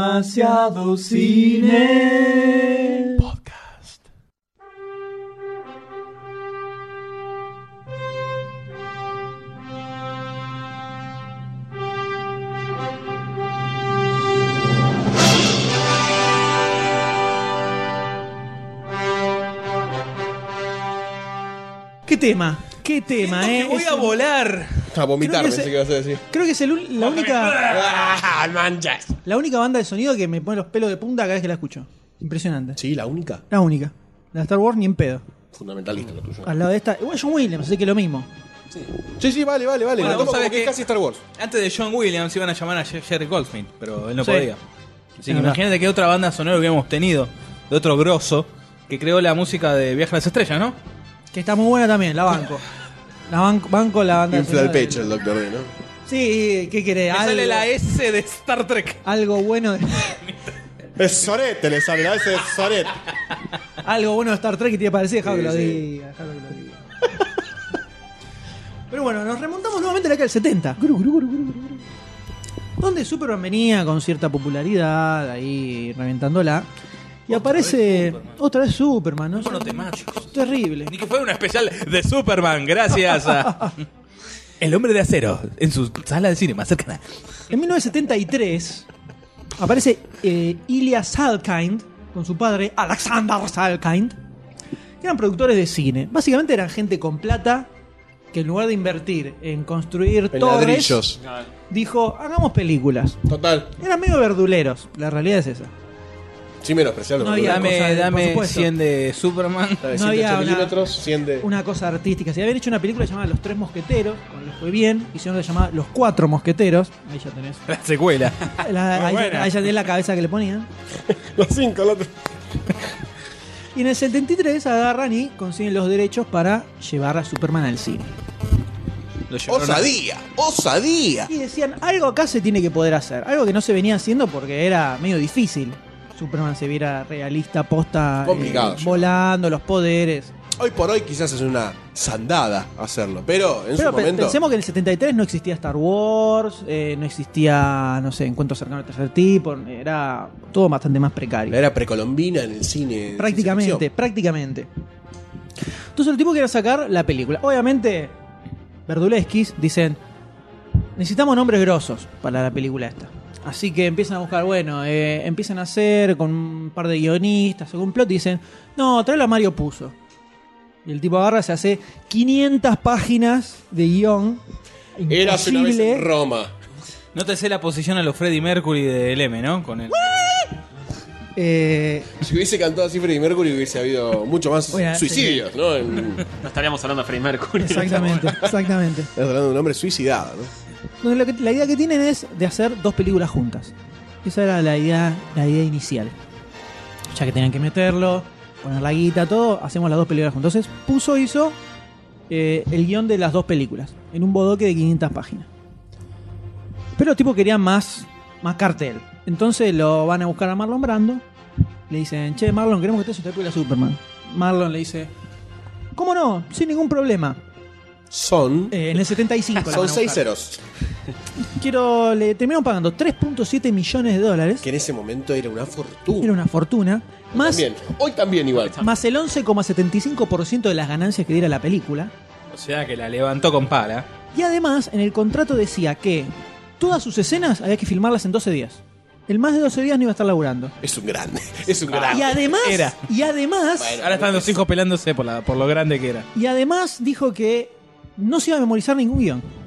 Demasiado cine. Podcast. ¿Qué tema? ¿Qué tema, eh? Voy Es- a volar. A vomitar, Creo que pensé se- que ibas a decir. Creo que es el un- la, única, ¡Ah, manchas! la única banda de sonido que me pone los pelos de punta cada vez que la escucho. Impresionante. Sí, la única. La única. La Star Wars ni en pedo. Fundamentalista lo tuyo. Al lado de esta. Igual John Williams, así que lo mismo. Sí, sí, vale, vale, vale. Bueno, Lo vos tomo sabés como que que- es casi Star Wars. Antes de John Williams iban a llamar a Jer- Jerry Goldsmith, pero él no Sí. podía. Así que verdad. imagínate qué otra banda sonora hubiéramos tenido de otro grosso que creó la música de Viaje a las Estrellas, ¿no? Que está muy buena también, la banco. La banco, banco la banda. Infla el sonora de- pecho el Doctor D, ¿no? Sí, ¿qué querés? Me sale la E. Algo, S de Star Trek. algo bueno de, Es Sorete, le sale la S es Sorete. algo bueno de Star Trek que tiene para decir, dejá que Sí, lo sí. diga, dejá que lo diga. Pero bueno, nos remontamos nuevamente a la década del 70. Gru, gru, gru, gru, gru, gru. Donde Superman venía con cierta popularidad, ahí reventándola. Y aparece otra vez Superman, ¿no? Bueno, temáticos. Terrible. Ni que fuera un especial de Superman, gracias a. El hombre de acero, en su sala de cine más cercana. En 1973 aparece eh, Ilya Salkind con su padre Alexander Salkind, que eran productores de cine. Básicamente eran gente con plata que en lugar de invertir en construir En torres, ladrillos. dijo, hagamos películas. Total. Eran medio verduleros, la realidad es esa. Sí, menospreciarlo. No había- Dame, cosa de- por dame supuesto. 100 de Superman. no había una- milímetros, 100 de... Una cosa artística. Si habían hecho una película llamada Los Tres Mosqueteros, cuando les fue bien, hicieron una llamada Los Cuatro Mosqueteros. Ahí ya tenés. La secuela. la- ahí, buena. ya, ahí ya tenés la cabeza que le ponían. Los 5, los Y en el 73 agarran y consiguen los derechos para llevar a Superman al cine. Lo llevaron a- ¡Osadía! ¡Osadía! Y decían, algo acá se tiene que poder hacer, algo que no se venía haciendo porque era medio difícil. Superman se viera realista, posta, Complicado, eh, yo. volando, los poderes. Hoy por hoy quizás es una sandada hacerlo, pero Pero en su pe- momento... pensemos que en el 73 no existía Star Wars, eh, no existía, no sé, encuentros cercanos al tercer tipo, era todo bastante más precario. La era precolombina en el cine. en Prácticamente, ciencia prácticamente. Entonces el tipo quiere sacar la película. Obviamente, Verduleskis dicen, necesitamos nombres grosos para la película esta. Así que empiezan a buscar, bueno, eh, empiezan a hacer con un par de guionistas, algún plot, y dicen, no, trae a Mario Puzo. Y el tipo agarra, se hace 500 páginas de guión. ficción. Eras una vez en imposible. Roma. No te sé la posición a los Freddie Mercury del M, ¿no? Con el... Eh, Si hubiese cantado así Freddie Mercury hubiese habido mucho más Bueno, suicidios, ¿no? En- No estaríamos hablando de Freddie Mercury. exactamente, exactamente. Estás hablando de un hombre suicidado, ¿no? Donde lo que- la idea que tienen es de hacer dos películas juntas. Esa era la idea, la idea inicial. Ya que tenían que meterlo, poner la guita, todo, hacemos las dos películas juntas. Entonces, Puso hizo eh, el guión de las dos películas, en un bodoque de 500 páginas. Pero los tipos querían más, más cartel. Entonces lo van a buscar a Marlon Brando. Le dicen, che, Marlon, queremos que te hagas esta película de Superman. Marlon le dice, ¿cómo no? Sin ningún problema. Son. Eh, en el 75. la van son a seis buscar. ceros. Quiero. Le terminaron pagando 3.7 millones de dólares. Que en ese momento era una fortuna. Era una fortuna. Más, También. Hoy también igual. más el 11,75% de las ganancias que diera la película. O sea que la levantó con pala. Y además, en el contrato decía que todas sus escenas había que filmarlas en 12 días. El más de 12 días no iba a estar laburando. Es un grande. Es un Y grande. además. Era. Y además. Bueno. Ahora están los hijos pelándose por, la, por lo grande que era. Y además dijo que no se iba a memorizar ningún guión.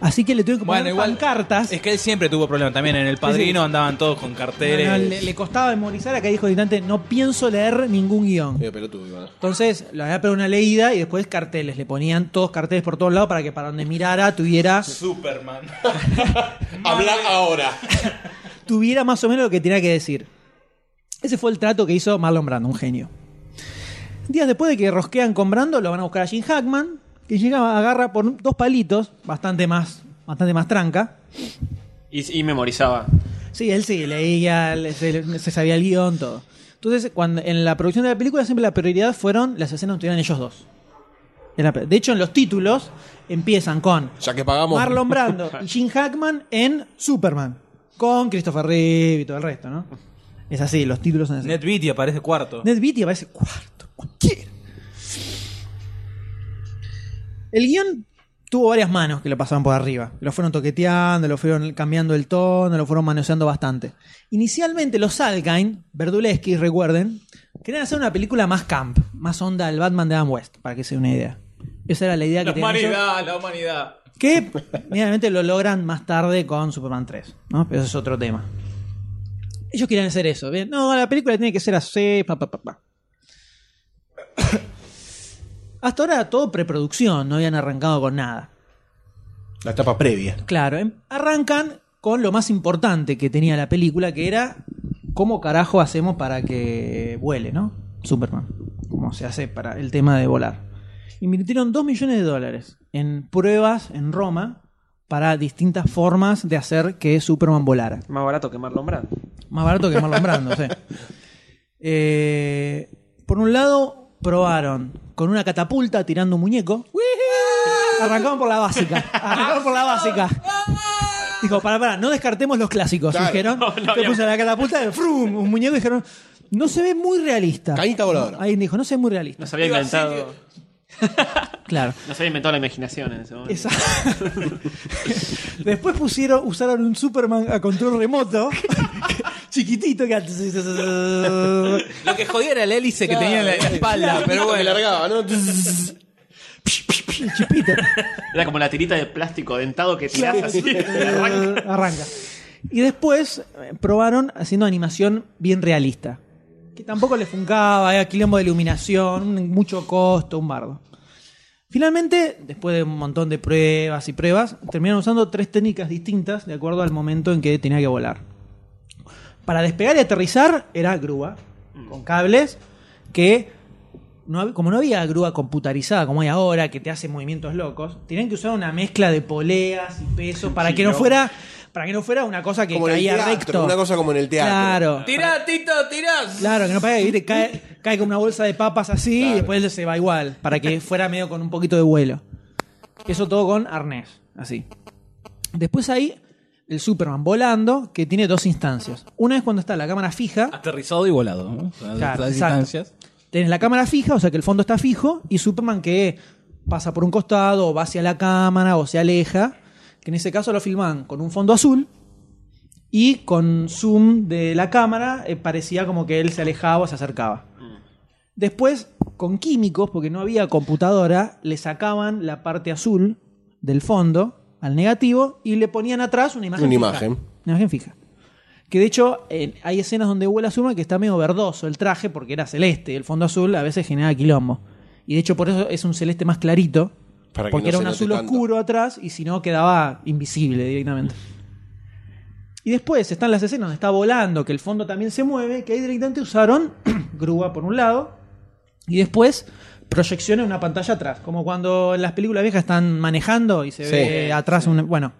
Así que le tuvieron que Bueno, poner igual- pancartas. Es que él siempre tuvo problemas también. En El Padrino andaban todos con carteles. No, no, le, le costaba memorizar. Acá dijo distante: No pienso leer ningún guión. Mira, pelotudo, Iván. Entonces, le había pegado una leída y después carteles. Le ponían todos carteles por todos lados para que para donde mirara tuviera, Superman. Habla ahora. tuviera más o menos lo que tenía que decir. Ese fue el trato que hizo Marlon Brando, un genio. Días después de que rosquean con Brando, lo van a buscar a Jim Hackman, que llega, agarra por dos palitos, bastante más, bastante más tranca. Y, y memorizaba. Sí, él sí, leía, le- se, se sabía el guión, todo. Entonces, cuando, en la producción de la película siempre la prioridad fueron las escenas donde estuvieran ellos dos. Era- De hecho, en los títulos empiezan con Ya que pagamos. Marlon Brando y Jim Hackman en Superman. con Christopher Reeve y todo el resto, ¿no? Es así, los títulos son así. Ned Beatty aparece cuarto. Ned Beatty aparece cuarto, cualquiera. El guión tuvo varias manos que lo pasaban por arriba. Lo fueron toqueteando, lo fueron cambiando el tono, lo fueron manoseando bastante. Inicialmente los Alkine, Verduleski, recuerden, querían hacer una película más camp, más onda al Batman de Adam West, para que se den una idea. Esa era la idea que la tenían ellos. humanidad, Ah, la humanidad. Que medianamente lo logran más tarde con Superman 3, ¿no? Pero eso es otro tema. Ellos querían hacer eso. ¿bien? No, la película tiene que ser así, pa, pa, pa, pa. Hasta ahora era todo preproducción, no habían arrancado con nada. La etapa previa. Claro, em- arrancan con lo más importante que tenía la película, que era cómo carajo hacemos para que vuele, ¿no? Superman. Cómo se hace para el tema de volar. Invirtieron 2 millones de dólares en pruebas en Roma para distintas formas de hacer que Superman volara. Más barato que Marlon Brando. Más barato que Marlon Brando, sí. Eh, por un lado, probaron con una catapulta tirando un muñeco. Arrancaron por la básica. Arrancaron por la básica. Dijo, para, para, no descartemos los clásicos, Claro. dijeron. No, no Te había- puso la catapulta, ¡frum! un muñeco, dijeron, no se ve muy realista. Cañita voladora. Ahí dijo, no se ve muy realista. Nos había Iba así, inventado. Claro. Nos había inventado la imaginación en ese momento. Esa- Después pusieron, usaron un Superman a control remoto, chiquitito, que antes... Lo que jodía era la hélice que tenía en la, en la espalda, pero Me bueno. largaba, ¿no? Chipita. Era como la tirita de plástico dentado que tirás así. Eh, arranca. Y después eh, probaron haciendo animación bien realista. Que tampoco le funcaba, era quilombo de iluminación, un- mucho costo, un bardo. Finalmente, después de un montón de pruebas y pruebas, terminaron usando tres técnicas distintas de acuerdo al momento en que tenía que volar. Para despegar y aterrizar era grúa, Mm. con cables, que no hab- como no había grúa computarizada como hay ahora, que te hace movimientos locos, tenían que usar una mezcla de poleas y pesos para que no fuera para que no fuera una cosa que Como en el caía teatro, recto. una cosa como en el teatro. Claro. Tirá, Tito, tirá. Claro, que no pega, ¿viste? Cae, cae como una bolsa de papas así y después se va igual, para que fuera medio con un poquito de vuelo. Eso todo con arnés, así. Después ahí, el Superman volando, que tiene dos instancias. Una es cuando está la cámara fija, Aterrizado y volado. ¿no? A Claro, las exacto. distancias. tenés la cámara fija, o sea que el fondo está fijo, y Superman que pasa por un costado, o va hacia la cámara, o se aleja, que en ese caso lo filman con un fondo azul, y con zoom de la cámara eh, parecía como que él se alejaba o se acercaba. Después, con químicos, porque no había computadora, le sacaban la parte azul del fondo al negativo y le ponían atrás una imagen Una fija. imagen. Una imagen fija. Que de hecho eh, hay escenas donde vuela Superman que está medio verdoso el traje porque era celeste. y El fondo azul a veces genera quilombo. Y de hecho por eso es un celeste más clarito. Para que porque era no se un note azul tanto. oscuro atrás y si no quedaba invisible directamente. Y después están las escenas donde está volando, que el fondo también se mueve, que ahí directamente usaron grúa por un lado y después proyección en una pantalla atrás. Como cuando en las películas viejas están manejando y se Sí. ve atrás un... Bueno,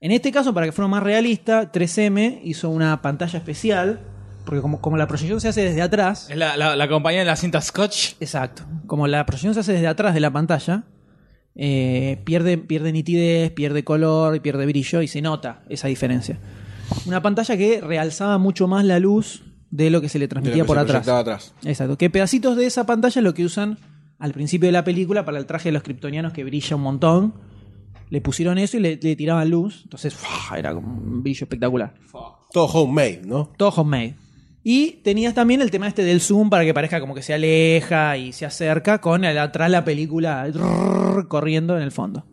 en este caso, para que fuera más realista, 3M hizo una pantalla especial, porque como, como la proyección se hace desde atrás... Es la, la, la compañía de la cinta Scotch. Exacto. Como la proyección se hace desde atrás de la pantalla, eh, pierde, pierde nitidez, pierde color, y pierde brillo y se nota esa diferencia. Una pantalla que realzaba mucho más la luz de lo que se le De lo transmitía que por se atrás. proyectaba atrás. Exacto. Que pedacitos de esa pantalla es lo que usan al principio de la película para el traje de los kryptonianos que brilla un montón. Le pusieron eso y le, le tiraban luz. Entonces, ¡fua! era como un brillo espectacular. Todo homemade, ¿no? Todo homemade. Y tenías también el tema este del zoom para que parezca como que se aleja y se acerca con el- atrás la película rrrr, corriendo en el fondo.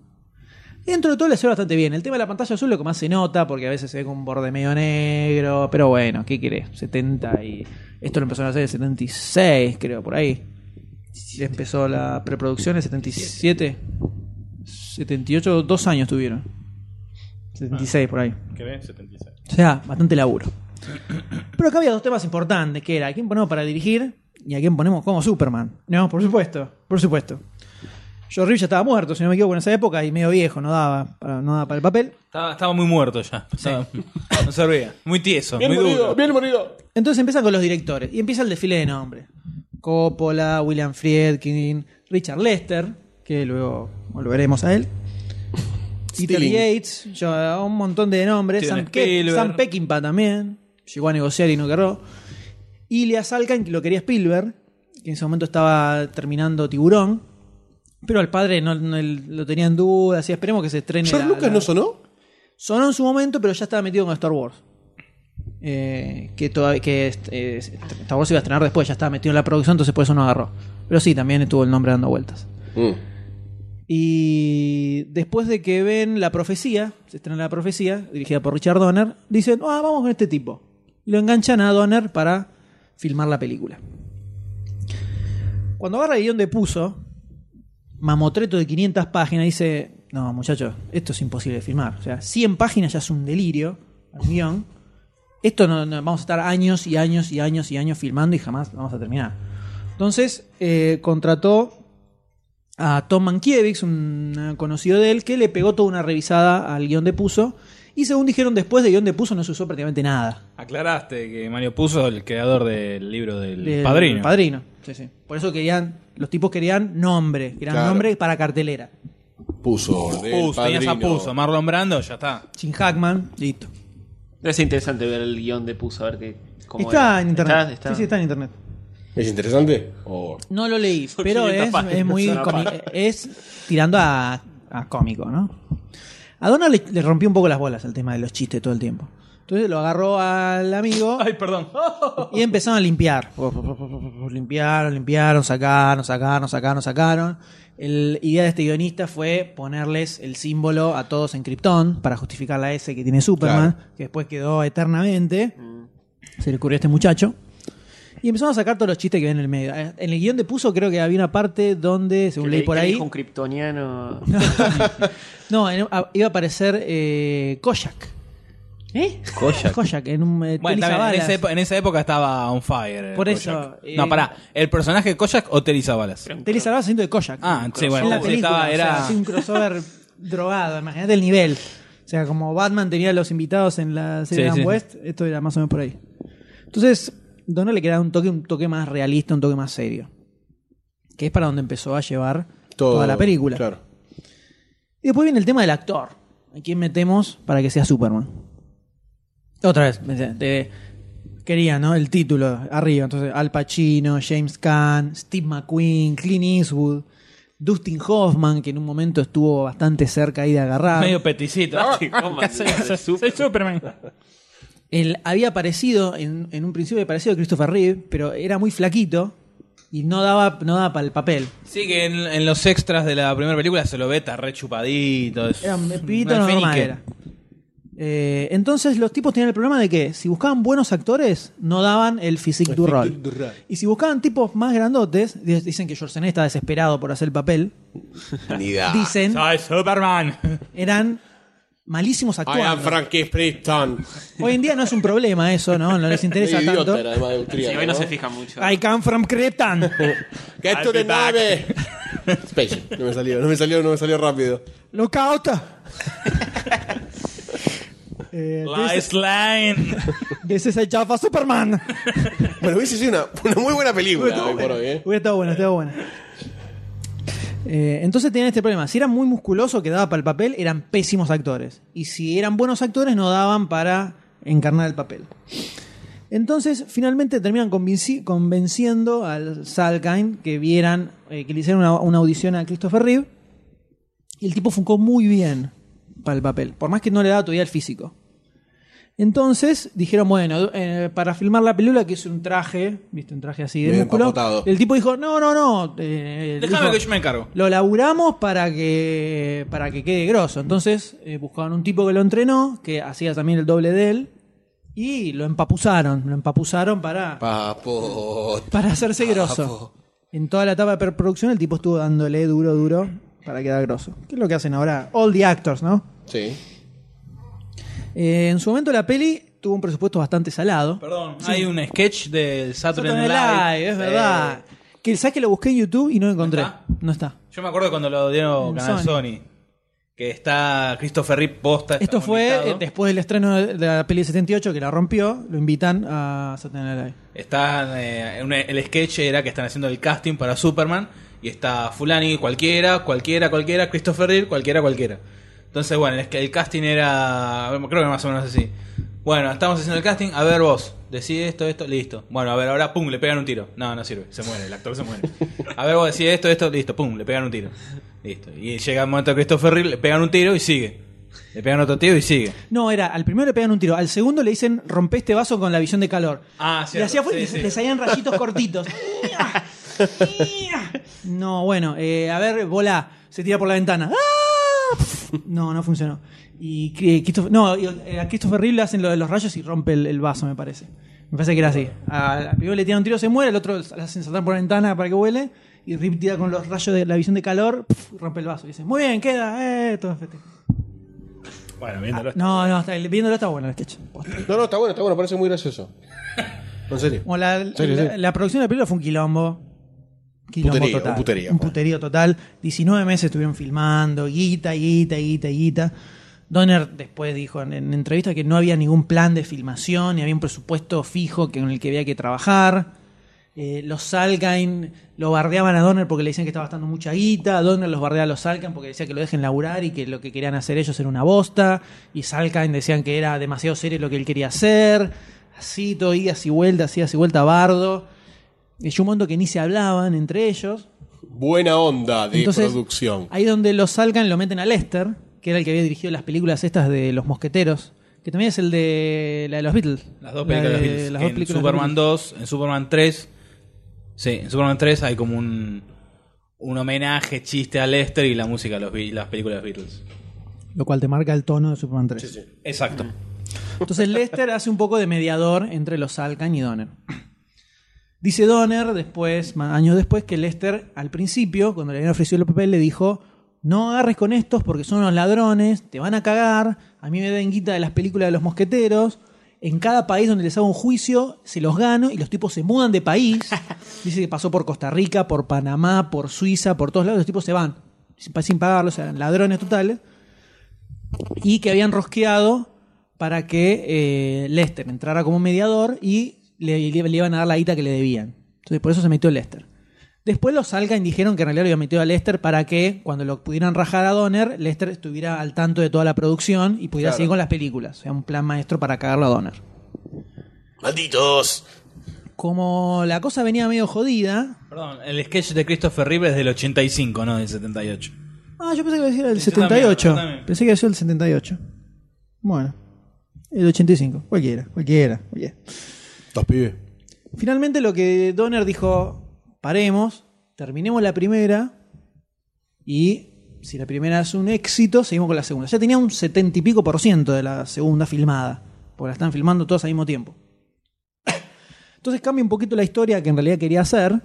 Dentro de todo le salió bastante bien. El tema de la pantalla azul lo que más se nota porque a veces se ve con un borde medio negro. Pero bueno, ¿qué querés? 70 y... Esto lo empezaron a hacer en el 76, creo, por ahí. Empezó la preproducción en el 77. 78, dos años tuvieron. 76 por ahí. ¿Qué ven? 76. O sea, bastante laburo. Pero acá había dos temas importantes, que era a quién ponemos para dirigir y a quién ponemos como Superman. No, por supuesto, por supuesto. Joe Reeves ya estaba muerto, si no me equivoco, en esa época, y medio viejo, no daba para, no daba para el papel. Estaba, estaba muy muerto ya. Estaba- no servía. Muy tieso, muy duro. bien morido. Entonces empiezan con los directores, y empieza el desfile de nombres. Coppola, William Friedkin, Richard Lester, que luego volveremos a él. Peter Stealing. Yates, yo- un montón de nombres. Steven Sam, Ke- Spielberg. Sam Peckinpah también. Llegó a negociar y no querró. Ilias Alkan, que lo quería Spielberg, que en ese momento estaba terminando Tiburón. Pero al padre no, no- lo tenía en duda, así esperemos que se estrene. ¿George la- Lucas la- no sonó? Sonó en su momento, pero ya estaba metido con Star Wars. Eh, que todavía que eh, Star Wars se iba a estrenar después, ya estaba metido en la producción, entonces por eso no agarró. Pero sí, también estuvo el nombre dando vueltas. Mm. Y después de que ven La Profecía, se estrena La Profecía, dirigida por Richard Donner, dicen, ah, vamos con este tipo. Y lo enganchan a Donner para filmar la película. Cuando agarra el guión de Puso, mamotreto de 500 páginas, dice, no, muchachos, esto es imposible de filmar. O sea, 100 páginas ya es un delirio, un guión. Esto no, no- vamos a estar años y años y años y años filmando y jamás vamos a terminar. Entonces, eh, contrató a Tom Mankiewicz, un eh, conocido de él, que le pegó toda una revisada al guión de Puso. Y según dijeron después, de guión de Puso no se usó prácticamente nada. Aclaraste que Mario Puzo, el creador del libro del, Del- padrino. del Padrino. Sí, sí. Por eso querían, los tipos querían nombre, querían Claro. nombre para cartelera. Puso. del Puzo, tenías a Padrino. Puzo, Marlon Brando, ya está. Jim Hackman, listo. Debe ser interesante ver el guión de Puso, a ver qué. cómo Está era. en internet. Está- está. Sí, sí, está en internet. ¿Es interesante? O- No lo leí, Son pero 500 es, páginas, es muy una comi- página. es tirando a, a cómico, ¿no? A Donna le, le rompió un poco las bolas el tema de los chistes todo el tiempo. Entonces lo agarró al amigo Ay, perdón. y empezaron a limpiar. Limpiaron, limpiaron, sacaron, sacaron, sacaron, sacaron. La idea de este guionista fue ponerles el símbolo a todos en Krypton para justificar la S que tiene Superman, que después quedó eternamente. Se le ocurrió a este muchacho. Y empezaron a sacar todos los chistes que ven en el medio. Eh, En el guión de Puso creo que había una parte donde, Que según le- leí por que le ahí... dijo un kryptoniano. No, en- a- iba a aparecer eh, Koyak. ¿Eh? Koyak. Koyak en un... eh, Telly Bueno, también, en, Savalas. esa epo- en esa época estaba on fire. eh, Por eso, Kojak. eh, no, pará. ¿El personaje de Koyak o Telly Savalas? Telly Savalas haciendo de Koyak. Ah, sí, en bueno. la película. estaba- o sea, era... así un crossover drogado, imagínate el nivel. O sea, como Batman tenía los invitados en la serie Sí, de Adam sí, sí. West, esto era más o menos por ahí. Entonces, Dono le queda un toque, un toque más realista, un toque más serio. Que es para donde empezó a llevar todo- toda la película. Claro. Y después viene el tema del actor. ¿A quién metemos para que sea Superman? Otra vez, me decía, te- quería, ¿no? El título arriba. Entonces, Al Pacino, James Caan, Steve McQueen, Clint Eastwood, Dustin Hoffman, que en un momento estuvo bastante cerca ahí de agarrar. Medio peticito. ¿Cómo? Soy- Soy Superman. Él había aparecido, en, en un principio había parecido a Christopher Reeve, pero era muy flaquito y no daba, no daba para el papel. Sí, que en, en los extras de la primera película se lo ve, está re chupadito. es- Era un pibito un normal. alfenique. era. Eh, entonces los tipos tenían el problema de que si buscaban buenos actores, no daban el physique du rol. Physique du rôle. Y si buscaban tipos más grandotes, di- dicen que Schwarzenegger está desesperado por hacer el papel, Ni da. dicen, Soy Superman. eran malísimos I am actores. Frankie Preston. Hoy en día no es un problema eso, ¿no? No les interesa Medio tanto. idiota, era, además de Sí, austríaco, hoy no ¿no? se fija mucho. I come from Cretan. Get to the nave. Space. No me salió, no me salió, no me salió rápido. Look out. Eh, this, Lies Line. this is a Java Superman. Bueno, hubiese sido una, una muy buena película hoy por hoy, ¿eh? Hubiera estado bueno, estado bueno. Eh, entonces tenían este problema. Si eran muy musculosos, que daba para el papel, eran pésimos actores. Y si eran buenos actores, no daban para encarnar el papel. Entonces, finalmente terminan convinci- convenciendo al Salkind que vieran, eh, que le hicieran una, una audición a Christopher Reeve. Y el tipo funcó muy bien para el papel, por más que no le daba todavía el físico. Entonces dijeron, bueno, eh, para filmar la película que es un traje, viste, un traje así de Bien músculo. empapotado. El tipo dijo, no, no, no. eh, Déjame dijo, que yo me encargo. lo laburamos para que para que quede grosso. Entonces eh, buscaban un tipo que lo entrenó, que hacía también el doble de él, y lo empapuzaron, lo empapuzaron para, Papo. para hacerse grosso. Papo. En toda la etapa de preproducción el tipo estuvo dándole duro, duro, para quedar grosso. ¿Qué es lo que hacen ahora? All the actors, ¿no? Sí. Eh, en su momento la peli tuvo un presupuesto bastante salado. Perdón, hay un sketch del Saturday Saturday Night Night Live, Live, es verdad. eh, Que sabes que lo busqué en YouTube y no lo encontré. ¿Está? No está. yo me acuerdo cuando lo dio En Canal Sony. que está Christopher Reeve posta. está Esto fue conectado. eh, después del estreno de de la peli del 78 que la rompió, lo invitan a Saturday Night Live. Están, eh, en un- el sketch era que están haciendo el casting para Superman y está Fulani, cualquiera, cualquiera, cualquiera, Christopher Reeve, cualquiera, cualquiera. Entonces, bueno, es que el casting era. Creo que más o menos así. Bueno, estamos haciendo el casting. A ver, vos, decide esto, esto, listo. Bueno, a ver, ahora pum, le pegan un tiro. No, no sirve, se muere, el actor se muere. A ver, vos decide esto, esto, listo, pum, le pegan un tiro. Listo. Y llega el momento de Christopher Reeve, le pegan un tiro y sigue. Le pegan otro tiro y sigue. No, era, al primero le pegan un tiro, al segundo le dicen rompe este vaso con la visión de calor. Ah, Le cierto, hacía fuerza y sí, le- sí. le salían rayitos cortitos. no, bueno, eh, a ver, bola, se tira por la ventana. ¡Ah! No, no funcionó. Y eh, Christopher, no, y, eh, a Christopher Reeve le hacen lo de los rayos y rompe el, el vaso, me parece. Me parece que era así. A- Al primero le tiran un tiro, se muere, al otro le hacen saltar por la ventana para que huele. Y Rip tira con los rayos de la visión de calor, pf, rompe el vaso. Y dice, muy bien, queda, eh, todo festejo. Ah, Bueno, viéndolo. No, no, está, viéndolo está bueno el sketch. No, no, está bueno, está bueno, parece muy gracioso. En serio. Como la, la- Serio, serio. la producción de la película fue un quilombo. Quilombo Puterío, total. un puterío, Un pues. puterío total. 19 meses estuvieron filmando, guita, guita, guita, guita. Donner después dijo en, en entrevista que no había ningún plan de filmación, ni había un presupuesto fijo que- con el que había que trabajar. Eh, los Salkind lo bardeaban a Donner porque le decían que estaba gastando mucha guita. Donner los bardeaba a los Salkind porque decía que lo dejen laburar y que lo que querían hacer ellos era una bosta. Y Salkind decían que era demasiado serio lo que él quería hacer. Así, todo idas y vueltas, idas y vueltas, bardo. Y llegó un momento que ni se hablaban entre ellos. Buena onda de Entonces, producción. Ahí donde los salgan lo meten a Lester, que era el que había dirigido las películas estas de Los Mosqueteros, que también es el de la de los Beatles. Las dos La de- películas de Beatles. las dos en películas de Beatles. Superman 2, en Superman 3. Sí, en Superman 3 hay como un, un homenaje, chiste a Lester y la música de los Be- las películas de los Beatles. Lo cual te marca el tono de Superman 3. Exacto. Entonces Lester hace un poco de mediador entre los Salkan y Donner. Dice Donner después, ma- años después, que Lester al principio, cuando le habían ofrecido el papel, le dijo, no agarres con estos porque son unos ladrones, te van a cagar, a mí me den guita de las películas de los mosqueteros, en cada país donde les hago un juicio se los gano y los tipos se mudan de país. Dice que pasó por Costa Rica, por Panamá, por Suiza, por todos lados, los tipos se van sin, pa- sin pagarlos, eran ladrones totales y que habían rosqueado para que eh, Lester entrara como mediador y le, le- le iban a dar la guita que le debían. Entonces por eso se metió Lester. Después los Salgan dijeron que en realidad lo habían metido a Lester para que cuando lo pudieran rajar a Donner, Lester estuviera al tanto de toda la producción y pudiera Claro. seguir con las películas. O sea, un plan maestro para cagarlo a Donner. Malditos. Como la cosa venía medio jodida. Perdón, el sketch de Christopher Reeve es del 85, no del 78. Ah, yo pensé que decía el Sí, yo también, 78. yo también. Pensé que decía el 78. Bueno, el 85. Cualquiera, cualquiera, cualquiera. Los pibes. Finalmente lo que Donner dijo, paremos, terminemos la primera y si la primera es un éxito, seguimos con la segunda. Ya tenía un setenta y pico por ciento de la segunda filmada, porque la están filmando todos al mismo tiempo. Entonces cambia un poquito la historia que en realidad quería hacer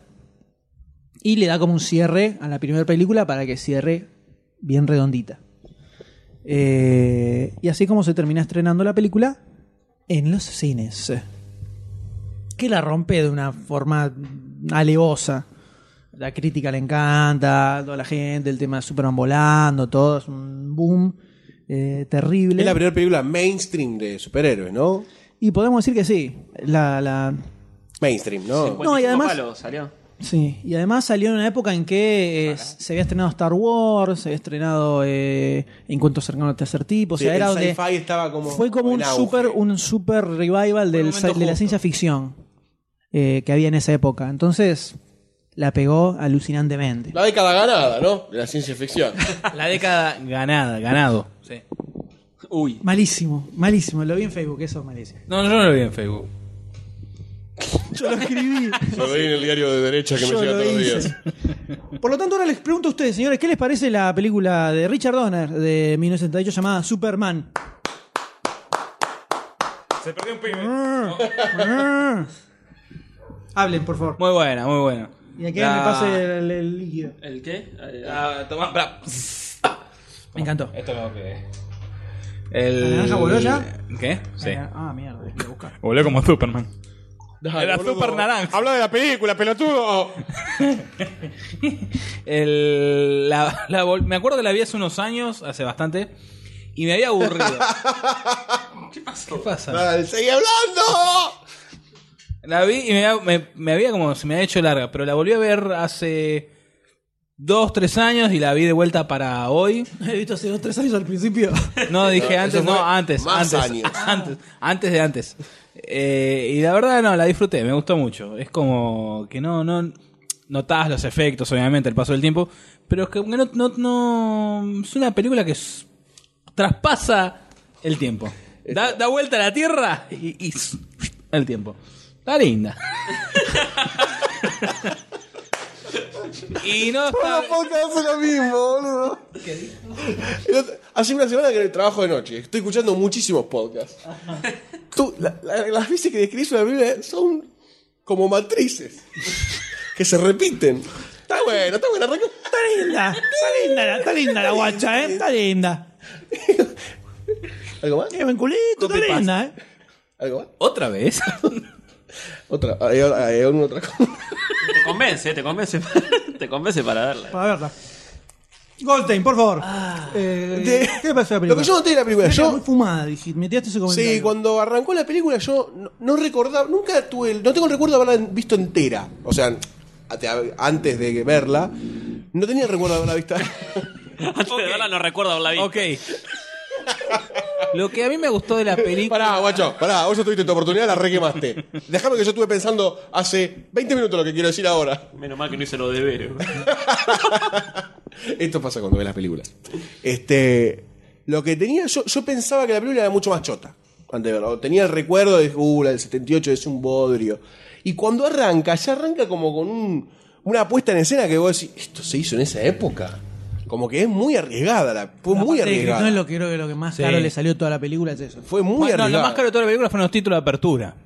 y le da como un cierre a la primera película para que cierre bien redondita. Eh, y así como se termina estrenando la película en los cines que la rompe de una forma alevosa. La crítica le encanta, toda la gente, el tema de Superman volando, todo es un boom eh, terrible. Es la primera película mainstream de superhéroes, ¿no? Y podemos decir que sí. La, la- Mainstream, ¿no? No, y además- Palo salió. sí. Y además salió en una época en que eh, se había estrenado Star Wars, se había estrenado eh, Encuentros cercanos al tercer tipo. O sea, Sí, era el donde- sci-fi estaba como. Fue como en un auge. super, un super revival del momento sci- de la justo. ciencia ficción eh, que había en esa época. Entonces, la pegó alucinantemente. La década ganada, ¿no? De la ciencia ficción. La década ganada, ganado. Sí. Uy. Malísimo, malísimo. Lo vi en Facebook, eso es malísimo. No, yo no lo vi en Facebook. Yo lo escribí. Lo doy en el diario de derecha que me Yo llega lo todos los hice. días. Por lo tanto, ahora les pregunto a ustedes, señores, ¿qué les parece la película de Richard Donner de 1978 llamada Superman? Se perdió un Ah. Hablen, por favor. Muy buena, muy buena. Y aquí La- me pase el, el líquido. ¿El qué? Eh, ah, Ah, tomá, pará. Me encantó. Esto es lo que. El... ¿La naranja voló ya? ¿Qué? Sí. Ah, mierda, voy a buscar. Voló como Superman. Dale, Era boludo. Ah, super naranja. Habla de la película, pelotudo. El- la- la vol- me acuerdo que la vi hace unos años, hace bastante, y me había aburrido. ¿Qué pasa? ¿Qué pasa? Dale, sigue hablando. La vi y me, había- me- me había como, se me había hecho larga, pero la volví a ver hace dos, tres años y la vi de vuelta para hoy. No he visto hace dos tres años al principio. No, dije eso antes, fue no, antes, más antes, años. antes, antes de antes. Eh, y la verdad, no, la disfruté, me gustó mucho. Es como que no, no, notabas los efectos, obviamente, el paso del tiempo, pero es que no, no, no, es una película que s- traspasa el tiempo. Da, da vuelta a la Tierra y, y s- el tiempo. Está linda. y no está... hace lo mismo, boludo. El otro- Hace una semana que trabajo de noche. Estoy escuchando muchísimos podcasts. Tú, la- la- las veces que describís una Biblia son como matrices que se repiten. Está bueno, está bueno. arranca- Está linda, está linda, la- está linda la guacha, ¿eh? Está linda. ¿Algo más? Tiene buen culito, Copy está linda, ¿eh? ¿Algo más? ¿Otra vez? Otra. Hay, hay alguna otra cosa. Te convence, te convence. te convence para verla. Para verla. Goldstein, por favor. Eh, De- ¿Qué le pareció a la película? Lo que yo noté de la película, Era yo muy fumada, dijiste. Metíaste ese comentario. Sí, cuando arrancó la película yo no, no recordaba, nunca tuve, el- no tengo el recuerdo de haberla visto entera. O sea, a- te- antes de verla, no tenía el recuerdo de haberla visto. Antes de verla no recuerdo haberla visto. Ok. Lo que a mí me gustó de la película. pará, guacho, pará, vos ya tuviste tu oportunidad, la requemaste. Déjame que yo estuve pensando hace 20 minutos lo que quiero decir ahora. Menos mal que no hice los deberes. güey. Esto pasa cuando ves las películas. Este, lo que tenía, yo, yo pensaba que la película era mucho más chota. Antes de verlo. Tenía el recuerdo de, uh, la del 78 es un bodrio. Y cuando arranca, ya arranca como con un- una puesta en escena que vos decís, esto se hizo en esa época. Como que es muy arriesgada, la- fue La muy parte de arriesgada. No es lo que creo que lo que más Sí. caro le salió a toda la película es eso. Fue muy Bueno, no, lo arriesgada. más caro de toda la película fueron los títulos de apertura.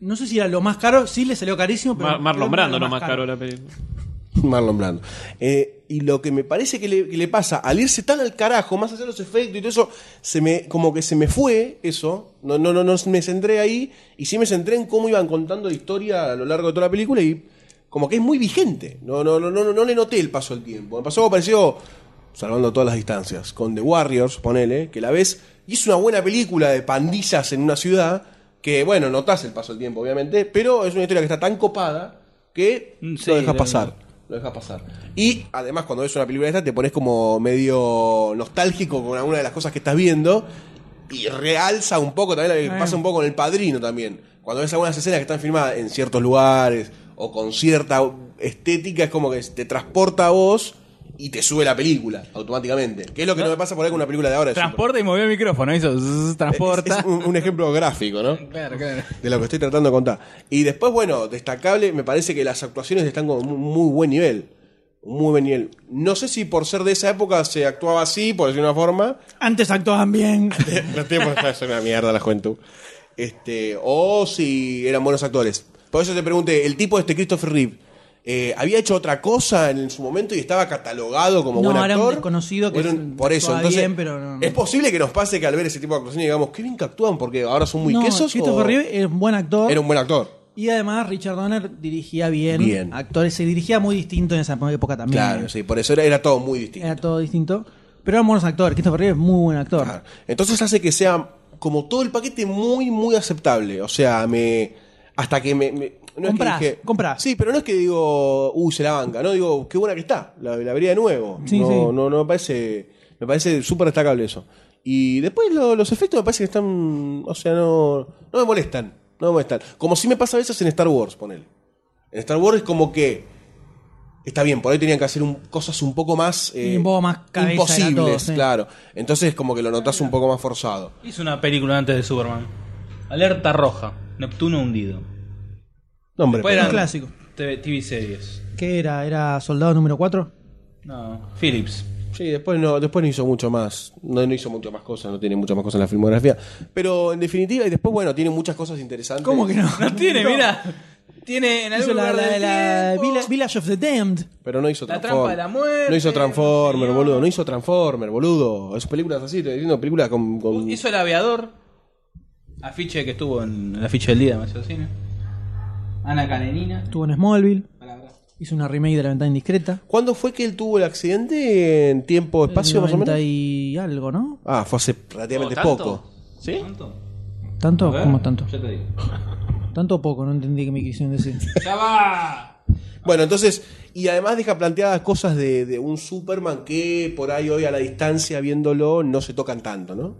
No sé si era lo más caro, sí le salió carísimo, pero. Mar- Marlon Brando lo no más caro la película. Marlon Brando. Eh, y lo que me parece que le, que le pasa, al irse tan al carajo, más allá de los efectos y todo eso, se me, como que se me fue eso. No, no, no, no me centré ahí. Y sí me centré en cómo iban contando la historia a lo largo de toda la película. Y como que es muy vigente. No, no, no, no, no, no le noté el paso del tiempo. Me pasó algo parecido, salvando todas las distancias, con The Warriors, ponele, que la ves. Y es una buena película de pandillas en una ciudad. Que bueno, notás el paso del tiempo, obviamente. Pero es una historia que está tan copada que Mm, sí, lo dejas la- pasar. Lo dejas pasar. Y además, cuando ves una película de esta, te pones como medio nostálgico con alguna de las cosas que estás viendo. Y realza un poco también lo que pasa un poco con el padrino también. Cuando ves algunas escenas que están filmadas en ciertos lugares o con cierta estética, es como que te transporta a vos y te sube la película automáticamente. Que es lo que no, me pasa por ahí con una película de ahora. Es un- Transporta y movió el micrófono, hizo zzz, es- transporta. es un- un ejemplo gráfico, ¿no? Claro, claro. de lo que estoy tratando de contar. Y después, bueno, destacable, me parece que las actuaciones están con muy, muy buen nivel. Muy buen nivel. No sé si por ser de esa época se actuaba así, por decir una forma. Antes actuaban bien. No tiene por qué ser una mierda la juventud. Este, o si eran buenos actores. Por eso te pregunté, el tipo este Christopher Reeve. eh, ¿Había hecho otra cosa en su momento y estaba catalogado como No, buen era actor? un desconocido que Era un- se- por eso, actuaba entonces. bien, pero no- Es posible que nos pase que al ver ese tipo de actuaciones digamos, qué bien que actúan porque ahora son muy no, quesos. Christopher o Reeve era un buen actor. Era un buen actor. Y además Richard Donner dirigía bien. Bien. Actores se dirigía muy distinto en esa época también. Claro, sí, por eso era, era todo muy distinto. Era todo distinto. Pero eran buenos actores. Christopher Reeve es muy buen actor. Claro. Entonces hace que sea como todo el paquete muy, muy aceptable. O sea, me. Hasta que me. me- no es Comprás, que dije- comprás. Sí, pero no es que digo, uh, se la banca, no, digo, qué buena que está, la, la vería de nuevo. Sí, no, sí. no, no me parece. Me parece súper destacable eso. Y después lo- los efectos me parece que están. O sea, no. No me molestan. No me molestan. Como si me pasa a veces en Star Wars, ponele. En Star Wars es como que. Está bien, por ahí tenían que hacer un- cosas un poco más. eh, Y un poco más cabeza era imposibles, todo, sí. claro. Entonces, como que lo notas un poco más forzado. Hizo una película antes de Superman. Alerta roja. Neptuno hundido. No, hombre, Después pero- eran un clásico. TV, TV series. ¿Qué era? ¿Era soldado número 4? No. Philips. Sí, después no, después no hizo mucho más. No, no hizo mucho más cosas, no tiene muchas más cosas en la filmografía. Pero en definitiva, y después, bueno, tiene muchas cosas interesantes. ¿Cómo que no? No tiene, mira. Tiene en Hizo algún la, lugar la, del la tiempo. Villa- Village of the Damned. Pero no hizo La Transform- trampa de la muerte, No hizo no Transformer, sé yo. boludo. No hizo Transformer, boludo. Es películas así, te estoy diciendo películas con. con- Hizo el aviador. Afiche que estuvo en el afiche del día de Maceo Cine. Ana Karenina. Estuvo en Smallville. Palabra. Hizo una remake de La Ventana Indiscreta. ¿Cuándo fue que él tuvo el accidente? ¿En tiempo, espacio, más o 90 menos? y algo, ¿no? Ah, fue hace relativamente ¿Tanto? poco. ¿Sí? ¿Cuánto? ¿Tanto? A ver, ¿Cómo tanto? Ya te digo. ¿Tanto o poco? No entendí qué me quisieron decir. ¡Ya va! Bueno, entonces, y además deja planteadas cosas de, de un Superman que por ahí hoy a la distancia viéndolo no se tocan tanto, ¿no?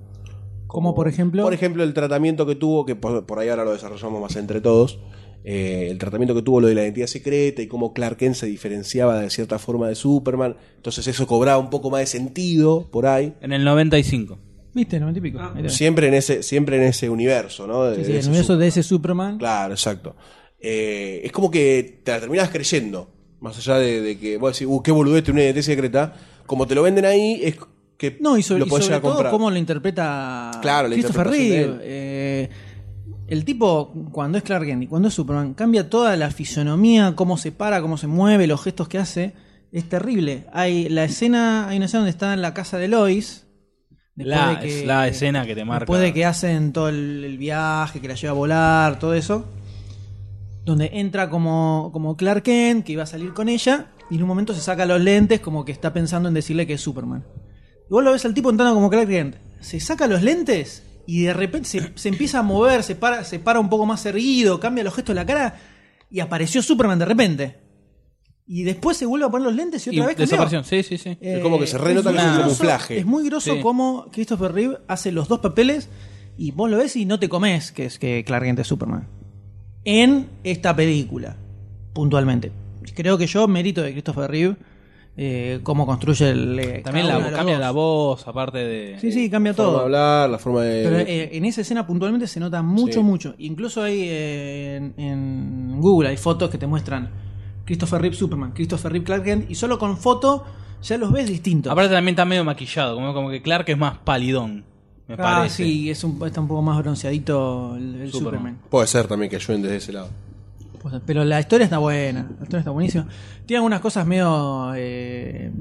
Como por ejemplo. Por ejemplo, el tratamiento que tuvo, que por, por ahí ahora lo desarrollamos más entre todos, eh, el tratamiento que tuvo lo de la identidad secreta y cómo Clark Kent se diferenciaba de cierta forma de Superman. Entonces eso cobraba un poco más de sentido por ahí. En el 95. ¿Viste? 90 y pico. Ah. Ahí tenés. Siempre en ese, siempre en ese universo, ¿no? De- Sí, sí, de el ese universo Superman. de ese Superman. Claro, exacto. Eh, es como que te la terminas creyendo. Más allá de, de que vos decís, uh, qué boludez tiene una identidad secreta. Como te lo venden ahí, es que No, y sobre, lo y podés sobre llegar a todo comprar. cómo lo interpreta Claro, la Christopher Reeve. interpretación de él. Eh, el tipo, cuando es Clark Kent y cuando es Superman, cambia toda la fisonomía, cómo se para, cómo se mueve, los gestos que hace. Es terrible. Hay la escena, hay una escena donde está en la casa de Lois. después La, de que- es la escena que te marca. Después de que hacen todo el, el viaje, que la lleva a volar, todo eso. Donde entra como, como Clark Kent, que iba a salir con ella, y en un momento se saca los lentes, como que está pensando en decirle que es Superman. Y vos lo ves al tipo entrando como Clark Kent. Se saca los lentes y de repente se, se empieza a mover, se para, se para un poco más erguido, cambia los gestos de la cara, y apareció Superman de repente. Y después se vuelve a poner los lentes y otra Y vez cambió. Eh, desaparición. Sí, sí, sí. Es como que se renota es que es un groso- camuflaje. Es muy groso Sí. como Christopher Reeve hace los dos papeles y vos lo ves y no te comes que es que Clark Kent es Superman. En esta película, puntualmente. Creo que yo, mérito de Christopher Reeve, eh, cómo construye el. eh, También cada la, uno de los cambia dos. la voz, aparte de. Sí, sí, cambia La forma de todo. hablar, la forma de... Pero eh, en esa escena puntualmente se nota mucho, Sí. mucho. Incluso hay eh, en, en Google hay fotos que te muestran Christopher Reeve Superman, Christopher Reeve Clark Kent, y solo con foto ya los ves distintos. Aparte también está medio maquillado, como, como que Clark es más palidón, me ah, parece. sí, es un, está un poco más bronceadito el, el Superman. Superman. Puede ser también que ayuden desde ese lado. Pues, Pero la historia está buena, la historia está buenísima. Tiene algunas cosas medio eh,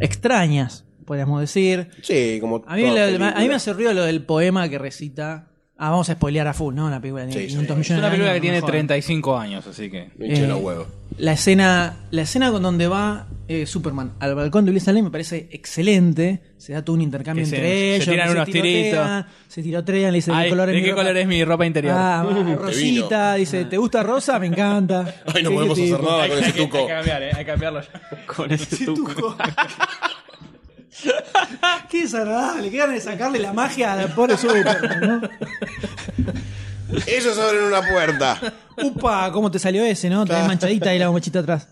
extrañas, podríamos decir. Sí, como... A mí, toda la- película. a mí me hace ruido lo del poema que recita. Ah, vamos a spoilear a full, ¿no? La película tiene Sí, sí. 500 Es millones una de película años, que tiene no me jodan. 35 años, así que... Me hinché Eh, los huevos. La escena, la escena con donde va eh, Superman al balcón de Luis Lane me parece excelente. Se da todo un intercambio Que se- entre se ellos. tiran unos tirotean, Se tirotean, le dice Ay, qué color es ¿De mi qué ropa? color es mi ropa interior? Ah, Divino. Rosita, dice, ¿te gusta Rosa? Me encanta. Ay, no Sí, podemos sí. hacer nada con ese tuco. cambiar, eh, hay que cambiarlo ya. Con ese tuco. Qué desagradable, qué ganas de sacarle la magia a la pobre Superman, ¿no? Ellos abren una puerta. Upa, ¿cómo te salió ese, no? Tenés manchadita y la bombachita atrás.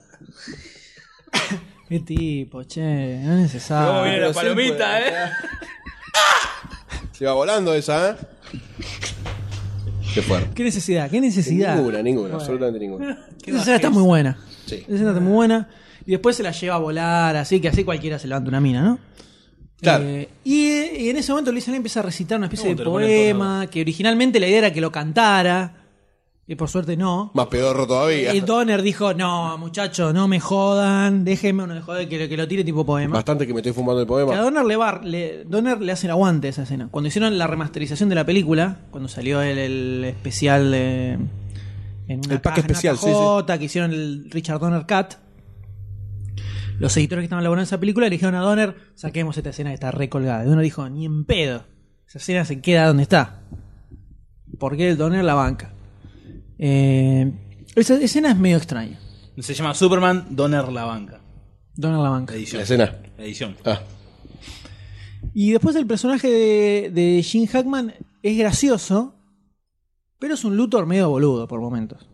Qué tipo, che, no es Cómo necesario. viene pero la palomita, eh. Se va volando esa, ¿eh? Qué fuerte. ¿Qué necesidad? ¿Qué necesidad? Ninguna, ninguna, absolutamente ninguna. Esa escena está muy buena. Sí. Esa escena está muy buena. Y después se la lleva a volar, así que así cualquiera se levanta una mina, ¿no? Claro. Eh, y, y en ese momento Luis Allen empieza a recitar una especie No, de te lo ponen en todos poema, que originalmente la idea era que lo cantara, y por suerte no. Más pedorro todavía. Y Donner dijo, no, muchachos, no me jodan, déjenme uno de joder que, lo- que lo tire tipo poema. Bastante que me estoy fumando el Que a poema. Donner le, va, le- Donner le hace el aguante a esa escena. Cuando hicieron la remasterización de la película, cuando salió el, el especial de, en una El pack caja, en una especial, sí, cajota, que hicieron el Richard Donner Cut, los editores que estaban elaborando esa película le dijeron a Donner, saquemos esta escena que está recolgada. Y Donner dijo, ni en pedo. Esa escena se queda donde está. Porque el Donner la banca. Eh, esa escena es medio extraña. Se llama Superman Donner la banca. Donner la banca. La Edición. escena. Edición. Ah. Y después el personaje de, de Gene Hackman es gracioso, pero es un Luthor medio boludo por momentos.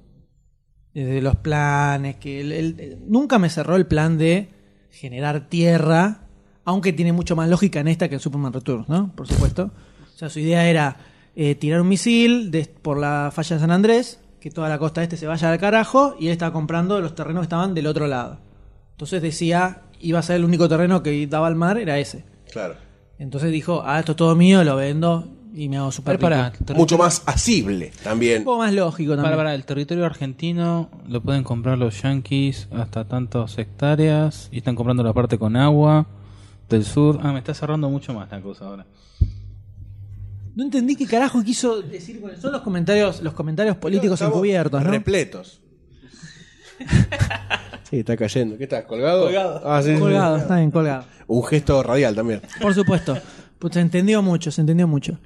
Desde los planes, que el- el- nunca me cerró el plan de generar tierra, aunque tiene mucho más lógica en esta que en Superman Returns, ¿no? Por supuesto. O sea, su idea era eh, tirar un misil des- por la falla de San Andrés, que toda la costa este se vaya al carajo, y él estaba comprando los terrenos que estaban del otro lado. Entonces decía, iba a ser el único terreno que daba al mar, era ese. Claro. Entonces dijo, ah, esto es todo mío, lo vendo y me hago super Para, rico. Mucho más asible Un también. poco más lógico también. Para, para, el territorio argentino lo pueden comprar los yanquis hasta tantas hectáreas y están comprando la parte con agua del sur. Ah, me está cerrando mucho más la cosa ahora. No entendí qué carajo quiso decir con eso. Son los comentarios, los comentarios políticos Estamos encubiertos, ¿no? Repletos. sí, está cayendo. ¿Qué estás? ¿Colgado? Colgado. Ah, sí, sí, sí. Colgado, está bien, colgado. Un gesto radial también. Por supuesto. Pues se entendió mucho, se entendió mucho.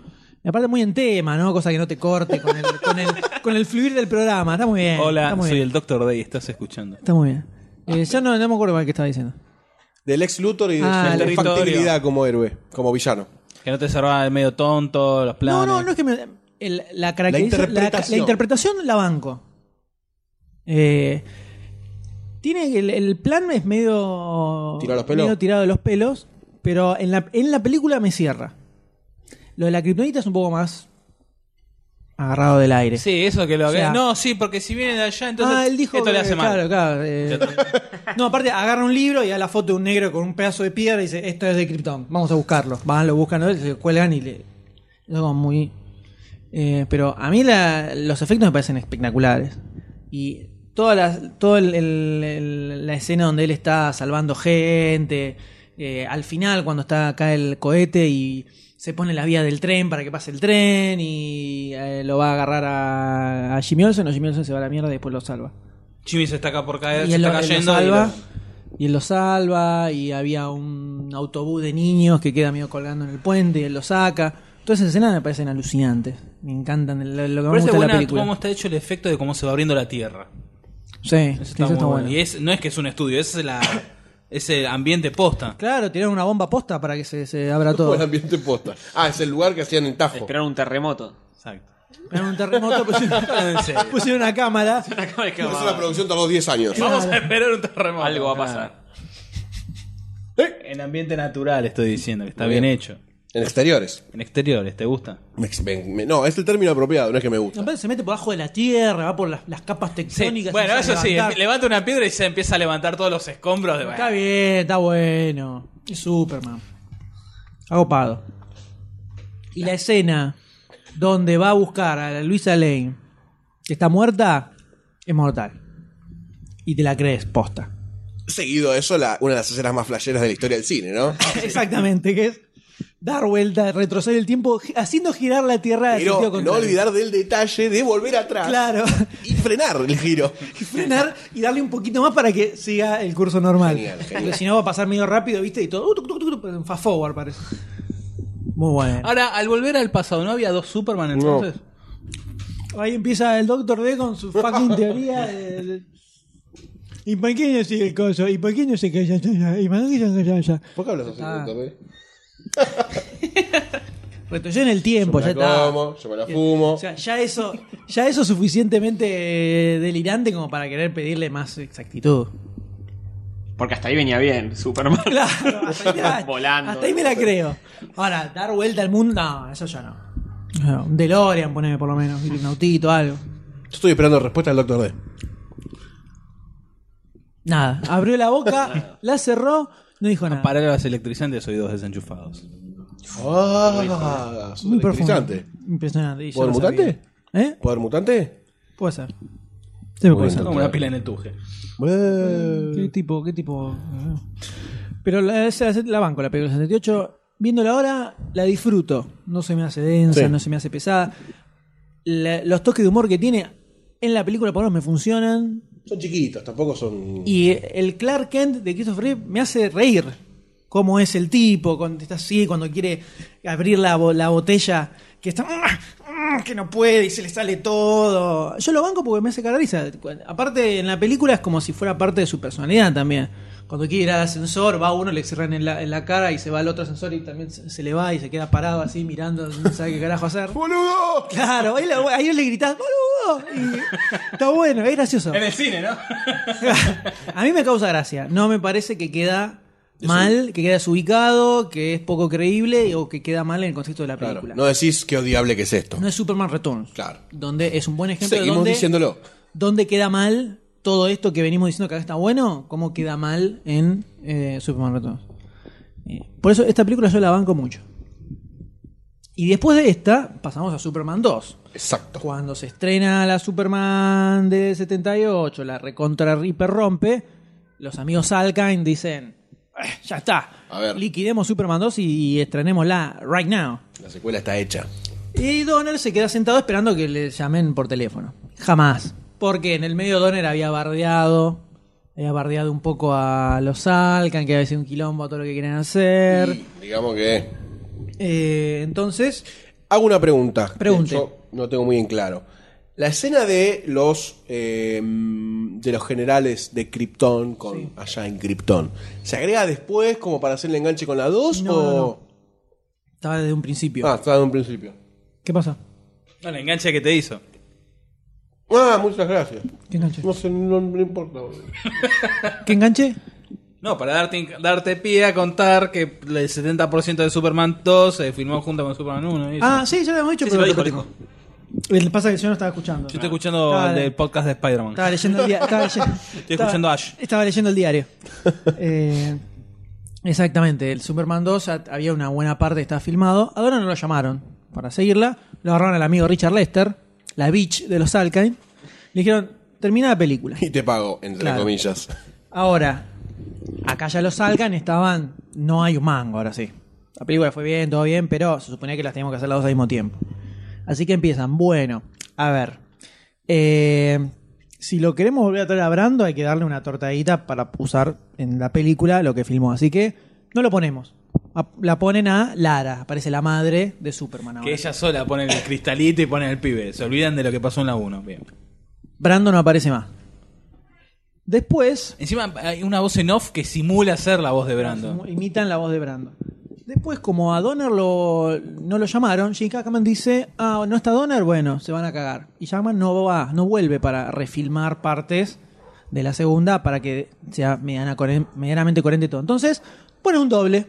Y aparte muy en tema, ¿no? Cosa que no te corte con el, con el, con el fluir del programa. Está muy bien. Hola, está muy soy bien. el Dr. Day, estás escuchando. Está muy bien. Eh, ya no, no me acuerdo cuál que estaba diciendo. Del ex Luthor y de Ah, su el territorio. factibilidad como héroe, como villano. Que no te cerraba de medio tonto, los planes. No, no, no es que me- el- la, caracteriza- La la- la interpretación. interpretación la banco. Eh, tiene el, el plan es medio Tirado a los pelos. medio tirado de los pelos, pero en la, en la película me cierra. Lo de la kriptonita es un poco más agarrado del aire. Sí, eso que lo O sea- No, sí, porque si viene de allá, entonces ah, él dijo esto le que- hace mal. Claro, claro. eh, no, aparte agarra un libro y da la foto de un negro con un pedazo de piedra y dice, esto es de Krypton, vamos a buscarlo. Van, lo buscan, ¿no? se cuelgan y le... Es como muy... eh, pero a mí la- los efectos me parecen espectaculares. Y toda la, todo el- el- el- la escena donde él está salvando gente, eh, al final cuando está acá el cohete y se pone en la vía del tren para que pase el tren y eh, lo va a agarrar a, a Jimmy Olsen o Jimmy Olsen se va a la mierda y después lo salva Jimmy se está acá por caer, y se él, está lo- él cayendo. lo y salva. lo- Y él lo salva. Y había un autobús de niños que queda medio colgando en el puente y él lo saca. Todas esas escenas me parecen alucinantes. Me encantan. Lo, lo que me Parece gusta de la buena película. cómo está hecho el efecto de cómo se va abriendo la tierra. Sí, Eso eso está muy bueno. Y es, no es que es un estudio, ese es, la, es el ambiente posta. Claro, tiraron una bomba posta para que se, se abra Todo el todo. ambiente posta. Ah, es el lugar que hacían en Tajo. Esperaron un terremoto. Exacto. Era un terremoto, pusieron, En serio. pusieron una cámara. Acaba de Por eso acabar. la producción tardó 10 años. Ah. Vamos a esperar un terremoto. Algo va a pasar. Eh, En ambiente natural estoy diciendo, que está Muy bien, bien. hecho. En exteriores. En exteriores, ¿te gusta? Me- me- me- no, es el término apropiado, no es que me gusta. Aparte Se mete por debajo de la tierra, va por las, las capas Sí, tectónicas. Bueno, se eso empieza a sí, levantar. levanta una piedra y se empieza a levantar todos los escombros de Está bien, está bueno. Es Superman. Agopado. Y la escena donde va a buscar a la Luisa Lane, que está muerta, es mortal. Y te la crees posta. Seguido a eso, la- una de las escenas más flasheras de la historia del cine, ¿no? Exactamente, que es dar vuelta, retroceder el tiempo, gi- haciendo girar la Tierra en sentido Pero no contrario. olvidar del detalle de volver atrás Claro. y frenar el giro. Y frenar y darle un poquito más para que siga el curso normal. Genial, genial. Porque si no va a pasar medio rápido, ¿viste? Y todo. uh, tuc, tuc, tuc, tuc, en fast forward parece. Muy bueno. Ahora, al volver al pasado, ¿no había dos Superman entonces? Ahí empieza el Doctor D con su fucking teoría del- ¿Y por qué no sigue el coso? ¿Y por qué no se calla? ¿Y por qué no se calla? ¿Por qué hablas así, eh? Ah. doctor? D? Retrocede en el tiempo, Pues ya Me está. la como, yo me la fumo. O sea, ya eso, ya eso es suficientemente eh, delirante como para querer pedirle más exactitud. Porque hasta ahí venía bien, Superman. Claro, hasta ahí, la- Volando. hasta ahí me la creo. Ahora, dar vuelta al mundo, no, eso ya no. No, Un DeLorean, poneme por lo menos, un autito, algo. Yo estoy esperando respuesta del doctor D. Nada, abrió la boca, la cerró, no dijo nada. Para las Ah, electrizantes, soy dos desenchufados. Ah, sos Muy profundo. electrizante. Impresionante. y yo ¿Poder lo sabía. mutante? ¿Eh? ¿Poder mutante? Puede ser. Se me puede Bueno. ser. Como una pila en el tuje. Eh, ¿Qué tipo? ¿Qué tipo? Pero la, esa- la banco, la película 68. Viéndola ahora, la disfruto. No se me hace densa, Sí. no se me hace pesada. La- los toques de humor que tiene en la película por lo menos me funcionan. Son chiquitos, tampoco son. Y el Clark Kent de Christopher Reeve me hace reír. Cómo es el tipo, cuando está así, cuando quiere abrir la, bo- la botella, que está. que no puede y se le sale todo. Yo lo banco porque me hace cagar risa. Aparte, en la película es como si fuera parte de su personalidad también. Cuando quiere ir al ascensor, va uno, le cierran en la, en la cara y se va al otro ascensor y también se, se le va y se queda parado así mirando, no sabe qué carajo hacer. ¡Boludo! Claro, ahí le, ahí le gritás, ¡boludo! Y está bueno, es gracioso. En el cine, ¿no? A mí me causa gracia. No me parece que queda mal, que queda desubicado, que es poco creíble o que queda mal en el contexto de la Claro, película. no decís qué odiable que es esto. no, es Superman Returns. Claro. Donde es un buen ejemplo de Seguimos donde, diciéndolo. donde queda mal todo esto que venimos diciendo que acá está bueno, cómo queda mal en eh, Superman Returns. Eh, por eso esta película yo la banco mucho. Y después de esta, pasamos a Superman 2. Exacto. Cuando se estrena la Superman de 78, la recontra Reaper rompe, los amigos Alkain dicen, "Eh, ya está, A ver. liquidemos Superman 2 y, y estrenémosla right now. La secuela está hecha. Y Donner se queda sentado esperando que le llamen por teléfono. Jamás. Porque en el medio Donner había bardeado, había bardeado un poco a los Alkain, que había sido un quilombo a todo lo que querían hacer. Digamos que. Eh, entonces, hago una pregunta. que Pregunte. yo no tengo muy en claro. La escena de los eh, de los generales de Krypton con allá en Krypton. ¿Se agrega después como para hacer el enganche con la 2 No, o no, no. Estaba desde un principio. Ah, está de un principio. ¿Qué pasa? No, la engancha que te hizo. Ah, muchas gracias. ¿Qué enganche? No sé, no me importa. boludo. ¿Qué enganche? No, para darte, darte pie a contar que el 70% de Superman 2 se filmó junto con Superman 1. y eso. Ah, sí, ya lo hemos dicho, Sí, sí, pero lo dijo, lo lo El pasa es que yo no estaba escuchando. Yo estoy escuchando Estaba el de- del podcast de Spider-Man. Estaba leyendo el diario. Estoy escuchando Ash. Estaba leyendo el diario. Eh, exactamente. El Superman 2 a- había una buena parte que estaba filmado. Ahora no lo llamaron para seguirla. Lo agarraron al amigo Richard Lester, la bitch de los Alkain. Le dijeron, termina la película. Y te pago, entre Claro. comillas. Ahora, acá ya los Alcan estaban. No hay un mango, ahora sí. La película fue bien, todo bien, pero se suponía que las teníamos que hacer las dos al mismo tiempo. Así que empiezan. Bueno, a ver. eh, si lo queremos volver a traer a Brando, hay que darle una tortadita para usar en la película lo que filmó. Así que no lo ponemos. A- La ponen a Lara, aparece la madre de Superman ahora. Que ella sola pone el cristalito y pone el pibe. Se olvidan de lo que pasó en la 1. Bien. Brando no aparece más. Después, Encima hay una voz en off que simula ser la voz de Brando. Im- Imitan la voz de Brando. Después, como a Donner lo, no lo llamaron, Jim Hackman dice, ah, no está Donner, bueno, se van a cagar. Y Jackman no va, no vuelve para refilmar partes de la segunda para que sea mediana- coher- medianamente coherente todo. Entonces, pone un doble.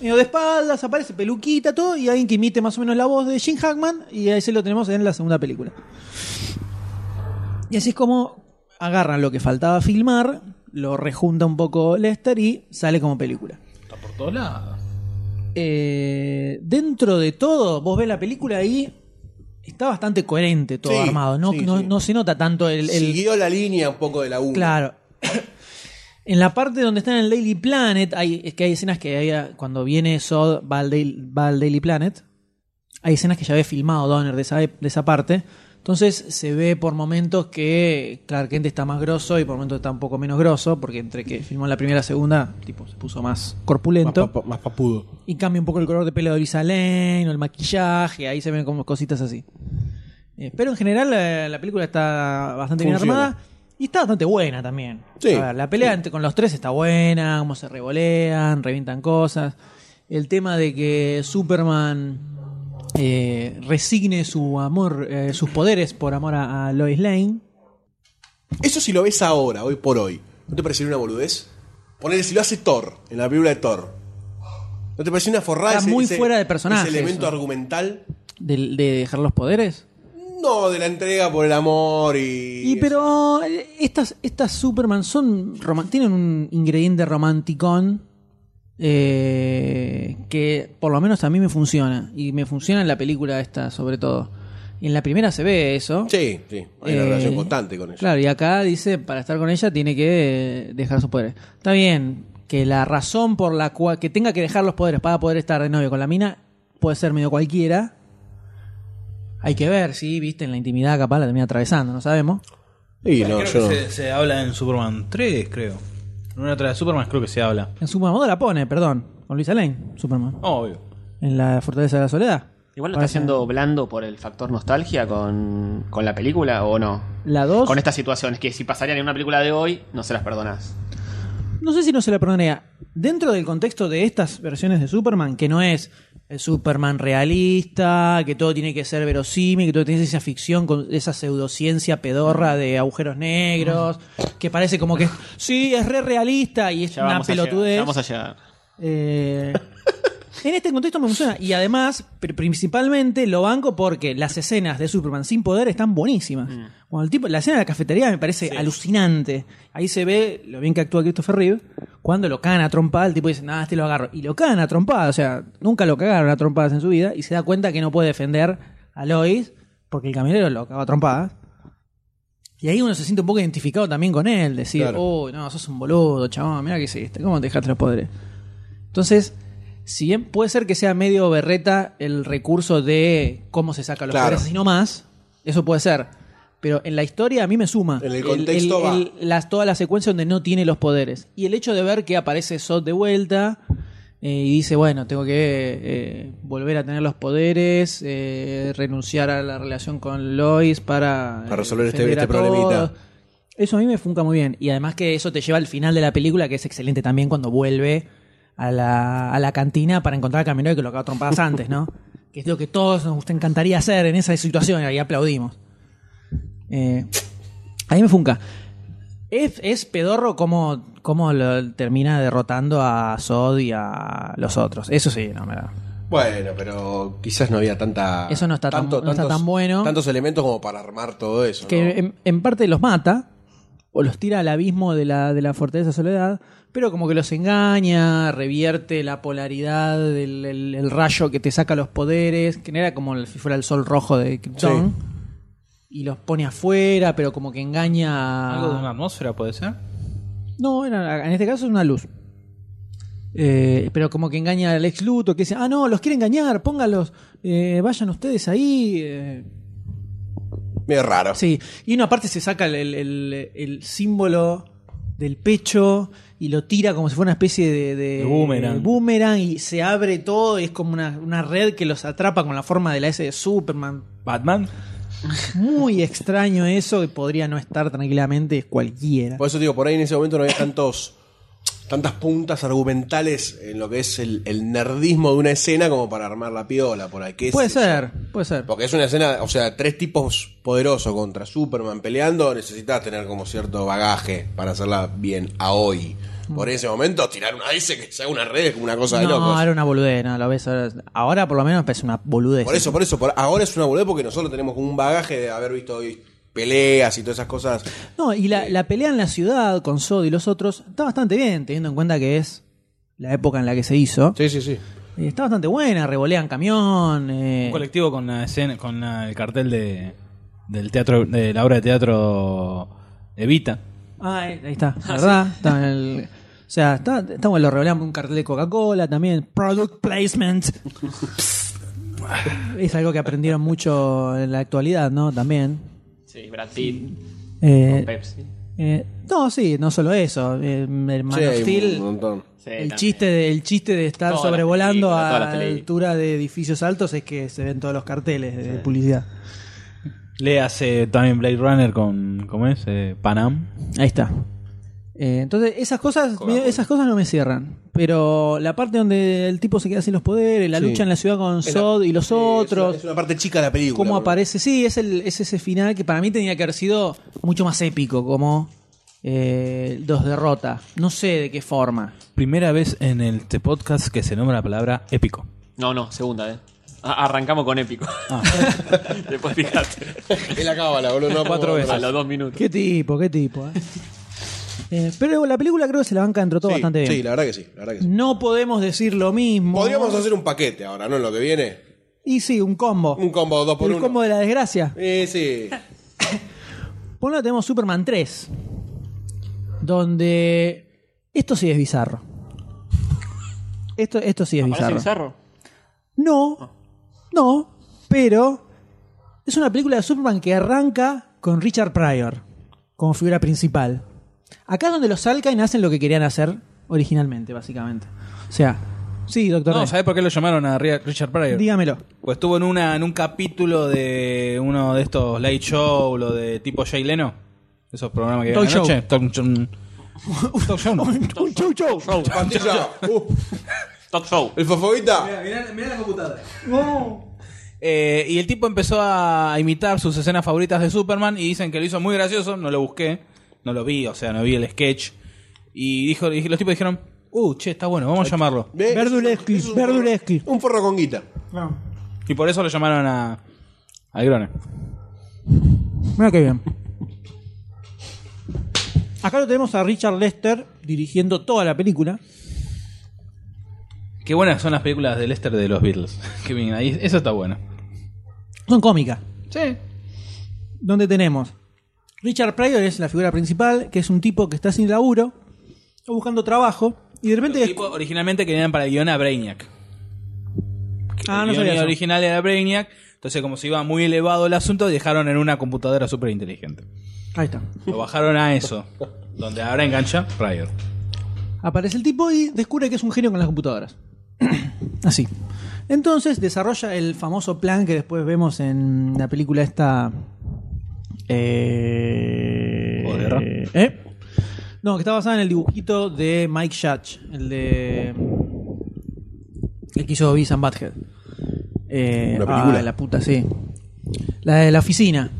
Medio de espaldas, aparece peluquita, todo, y alguien que imite más o menos la voz de Jim Hackman, y ese lo tenemos en la segunda película. Y así es como agarran lo que faltaba filmar, lo rejunta un poco Lester y sale como película. Está por todos lados. Eh, dentro de todo, vos ves la película y está bastante coherente todo Sí, armado. No, sí, no, sí. no se nota tanto el. el- Siguió la línea un poco de la 1. claro. En la parte donde están en el Daily Planet, hay, es que hay escenas que había- cuando viene Sod va al, Daily, va al Daily Planet. Hay escenas que ya había filmado Donner de esa, ep- de esa parte. Entonces se ve por momentos que Clark Kent está más grosso y por momentos está un poco menos grosso, porque entre que filmó la primera y la segunda, tipo, se puso más Más, corpulento. papa- más papudo. Y cambia un poco el color de pelo de Orisa Lane o el maquillaje, ahí se ven como cositas así. Eh, pero en general eh, la película está bastante bien Funciona. armada y está bastante buena también. Sí, A ver, la pelea entre- con los tres está buena, cómo se revolean, revientan cosas. El tema de que Superman eh, resigne su amor, eh, sus poderes por amor a, a Lois Lane. Eso si lo ves ahora, hoy por hoy, ¿no te parecería una boludez? Poner si lo hace Thor, en la película de Thor. ¿No te parecería una forrada? Está muy fuera de personaje Ese elemento eso. argumental. De, de dejar los poderes. No, de la entrega por el amor y. Y pero eh, estas, estas Superman son roman- tienen un ingrediente romanticón eh, que por lo menos a mí me funciona. Y me funciona en la película esta, sobre todo. Y en la primera se ve eso. Sí, sí. Hay una Eh, relación constante con eso. Claro, y acá dice, para estar con ella tiene que eh, dejar sus poderes. Está bien que la razón por la cual que tenga que dejar los poderes para poder estar de novio con la mina puede ser medio cualquiera. Hay que ver, sí, viste, en la intimidad capaz la termina atravesando, no sabemos. Y no, creo yo no. que se, se habla en Superman 3, creo. En una otra de Superman creo que se habla. En su modo la pone, perdón. Con Luis Alain, Superman. Obvio. En la Fortaleza de la Soledad. Igual lo está Parece- haciendo blando por el factor nostalgia con, con la película o no. La 2. Con estas situaciones que si pasarían en una película de hoy, no se las perdonás. No sé si no se la perdonaría. Dentro del contexto de estas versiones de Superman, que no es el Superman realista, que todo tiene que ser verosímil, que todo tiene esa ficción con esa pseudociencia pedorra de agujeros negros, que parece como que sí, es re realista y es Ya una vamos a llegar, pelotudez. ya vamos a llegar. Eh, en este contexto me funciona. Y además, pr- principalmente lo banco porque las escenas de Superman sin poder están buenísimas. Cuando el tipo, la escena de la cafetería me parece alucinante. Ahí se ve lo bien que actúa Christopher Reeve. Cuando lo cagan a trompada, el tipo dice, nada, este lo agarro. Y lo cagan a trompada. O sea, nunca lo cagaron a trompadas en su vida. Y se da cuenta que no puede defender a Lois porque el camionero lo caga a trompadas. Y ahí uno se siente un poco identificado también con él. Decir, Claro. oh, no, sos un boludo, chabón, mira que hiciste. ¿Cómo te dejaste los poderes? Entonces, si bien puede ser que sea medio berreta el recurso de cómo se saca los Claro. poderes, así nomás, eso puede ser. Pero en la historia a mí me suma. En el contexto va. las- toda la secuencia donde no tiene los poderes. Y el hecho de ver que aparece Sod de vuelta, eh, y dice, bueno, tengo que eh, volver a tener los poderes, eh, renunciar a la relación con Lois para... Para eh, resolver este- defender este a todos". problemita. Eso a mí me funca muy bien. Y además que eso te lleva al final de la película, que es excelente también cuando vuelve a la, a la cantina para encontrar al camionero que lo acaba trompadas antes, ¿no? Que es lo que todos nos gusta- encantaría hacer en esa situación, y ahí aplaudimos. Eh, a mí me funca. Es, es pedorro como, como lo termina derrotando a Sod y a los otros. Eso sí, no me da. Bueno, pero quizás no había tanta. Eso no está tan- no está tan bueno. Tantos elementos como para armar todo eso. Que em- ¿no? en, en parte los mata, o los tira al abismo de la, de la Fortaleza Soledad, pero como que los engaña, revierte la polaridad del el- el rayo que te saca los poderes, que era como el- si fuera el sol rojo de Krypton. Y los pone afuera, pero como que engaña. a- ¿Algo de una atmósfera puede ser? No, era- en este caso es una luz. Eh, pero como que engaña al ex Luto, que dice, ah, no, los quiere engañar, póngalos, eh, vayan ustedes ahí. eh, Medio raro. Sí, y una parte se saca el, el- el- el símbolo del pecho y lo tira como si fuera una especie de, de- De boomerang. de boomerang y se abre todo y es como una, una red que los atrapa con la forma de la S de Superman. ¿Batman? Muy extraño eso que podría no estar tranquilamente cualquiera. Por eso digo, por ahí en ese momento no había tantos tantas puntas argumentales en lo que es el, el nerdismo de una escena como para armar la piola por ahí. ¿Qué Puede sé yo? ser, puede ser. Porque es una escena, o sea, tres tipos poderosos contra Superman peleando, necesitas tener como cierto bagaje para hacerla bien a hoy. Por ese momento, tirar una S que se haga una red es como una cosa de No, locos. era una boludez, no, lo ves ahora. Ahora por lo menos es una boludez. Por eso, por eso, por- ahora es una boludez porque nosotros tenemos como un bagaje de haber visto hoy peleas y todas esas cosas. No, y la, la pelea en la ciudad con Sod y los otros está bastante bien, teniendo en cuenta que es la época en la que se hizo. Sí, sí, sí. Eh, Está bastante buena, revolean camión. eh, Un colectivo con la escena, con la- el cartel de, del teatro, de la obra de teatro Evita. ah, ahí ahí está, la ¿verdad? Está en el- o sea, está, está bueno, lo revolean un cartel de Coca-Cola también. Product placement. es algo que aprendieron mucho en la actualidad, ¿no? También. Sí, Brad Pitt Eh, con Pepsi. eh, no, sí, no solo eso. eh, el Man Sí, of hay Steel, un montón. Sí, El también. chiste, de, el chiste de estar Todas las sobrevolando películas, a todas las la películas. altura de edificios altos es que se ven todos los carteles de publicidad. Le hace también Blade Runner con, ¿cómo es? Eh, Panam. Ahí está. Eh, entonces, esas cosas, medio- esas cosas no me cierran. Pero la parte donde el tipo se queda sin los poderes, la Sí. lucha en la ciudad con la- Sod y los Sí, es una- otros, Es una, parte chica de la película. cómo boludo. aparece. Sí, es, el, es ese final que para mí tenía que haber sido mucho más épico, como eh, dos derrotas. No sé de qué forma. Primera vez en el este podcast que se nombra la palabra épico. No, no, segunda, eh. A- arrancamos con épico. Después fijate. Es la cábala, boludo. No, Cuatro podemos- veces. A los dos minutos. Qué tipo, qué tipo. eh. Eh, pero la película creo que se la banca dentro de todo Sí, bastante bien. Sí, la verdad que sí. La verdad que sí. No podemos decir lo mismo. Podríamos hacer un paquete ahora, ¿no? En lo que viene. Y sí, un combo. Un combo dos por el uno. combo de la desgracia. Eh, sí. Por un lado tenemos Superman 3, donde esto sí es bizarro. Esto, esto sí es Ah, ¿Parece bizarro. bizarro? Ah. No, no, pero es una película de Superman que arranca con Richard Pryor como figura principal. Acá es donde los Alcain hacen lo que querían hacer originalmente, básicamente. O sea, sí, doctor. No, Rey, ¿sabés por qué lo llamaron a Ria- Richard Pryor? dígamelo. Pues estuvo en, una, en un capítulo de uno de estos late show, lo de tipo Jay Leno. Esos programas que Talk hay show. noche. Talk, show- talk show, no. Un chau chau. Show. Pastilla. Uh, Talk show. el fofovita. la computadora. Eh, y el tipo empezó a imitar sus escenas favoritas de Superman y dicen que lo hizo muy gracioso. No lo busqué, no lo vi, o sea, no vi el sketch. Y, dijo, y los tipos dijeron, uh, che, está bueno, vamos a llamarlo. Ve, Verduleski, es un- es un Verduleski. forro- Un forro con guita. Y por eso lo llamaron a... Al Grone. Mira qué bien. Acá lo tenemos a Richard Lester dirigiendo toda la película. Qué buenas son las películas de Lester de los Beatles. Qué bien, ahí, eso está bueno. Son cómicas. Sí. donde tenemos Richard Pryor es la figura principal, que es un tipo que está sin laburo, está buscando trabajo y de repente Los tipos originalmente querían para el guion a Brainiac. ah no el guion sabía eso. original era Brainiac. Entonces, como se iba muy elevado el asunto, dejaron en una computadora súper inteligente. Ahí está. Lo bajaron a eso. Donde ahora engancha Pryor. Aparece el tipo y descubre que es un genio con las computadoras. Así. Entonces desarrolla el famoso plan que después vemos en la película esta. Eh, ¿Juego de guerra? ¿eh? No, que está basada en el dibujito de Mike Judge, el de. El que hizo Beavis and Butthead. Eh, ¿Una película? ah, la puta, sí. La de la oficina.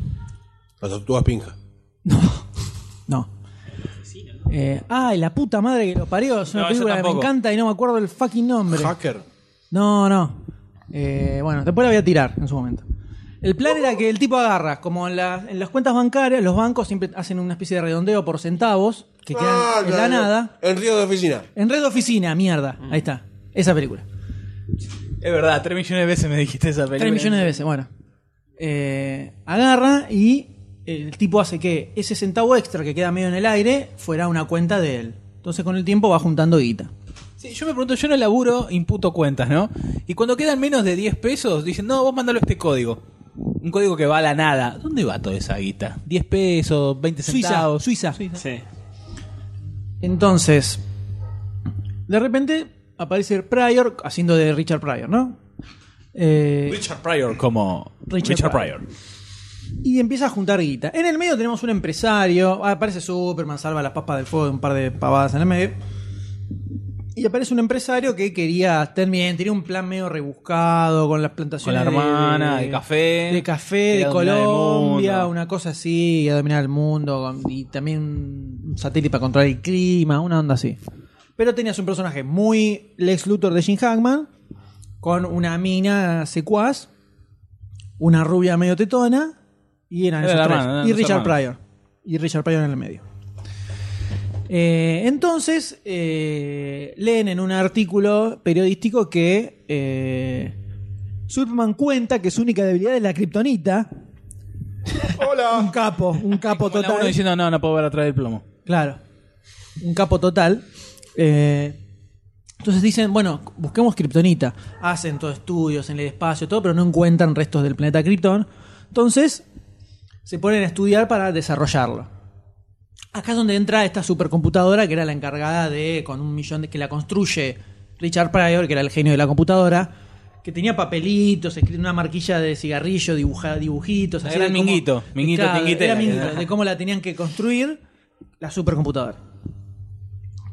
Las tortugas pinja. No. No. Eh, ay, la puta madre que lo parió. Es una No, esa película que me tampoco. encanta y no me acuerdo el fucking nombre. Hacker. No, no. Eh, bueno, después la voy a tirar en su momento. El plan era que el tipo agarra, como en, la- en las cuentas bancarias, los bancos siempre hacen una especie de redondeo por centavos que quedan Ah, en la claro. nada. En río de oficina. En red oficina, mierda. Ahí está. Esa película. Es verdad, 3 millones de veces me dijiste esa película. Tres millones de veces, bueno. Eh, agarra y el tipo hace que ese centavo extra que queda medio en el aire fuera una cuenta de él. Entonces con el tiempo va juntando guita. Sí, yo me pregunto, yo en el laburo imputo cuentas, ¿no? Y cuando quedan menos de 10 pesos, dicen, no, vos mandalo este código. Un código que va a la nada. ¿Dónde va toda esa guita? ¿10 pesos? ¿20 centavos? Suiza, Suiza. Sí. Entonces, de repente aparece Pryor haciendo de Richard Pryor, ¿no? Eh, Richard Pryor como Richard Pryor. y empieza a juntar guita. En el medio tenemos un empresario. ah, Aparece Superman, salva las papas del fuego, un par de pavadas en el medio. Y aparece un empresario que quería también, tenía un plan medio rebuscado con las Con plantaciones. la hermana, de, café. De café, de Quería dominar el Colombia, mundo. una cosa así, y a dominar el mundo. con- Y también un satélite para controlar el clima, una onda así. Pero tenías un personaje muy Lex Luthor de Jim Hackman, con una mina secuaz, una rubia medio tetona, y eran Era esos la tres. hermana, eran y los Richard hermanos. Pryor. Y Richard Pryor en el medio. Eh, entonces, eh, leen en un artículo periodístico que eh, Superman cuenta que su única debilidad es la kriptonita. Un Hola. capo, un capo Como la uno total. diciendo, no, no puedo ver atrás del plomo. Claro, un capo total. Eh, entonces dicen, bueno, busquemos kriptonita. Hacen todo estudios en el espacio, todo, pero no encuentran restos del planeta Krypton. Entonces, se ponen a estudiar para desarrollarlo. Acá es donde entra esta supercomputadora que era la encargada de, con un millón de que la construye Richard Pryor, que era el genio de la computadora, que tenía papelitos, escrito una marquilla de cigarrillo, dibuja, dibujitos. Era así de el cómo- Minguito, Minguito Claro, Tinguitera. era Minguito, de cómo la tenían que construir la supercomputadora.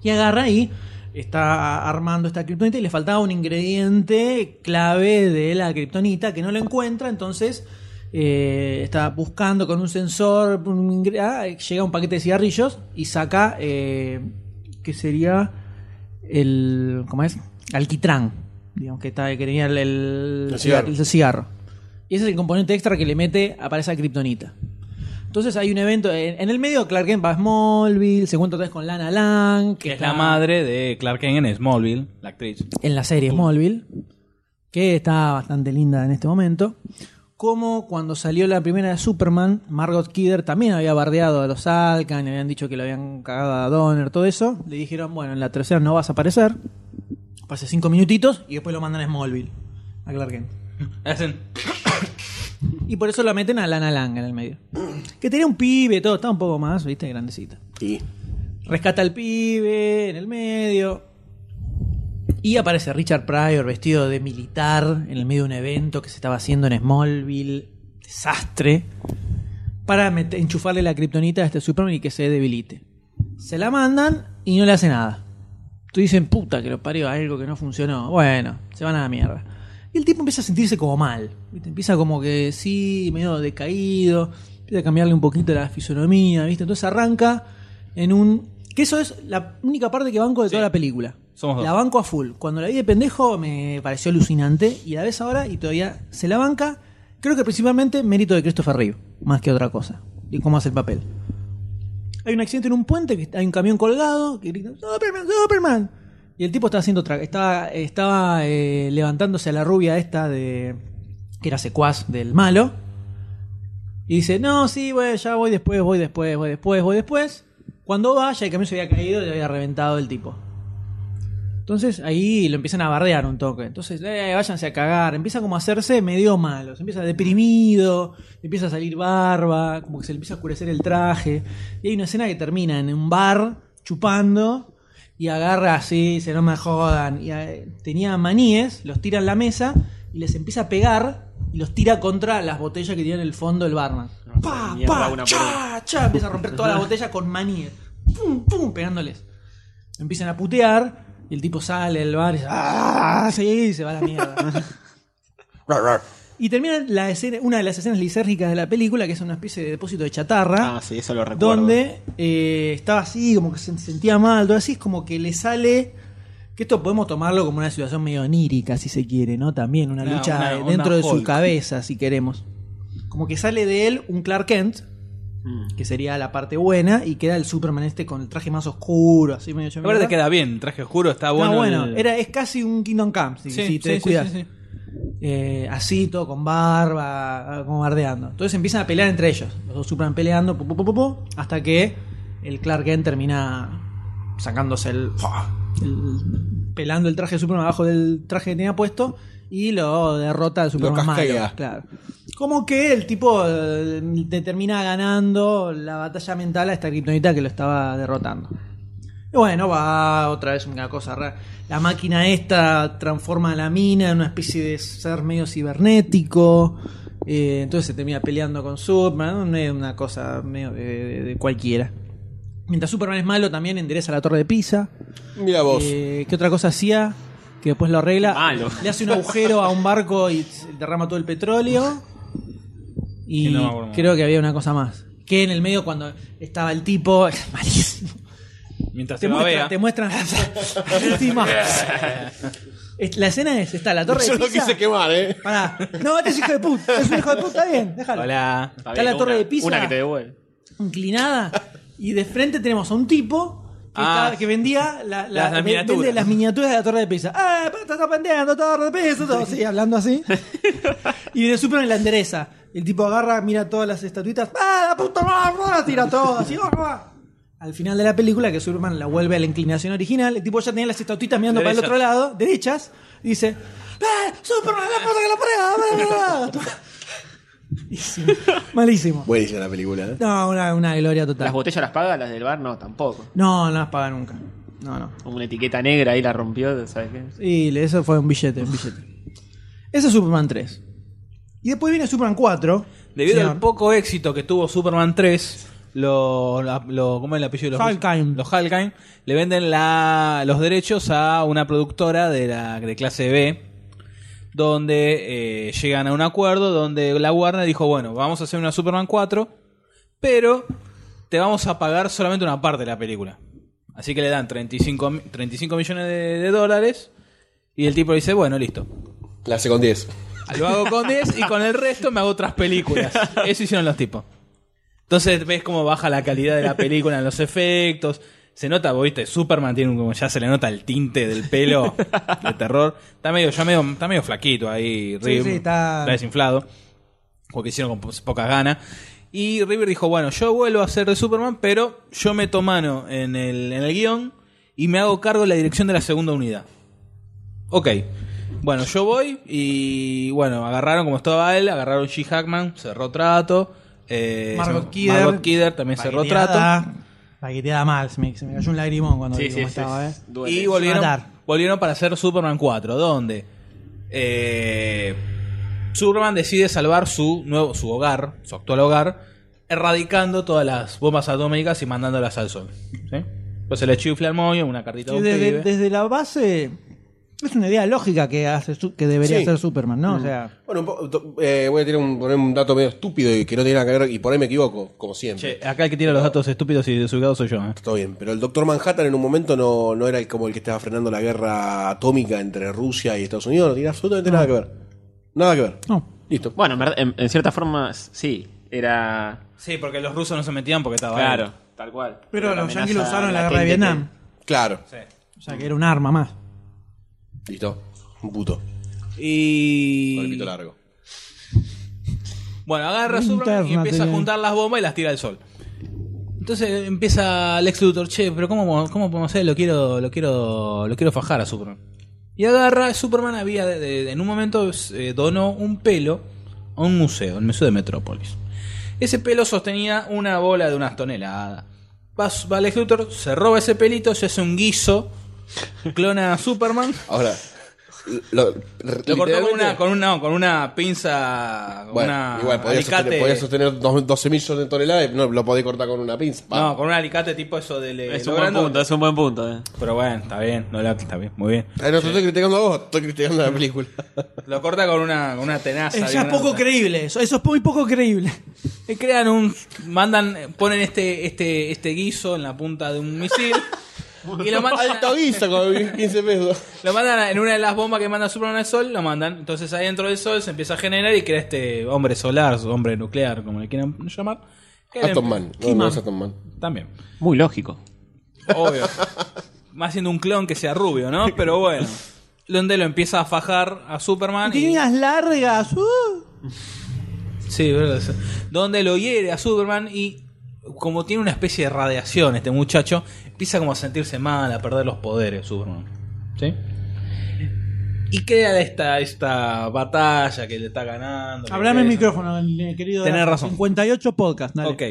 Y agarra y está armando esta kriptonita y le faltaba un ingrediente clave de la kriptonita que no lo encuentra, entonces eh, está buscando con un sensor, un ingre- ah, llega un paquete de cigarrillos y saca, eh, que sería el, ¿cómo es? Alquitrán, digamos que, está, que tenía el, el- El cigarro. el cigarro. Y ese es el componente extra que le mete a para esa kriptonita. Entonces hay un evento, en, en el medio Clark Kent va a Smallville, se encuentra otra vez con Lana Lang, Que es está- la madre de Clark Kent en Smallville, la actriz. en la serie Smallville, que está bastante linda en este momento. Como cuando salió la primera de Superman, Margot Kidder también había bardeado a los Alcan, le habían dicho que le habían cagado a Donner, todo eso. Le dijeron, bueno, en la tercera no vas a aparecer. Pase cinco minutitos y después lo mandan a Smallville, a Clark Kent. Hacen. Y por eso la meten a Lana Lang en el medio. Que tenía un pibe, todo, está un poco más, viste, grandecita. Sí. Rescata al pibe en el medio. Y aparece Richard Pryor vestido de militar en el medio de un evento que se estaba haciendo en Smallville. Desastre. Para met- enchufarle la kriptonita a este Superman y que se debilite. Se la mandan y no le hace nada. Tú dicen, puta, que lo parió algo que no funcionó. Bueno, se van a la mierda. Y el tipo empieza a sentirse como mal. ¿viste? Empieza como que sí, medio decaído. Empieza a cambiarle un poquito la fisonomía, ¿viste? Entonces arranca en un. Que eso es la única parte que banco de toda la película. Somos dos. La banco a full. Cuando la vi de pendejo me pareció alucinante. Y la ves ahora y todavía se la banca. Creo que principalmente mérito de Christopher Reeve, más que otra cosa. Y cómo hace el papel. Hay un accidente en un puente, que hay un camión colgado, que gritan, ¡Superman, Superman! Y el tipo estaba haciendo tra- estaba, estaba eh, levantándose a la rubia esta de. que era secuaz del malo. Y dice, no, sí, bueno, ya voy después, voy después, voy después, voy después. Cuando vaya, el camión se había caído y le había reventado el tipo. Entonces ahí lo empiezan a bardear un toque. Entonces, eh, váyanse a cagar. Empieza como a hacerse medio malo. Se empieza deprimido, le empieza a salir barba, como que se le empieza a oscurecer el traje. Y hay una escena que termina en un bar chupando y agarra así, se no me jodan. Y eh, tenía maníes, los tira en la mesa y les empieza a pegar y los tira contra las botellas que tiene en el fondo el barman. pa, mierda, pa, una por cha, cha, empieza a romper toda la botella con maníes. Pum, pum, pegándoles. Empiezan a putear y el tipo sale del bar y dice, "Ah", sí", y se va a la mierda. y termina la escena, una de las escenas lisérgicas de la película, que es una especie de depósito de chatarra Ah, sí, eso lo recuerdo. donde eh, estaba así, como que se sentía mal, todo así, es como que le sale. Que esto podemos tomarlo como una situación medio onírica, si se quiere, ¿no? También una Una- lucha una- eh, una dentro de su Hulk. cabeza, si queremos. Como que sale de él un Clark Kent, que sería la parte buena, y queda el Superman este con el traje más oscuro, así medio hecho Aparte mierda. te queda bien, traje oscuro, está Está bueno. bueno, el- era, es casi un Kingdom Come, si, Sí, si te sí, sí, descuidas. sí, sí. Eh, así, todo con barba, como bardeando. Entonces empiezan a pelear entre ellos. Los dos Superman peleando, pu, pu, pu, pu, pu, hasta que el Clark Kent termina sacándose el, el- pelando el traje de Superman abajo del traje que tenía puesto y lo derrota al Superman malo. casquea. Claro. Como que el tipo eh, te termina ganando la batalla mental a esta kriptonita que lo estaba derrotando. Y bueno, va otra vez una cosa rara. La máquina esta transforma a la mina en una especie de ser medio cibernético. Eh, entonces se termina peleando con Superman. medio Una cosa medio de, de- de cualquiera. Mientras Superman es malo, también endereza la torre de Pisa. Mira vos. Eh, ¿Qué otra cosa hacía? Que después lo arregla. Malo. Le hace un agujero a un barco y s- derrama todo el petróleo. Y Sí, no me acuerdo más. creo que había una cosa más. Que en el medio cuando estaba el tipo... Malísimo. Mientras Te se babea. muestran, te muestran encima. Es- La escena es, está la torre Yo de lo Pisa. quise quemar, ¿eh? Pará. No, este es hijo de puta. Es un hijo de puta, está bien, déjalo. Hola. Está Está bien, la torre una- de Pisa. Una que te devuelve. inclinada. Y de frente tenemos a un tipo que, Ah, estaba- que vendía la- la- las- las ve- vende miniaturas. las miniaturas de la torre de pizza. ¡Ah! pa- ¡Estás vendiendo torre de pizza! Todo así, hablando así. Y viene Superman en la endereza. El tipo agarra, mira todas las estatuitas. ¡Ah! ¡La puta madre! Tira todo así. ¡ah, ah! Al final de la película, que Superman la vuelve a la inclinación original, el tipo ya tenía las estatuitas mirando para el Derechas. otro lado, derechas, y dice: ¡Eh, ¡Superman, la puta que la prueba! Malísimo. Malísimo. Buenísima la película, ¿eh? No, una, una gloria total. ¿Las botellas las paga? ¿Las del bar? No, tampoco. No, no las paga nunca. No, no. Como una etiqueta negra ahí la rompió, ¿sabes qué? Y le- eso fue un billete, un billete. Ese es Superman 3. Y después viene Superman 4. Debido señor. al poco éxito que tuvo Superman 3, lo, lo- ¿cómo es el apellido? de Los Halkheim. Los Halkheim le venden la, los derechos a una productora de, la, de clase B, donde eh, llegan a un acuerdo donde la Warner dijo, bueno, vamos a hacer una Superman 4, pero te vamos a pagar solamente una parte de la película. Así que le dan 35, mi- 35 millones de- de dólares y el tipo dice, bueno, listo. La hace con 10. Lo hago con 10 y con el resto me hago otras películas. Eso hicieron los tipos. Entonces ves cómo baja la calidad de la película en los efectos. Se nota, vos viste, Superman tiene un- como ya se le nota el tinte del pelo de terror. Está medio, ya medio, está medio flaquito ahí, Reeves. sí, está- desinflado. Porque hicieron con po- pocas ganas. Y River dijo, bueno, yo vuelvo a ser de Superman, pero yo meto mano en el, en el guión y me hago cargo de la dirección de la segunda unidad. Ok. Bueno, yo voy y bueno, agarraron como estaba él, agarraron G. Hackman, cerró trato. Eh, Margot se- Kidder. Margot Kidder también cerró trato. Paqueteada mal. Se me, se me cayó un lagrimón cuando vi Sí, sí, cómo sí. estaba, ¿eh? duele. Y volvieron, Matar. volvieron para hacer Superman 4, donde eh, Superman decide salvar su nuevo su hogar, su actual hogar, erradicando todas las bombas atómicas y mandándolas al sol. ¿sí? Pues se le chifla al moño, una cartita Que de un desde, pibe. desde la base. Es una idea lógica que, hace, su- que debería Sí. ser Superman, ¿no? O sea. Bueno, un po- to- eh, voy a tirar un, poner un dato medio estúpido y que no tiene nada que ver, y por ahí me equivoco, como siempre. Che, acá el que tira los datos estúpidos y desubicados soy yo. ¿eh? Todo bien, pero el Doctor Manhattan en un momento no, no era el- como el que estaba frenando la guerra atómica entre Rusia y Estados Unidos, no tiene absolutamente nada que ver. Nada que ver. No. Listo. Bueno, en, verdad- en- en cierta forma, sí. Era. Sí, porque los rusos no se metían porque estaba Claro, tal cual. Pero los amenaza yankees lo usaron en la latente guerra de que- Vietnam. Claro. él. O sea, que era un arma más. Listo. Un puto. Con el Y. pito largo. Bueno, agarra Una Superman y interna empieza a tenía. juntar las bombas y las tira al sol. Entonces empieza Lex Luthor, che, pero ¿cómo, cómo podemos hacer? Lo quiero, lo quiero, lo quiero fajar a Superman. Y agarra, Superman había, de- de- en un momento eh, donó un pelo a un museo, el Museo de Metrópolis. Ese pelo sostenía una bola de unas toneladas. Va, va Lex Luthor, se roba ese pelito, se hace un guiso, clona a Superman. Ahora, lo, Lo cortó con una, literalmente- con una, con una pinza, con Bueno, una igual, podía sostener, alicate. podía sostener dos- 12 millones de toneladas y no, lo podía cortar con una pinza. Eh, pa. no, con un alicate tipo eso de le- Es lo un buen grandote. punto, es un buen punto. eh. Pero bueno, está bien, no la- está bien, muy bien. Ay, no te estoy criticando a vos, estoy criticando a la película. Lo corta con una, con una tenaza. Es bien ya es poco grande. creíble eso. Eso es muy poco creíble. Le eh, crean un. Mandan. Ponen este, este, este guiso en la punta de un misil. y lo mandan. Alto guiso con 15 pesos. Lo mandan a- en una de las bombas que manda Superman al sol. Lo mandan. Entonces ahí dentro del sol se empieza a generar y crea este hombre solar, su hombre nuclear, como le quieran llamar. Que le- Atom Man, no, no He-Man. es Atom Man. También. Muy lógico. Obvio. Más siendo un clon que sea rubio, ¿no? Pero bueno. Donde lo empieza a fajar a Superman. y- Líneas largas. uh. Sí, verdad. sí. Donde lo hiere a Superman y como tiene una especie de radiación este muchacho, empieza como a sentirse mal, a perder los poderes Superman. ¿Sí? Y queda esta, esta batalla que le está ganando. que Hablame el queda- micrófono, eh, querido. Tenés Data. razón. 58 podcast, dale. Ok.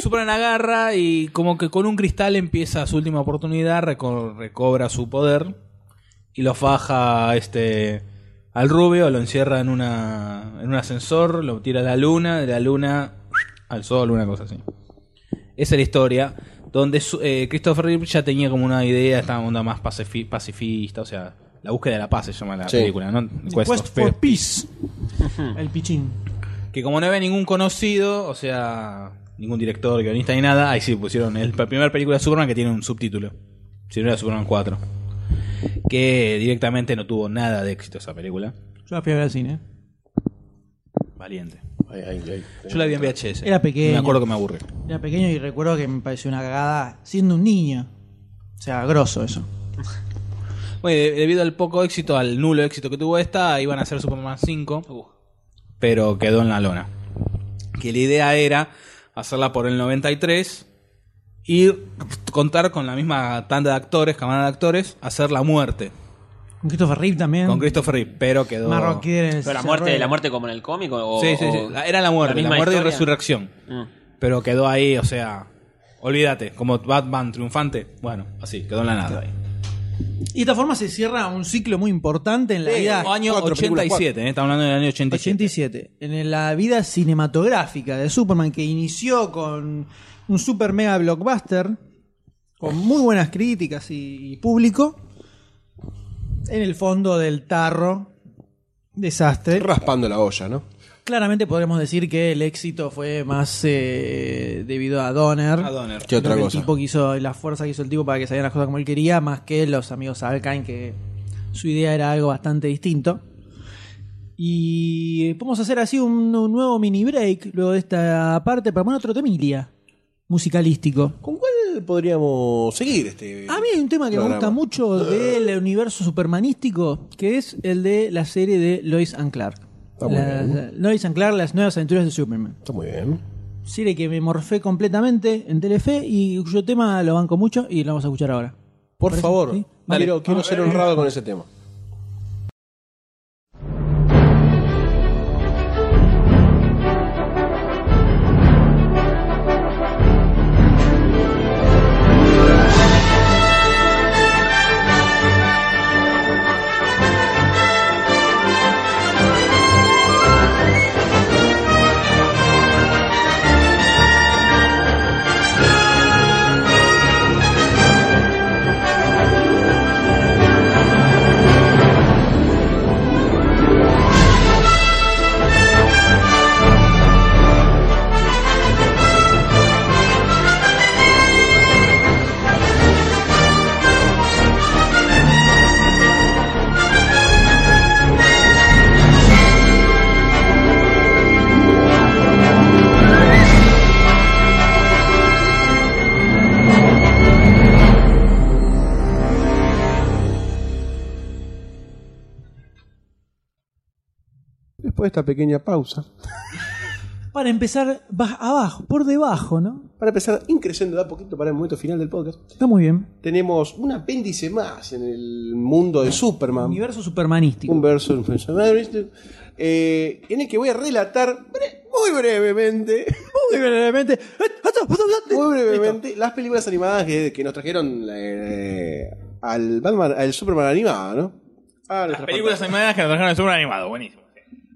Superman agarra y como que con un cristal empieza su última oportunidad, reco- recobra su poder y lo faja este al rubio, lo encierra en una en un ascensor, lo tira a la luna, de la luna al sol, una cosa así. Esa es la historia donde su- eh, Christopher Reeve ya tenía como una idea, esta onda más pacifi- pacifista, o sea, la búsqueda de la paz se llama la Sí. película, ¿no? Quest, Quest of for Peace Peace. el pichín. que como no había ningún conocido, o sea, ningún director, guionista ni nada, ahí sí pusieron el, la primera película de Superman que tiene un subtítulo. Si no era Superman 4. Que directamente no tuvo nada de éxito esa película. Yo la fui a ver al cine. Valiente. Ay, ay, ay. Yo la vi en VHS. Era pequeña. Me acuerdo que me aburre. Era pequeño y recuerdo que me pareció una cagada siendo un niño. O sea, grosso eso. Bueno, y de- debido al poco éxito, al nulo éxito que tuvo esta, iban a hacer Superman Uh. 5, pero quedó en la lona. Que la idea era hacerla por el 93 y contar con la misma tanda de actores, camada de actores, hacer la muerte Con Christopher Reeve también. con Christopher Reeve, pero quedó... Marroquín en el Pero la desarrollo. muerte, la muerte como en el cómico. O, Sí, sí, sí. o- La- Era la muerte, la, Oh. misma muerte y historia. resurrección. Mm. Pero quedó ahí, o sea, olvídate, como Batman triunfante. Bueno, así, quedó en la nada ahí. Y de esta forma se cierra un ciclo muy importante en la vida. Año cuatro, películas, 87, eh, estamos hablando del año 87. 87. En la vida cinematográfica de Superman, que inició con un super mega blockbuster, con muy buenas críticas y, y público, en el fondo del tarro, desastre. Raspando la olla, ¿no? Claramente podremos decir que el éxito fue más eh, debido a Donner. A Donner. ¿Qué otra Creo que cosa? El tipo que hizo, la fuerza que hizo el tipo para que salieran las cosas como él quería, más que los amigos Alkain, que su idea era algo bastante distinto. Y eh, podemos hacer así un, un nuevo mini break luego de esta parte para poner otro temilia musicalístico. ¿Con cuál podríamos seguir este? A mí hay un tema que me programa? gusta mucho del universo supermanístico, que es el de la serie de Lois and Clark. muy La- la- Lois and Clark, las nuevas aventuras de Superman. Está muy bien. Serie que me morfé completamente en Telefe y cuyo tema lo banco mucho y lo vamos a escuchar ahora. Por Parece- favor, sí. Dale. quiero, quiero ser honrado con ese tema. Después de esta pequeña pausa, Para empezar, vas abajo, por debajo, ¿no? para empezar increciendo de a poquito para el momento final del podcast, Está muy bien. tenemos un apéndice más en el mundo de Superman. Universo supermanístico. Un verso en French. Eh, en el que voy a relatar bre- muy brevemente, Muy brevemente. Eh, muy brevemente, las películas animadas que, que nos trajeron eh, al Batman, al Superman animado, ¿no? Ah, Las películas animadas que nos trajeron el Super animado, buenísimo.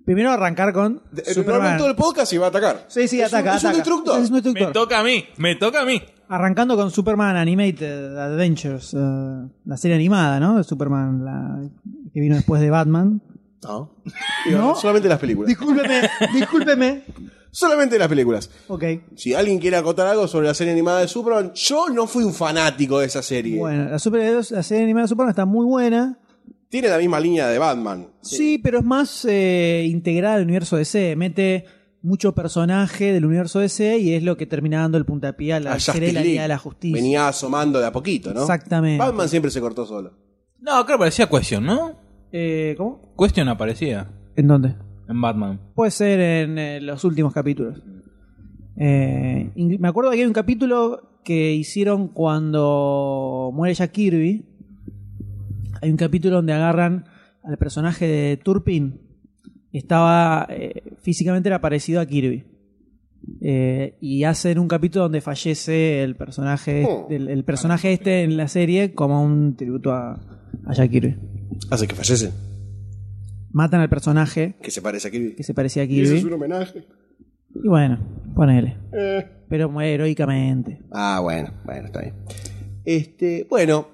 Primero arrancar con Superman. todo el podcast y va a atacar. Sí, sí, Es un- ataca, es un ataca. destructor. Es un Me destructor. toca a mí, me toca a mí. Arrancando con Superman Animated Adventures, eh, la serie animada, ¿no? De Superman, la que vino después de Batman. No. Digo, ¿No? Solamente las películas. Discúlpeme, discúlpeme. Solamente las películas. Ok. Si alguien quiere acotar algo sobre la serie animada de Superman, yo no fui un fanático de esa serie. Bueno, la, super- la serie animada de Superman está muy buena. Tiene la misma línea de Batman. Sí, pero es más eh, integral al universo DC. Mete mucho personaje del universo DC y es lo que termina dando el puntapié a la A serie de la League. Liga de la Justicia. Venía asomando de a poquito, ¿no? Exactamente. Batman siempre se cortó solo. No, creo que aparecía Question, ¿no? Eh, ¿Cómo? Question aparecía ¿En dónde? en Batman. Puede ser en eh, los últimos capítulos. Eh, in- me acuerdo que hay un capítulo que hicieron cuando muere Jack Kirby. Hay un capítulo donde agarran al personaje de Turpin. Estaba eh, físicamente era parecido a Kirby. Eh, y hacen un capítulo donde fallece el personaje, el, el personaje este en la serie como un tributo a, a Jack Kirby. Hace que fallecen. Matan al personaje Que se parece a Kirby. que se parecía a Kirby. homenaje. Y bueno, ponele. Eh. Pero muy heroicamente. Ah, bueno, bueno, está bien. Este, bueno,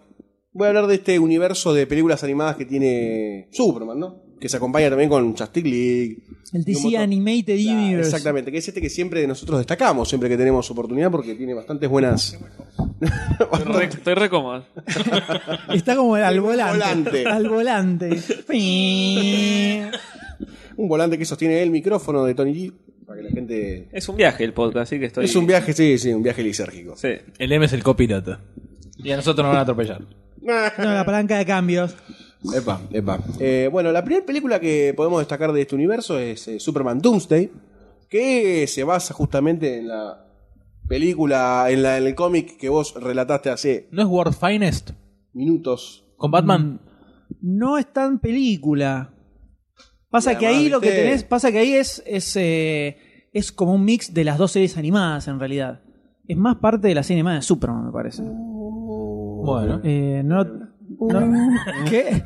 voy a hablar de este universo de películas animadas que tiene Superman, ¿no? Que se acompaña también con Justice League. El y un DC montón. Animated Ah, Universe. Exactamente, que es este que siempre nosotros destacamos, siempre que tenemos oportunidad, porque tiene bastantes buenas. Estoy re, estoy re cómodo. Está como al volante. volante. al volante. Un volante que sostiene el micrófono de Tony G. Para que la gente. Es un viaje el podcast, así que estoy. Es un viaje, sí, sí, un viaje lisérgico. Sí. El M es el copilota. Y a nosotros nos van a atropellar. No, la palanca de cambios. Epa, epa. Eh, bueno, la primera película que podemos destacar de este universo es eh, Superman Doomsday, que se basa justamente en la película, en, la, en el cómic que vos relataste hace ¿No es World Finest? minutos. Con Mm. Batman. No es tan película. Pasa Y que además, ahí lo que ¿viste? tenés, pasa que ahí es, es, eh, es como un mix de las dos series animadas en realidad. Es más parte de la serie animada de Superman, me parece. Bueno. Eh, no, no- ¿Qué?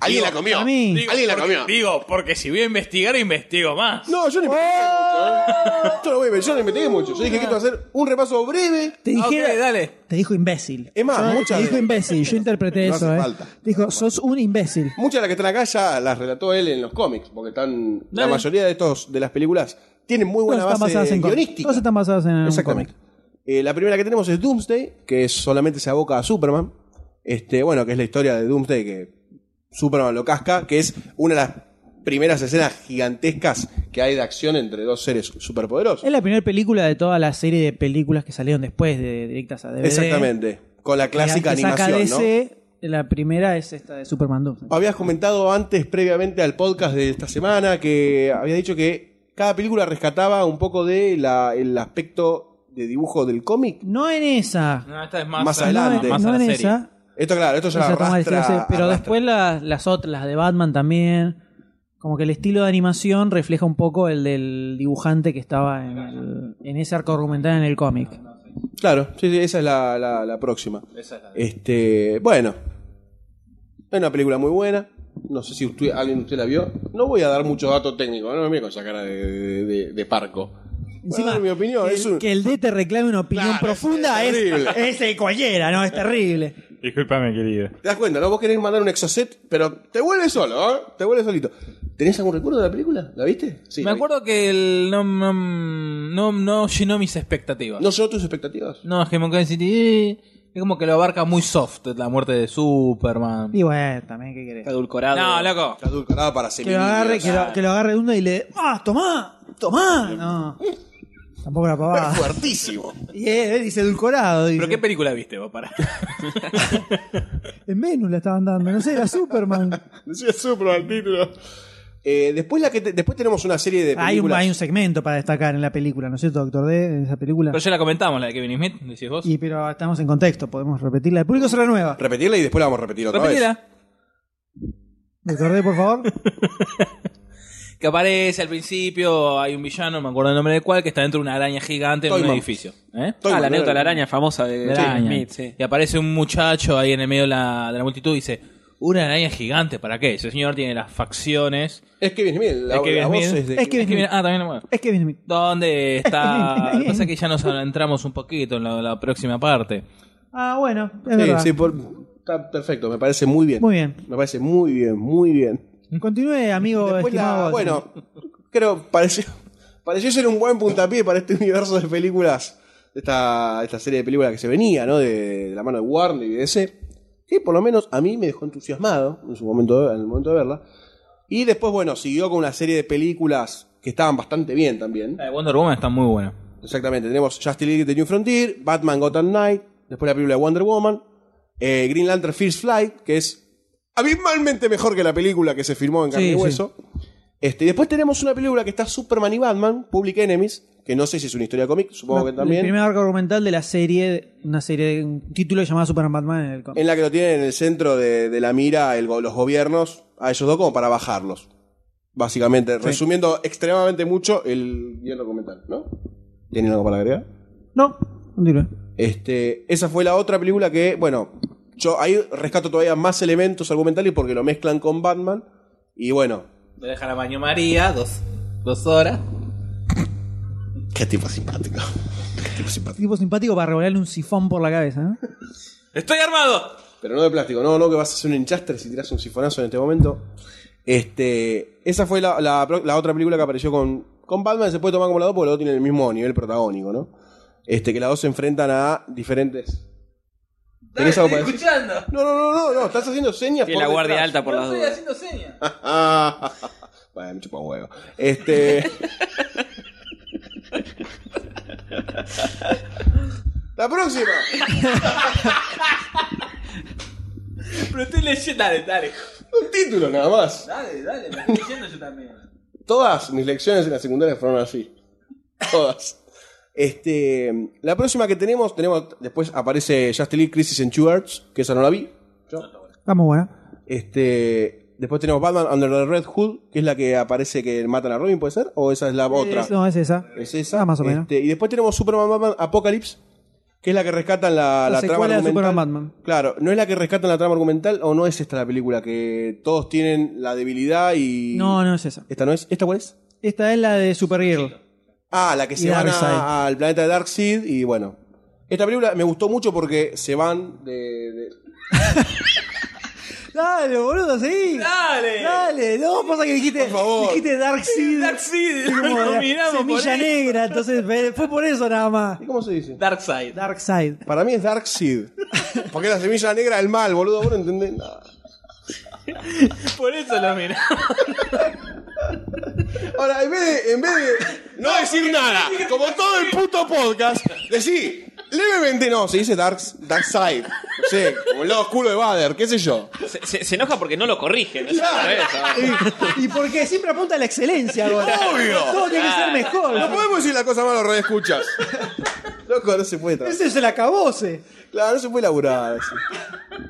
Alguien la comió. A mí. Alguien la porque, comió. digo, porque si voy a investigar, investigo más. No, yo no investigué mucho. Oh. ¿eh? Yo no, voy a ver, yo no investigué mucho. Yo dije Ah. que esto va a ser un repaso breve. Te dijera, Ah, Ok, dale. Te dijo imbécil. Es más, Yo- muchas Te dijo veces. imbécil, yo interpreté No eso, hace eh. falta. Te dijo, sos un imbécil. Muchas de las que están acá ya las relató él en los cómics, porque están. La Dale. mayoría de estos, de las películas, tienen muy buena Todas están base basadas en cómics. guionística. Todas están basadas en un Exactamente. cómic. Eh, la primera que tenemos es Doomsday, que es- solamente se aboca a Superman. Este, bueno, que es la historia de Doomsday que Superman lo casca, que es una de las primeras escenas gigantescas que hay de acción entre dos seres superpoderosos. Es la primera película de toda la serie de películas que salieron después de directas a DVD. Exactamente. Con la Que clásica que saca animación, ¿no? DC, La primera es esta de Superman 2. Habías comentado antes, previamente al podcast de esta semana, que había dicho que cada película rescataba un poco de la- el aspecto de dibujo del cómic. No en esa. No, esta es más, Más a la- adelante. No, más en- a no la en serie. esa. Esto, claro, esto ya O sea, toma arrastra- decisiones, pero arrastra. después las, las otras, las de Batman también. Como que el estilo de animación refleja un poco el del dibujante que estaba en, el- en ese arco argumental en el cómic. Claro, sí, sí, esa es la, la- la próxima. Este, bueno, es una película muy buena. No sé si usted- alguien de usted la vio. No voy a dar mucho dato técnico, no me miro con esa cara de, de- de- de parco. Voy a dar mi opinión, que, es un- que el D te reclame una opinión Claro, profunda es es, terrible. es el cualquiera, ¿no? Es terrible. Disculpame, querido. Te das cuenta, ¿no? Vos querés mandar un exocet, pero te vuelve solo, ¿eh? Te vuelve solito. ¿Tenés algún recuerdo de la película? ¿La viste? Sí. Me la vi. acuerdo que el no, no, no, no llenó mis expectativas. ¿No llenó tus expectativas? No, es que Mankind City eh, es como que lo abarca muy soft la muerte de Superman. Y bueno, también, ¿qué querés? Está edulcorado. No, loco. Está adulcorada para Que lo agarre, que lo, que lo agarre uno y le. ¡Ah, tomá! ¡Tomá! No. Tampoco la pavada. Fuertísimo. Y él, él dice edulcorado. Dice. ¿Pero qué película viste vos para? En Venus la estaban dando, no sé, era Superman. Decía Supra el título. Eh, después, la que te- después tenemos una serie de películas. hay, un, hay un segmento para destacar en la película, ¿no es cierto, Doctor D? En esa película. Pero ya la comentamos, la de Kevin Smith, decís vos. Y, pero estamos en contexto, podemos repetirla. El público se renueva. Repetirla y después la vamos a repetir otra vez. Repetila. Doctor D, por favor. que aparece al principio, hay un villano, no me acuerdo el nombre del cual, que está dentro de una araña gigante en Toyman. un edificio. ¿Eh? Toyman, ah, la ¿no? anécdota de la araña famosa de, De Will araña. Smith, sí. Y aparece un muchacho ahí en el medio de la, de la multitud y dice, una araña gigante, ¿para qué? Ese señor tiene las facciones. Es que bien, bien, la, Es que bien, la voz bien. es de. Es que- Es que viene- ah, también lo mueve. Es Kevin Smith. ¿Dónde está? Bien. Pasa que ya nos adentramos un poquito en la, la próxima parte. Ah, bueno, es Sí, verdad. sí, por- está perfecto, me parece muy bien. Muy bien. Me parece muy bien, muy bien. Continúe, amigo Después la- estimado. bueno, creo, pareció, pareció ser un buen puntapié para este universo de películas, de esta, esta serie de películas que se venía, ¿no? De, de la mano de Warner y de DC, que por lo menos a mí me dejó entusiasmado en, su momento, de- en el momento de verla. Y después, bueno, siguió con una serie de películas que estaban bastante bien también. La de Wonder Woman está muy buena. Exactamente, tenemos Justice League The New Frontier, Batman Gotham Knight, después la película de Wonder Woman, eh, Green Lantern First Flight, que es abismalmente mejor que la película que se filmó en carne Sí, y sí. hueso. Este, y después tenemos una película que está Superman y Batman, Public Enemies, que no sé si es una historia cómic, supongo que El también. primer arco argumental de la serie, una serie, de- un título llamado Superman Batman en el con- En la que lo tienen en el centro de, de la mira el go- los gobiernos, a ellos dos como para bajarlos. Básicamente, resumiendo extremadamente mucho el guión documental, ¿no? ¿Tienen algo para agregar? No, continúe. Este, esa fue la otra película que, bueno, yo ahí rescato todavía más elementos argumentales porque lo mezclan con Batman. Y bueno. Me deja la baño María, dos, dos horas. Qué tipo simpático. Qué tipo simpático. Tipo simpático para revolearle un sifón por la cabeza. ¿eh? ¡Estoy armado! Pero no de plástico, no, no, que vas a hacer un enchastre si tiras un sifonazo en este momento. Este, esa fue la, la pro- la otra película que apareció con, con Batman. Se puede tomar como la dos porque los dos tienen el mismo nivel protagónico, ¿no? Este, que las dos se enfrentan a diferentes. ¿Tenés algo para decir? escuchando! No, no, no, no, no, estás haciendo señas. Tiene por la guardia detrás. alta por las dudas. haciendo señas. Ah, bueno, me chupa un huevo. Este. La próxima. Pero estoy leyendo. Dale, dale. Un título nada más. Dale, dale, me estoy leyendo yo también. Todas mis lecciones en la secundaria fueron así. Todas. Este, la próxima que tenemos, tenemos después aparece Justice League Crisis en Two Earths, que esa no la vi. Vamos, bueno. Este, después tenemos Batman Under the Red Hood, que es la que aparece que matan a Robin, ¿puede ser? ¿O esa es la otra? Es- no, es esa. Es esa. Ah, más o menos. Este, y después tenemos Superman Batman Apocalypse, que es la que rescatan la, la, La trama secuela de argumental. Superman Batman. Claro, ¿no es la que rescatan la trama argumental o no es esta la película? Que todos tienen la debilidad y. No, no es esa. ¿Esta no es? ¿Esta cuál es? Esta es la de Supergirl. Ah, la que se van a- Darkseid. al planeta de Darkseid y bueno. Esta película me gustó mucho porque se van de. de- Dale, boludo, sí. ¡Dale! Dale, no, pasa que dijiste, Por favor. dijiste Dark Seed. Darkseid, Fue como lo la nominamos por Semilla eso. negra, entonces fue- fue por eso nada más. ¿Y cómo se dice? Darkseid. Dark Side. Para mí es Darkseid. Porque es la semilla negra del mal, boludo. Vos no entendés nada. Por eso lo miramos. Ahora, en vez de, en vez de no decir nada, como todo el puto podcast, decí levemente no, se dice Dark, dark Side. No sé, como el lado oscuro de Bader, qué sé yo. Se, se- se enoja porque no lo corrigen. es al revés, ah. Y, y porque siempre apunta a la excelencia ahora. Obvio. Todo tiene que ser No mejor. podemos decir la cosa mala los escuchas. Loco, no se puede trabajar. Ese es el acabose. Claro, no se puede laburar. así.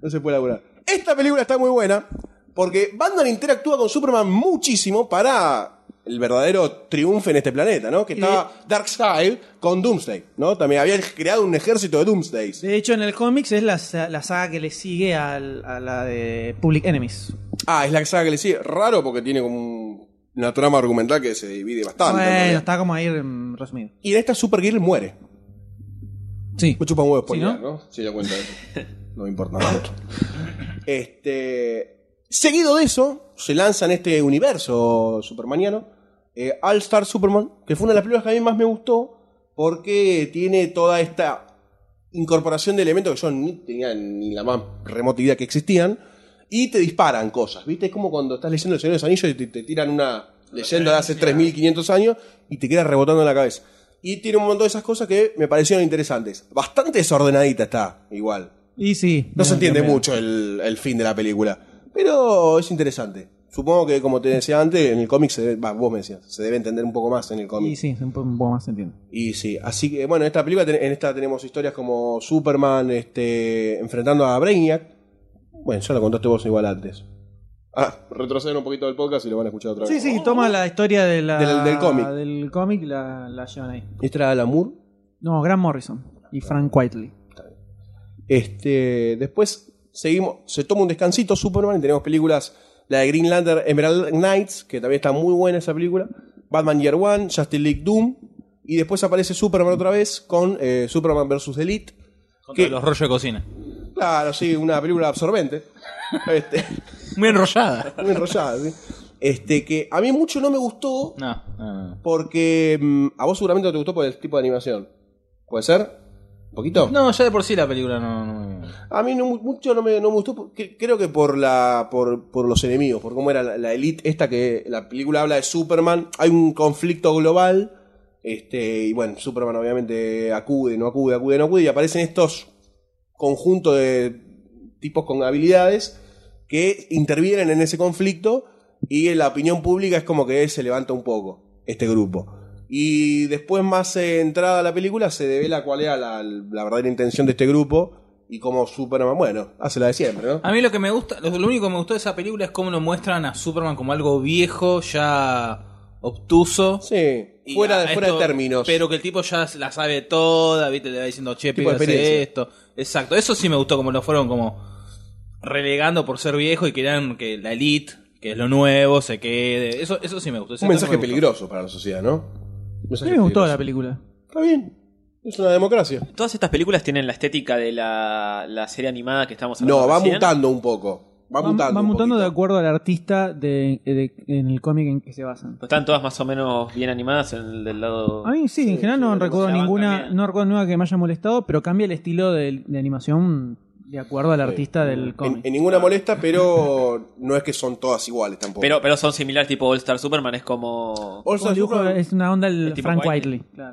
No se puede laburar. Esta película está muy buena porque Batman interactúa con Superman muchísimo para el verdadero triunfo en este planeta, ¿no? Que estaba Darkseid con Doomsday, ¿no? También habían creado un ejército de Doomsdays. De hecho, en el cómics es la, sa- la saga que le sigue al- a la de Public Enemies. Ah, es la saga que le sigue. Raro porque tiene como un- una trama argumental que se divide bastante. en bueno, realidad. está como ahí mm, resumido. Y en esta Supergirl muere. Sí. Me chupa un huevo spoiler, ¿no? ¿no? Sí, ya cuenta eso. No me importa mucho. Este. Seguido de eso, se lanza en este universo supermaniano eh, All Star Superman, que fue una de las películas que a mí más me gustó porque tiene toda esta incorporación de elementos que yo ni tenía ni la más remota idea que existían y te disparan cosas, ¿viste? Es como cuando estás leyendo El Señor de los Anillos y te, te tiran una leyenda de hace 3500 años y te quedas rebotando en la cabeza. Y tiene un montón de esas cosas que me parecieron interesantes. Bastante desordenadita está, igual. Y sí. No se entiende también. mucho el, el fin de la película. Pero es interesante. Supongo que, como te decía antes, en el cómic se debe, bah, vos me decías, se debe entender un poco más en el Y cómic. sí, un po- un poco más se entiende. Y sí, así que, bueno, en esta película ten- en esta tenemos historias como Superman este, enfrentando a Brainiac. Bueno, ya lo contaste vos igual antes. Ah, retroceden un poquito del podcast y lo van a escuchar otra vez. Sí, sí, toma la historia de la- Del- del cómic. del cómic y la, la llevan ahí. Esta era Alan Moore. No, Grant Morrison y Frank Whiteley. Este, después seguimos, se toma un descansito Superman y tenemos películas, la de Green Lantern, Emerald Knights, que también está muy buena esa película, Batman Year One, Justice League Doom, y después aparece Superman otra vez con eh, Superman vs. Elite. Contra ¿Qué? los rollos de cocina. Claro, sí, una película absorbente. Este, Muy enrollada. muy enrollada, sí. Este, que a mí mucho no me gustó No, no, no, no. porque mm, a vos seguramente no te gustó por el tipo de animación. ¿Puede ser? ¿Un poquito? No, ya de por sí la película no. no, no. A mí no, mu- mucho no me, no me gustó, porque- creo que por la por, por los enemigos, por cómo era la, la elite esta que la película habla de Superman, hay un conflicto global, este y bueno, Superman obviamente acude, no acude, acude, no acude, y aparecen estos conjuntos de tipos con habilidades que intervienen en ese conflicto y en la opinión pública es como que se levanta un poco este grupo. Y después, más eh, entrada a la película, se devela cuál era la, la verdadera intención de este grupo y cómo Superman, bueno, hace la de siempre, ¿no? A mí lo que me gusta, lo, lo único que me gustó de esa película es cómo lo muestran a Superman como algo viejo, ya obtuso. Sí, Y fuera, a de- fuera de esto- términos. Pero que el tipo ya la sabe toda, ¿viste? Le va diciendo, che, Tipo pibe, de hace experiencia. esto. Exacto, eso sí me gustó, como lo fueron como relegando por ser viejo y querían que la elite, que es lo nuevo, se quede. Eso, eso sí me gustó. esa un parte me mensaje gustó. peligroso para la sociedad, ¿no? A Un mensaje mí me gustó peligroso. la película. Está bien, es una democracia. Todas estas películas tienen la estética de la, la serie animada que estamos hablando. No, va recién. mutando un poco. Va, Va, mutando. va un mutando de poquito. acuerdo al artista de, de- en el cómic en que se basan. Pero Están todas más o menos bien animadas en el del lado. A mí sí, en general no sí, recuerdo la banca ninguna, bien. no recuerdo ninguna que me haya molestado, pero cambia el estilo de, de animación de acuerdo al artista del En, cómic. en ninguna molesta, pero no es que son todas iguales tampoco. Pero, pero son similares, tipo All Star Superman es como. All Como Star dibujo Superman- es una onda el Es tipo Frank Whiteley. Whiteley.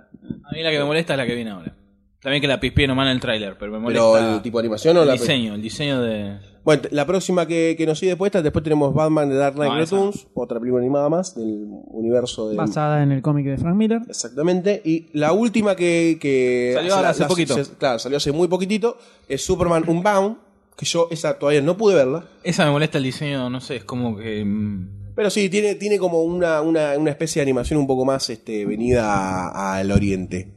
A mí la que me molesta es la que viene ahora. También que la pispié nomás en el tráiler, pero me molesta. pero el tipo de animación o el la diseño, el diseño de. Bueno, la próxima que, que nos sigue después, esta- después tenemos Batman de Dark Knight No, esa. Returns, otra película animada más del universo de Basada en el cómic de Frank Miller. Exactamente. Y la última que. que Salió la- hace la- poquito. se- claro, salió hace muy poquitito. Es Superman Unbound. Que yo esa todavía no pude verla. Esa me molesta el diseño, no sé, es como que. mm, Pero sí, tiene, tiene como una, una, una especie de animación un poco más este, venida a- al oriente.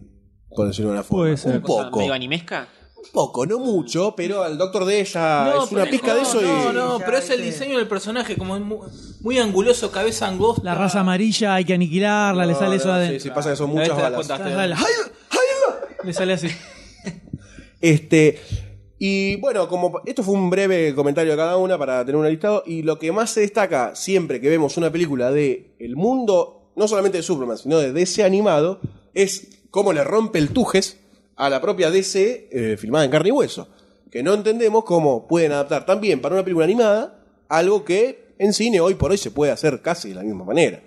Por decirlo de una forma. Puede ser. Un cosa poco. medio animesca. Un poco, no mucho, pero al doctor de ella No, Ah, es una pero- pizca de eso No, y. no, pero es el diseño del personaje, como es mu- muy, anguloso, cabeza angosta. La raza amarilla hay que aniquilarla, le No, sale eso no, adentro. Sí, sí, pasa que son Ahí te muchas das balas. cuenta, te- Sale- Le sale así. Este. Y bueno, como esto fue un breve comentario de cada una para tener un listado. Y lo que más se destaca siempre que vemos una película de el mundo, no solamente de Superman, sino de DC animado, es cómo le rompe el tujes a la propia DC eh, filmada en carne y hueso. Que no entendemos cómo pueden adaptar también para una película animada algo que en cine hoy por hoy se puede hacer casi de la misma manera.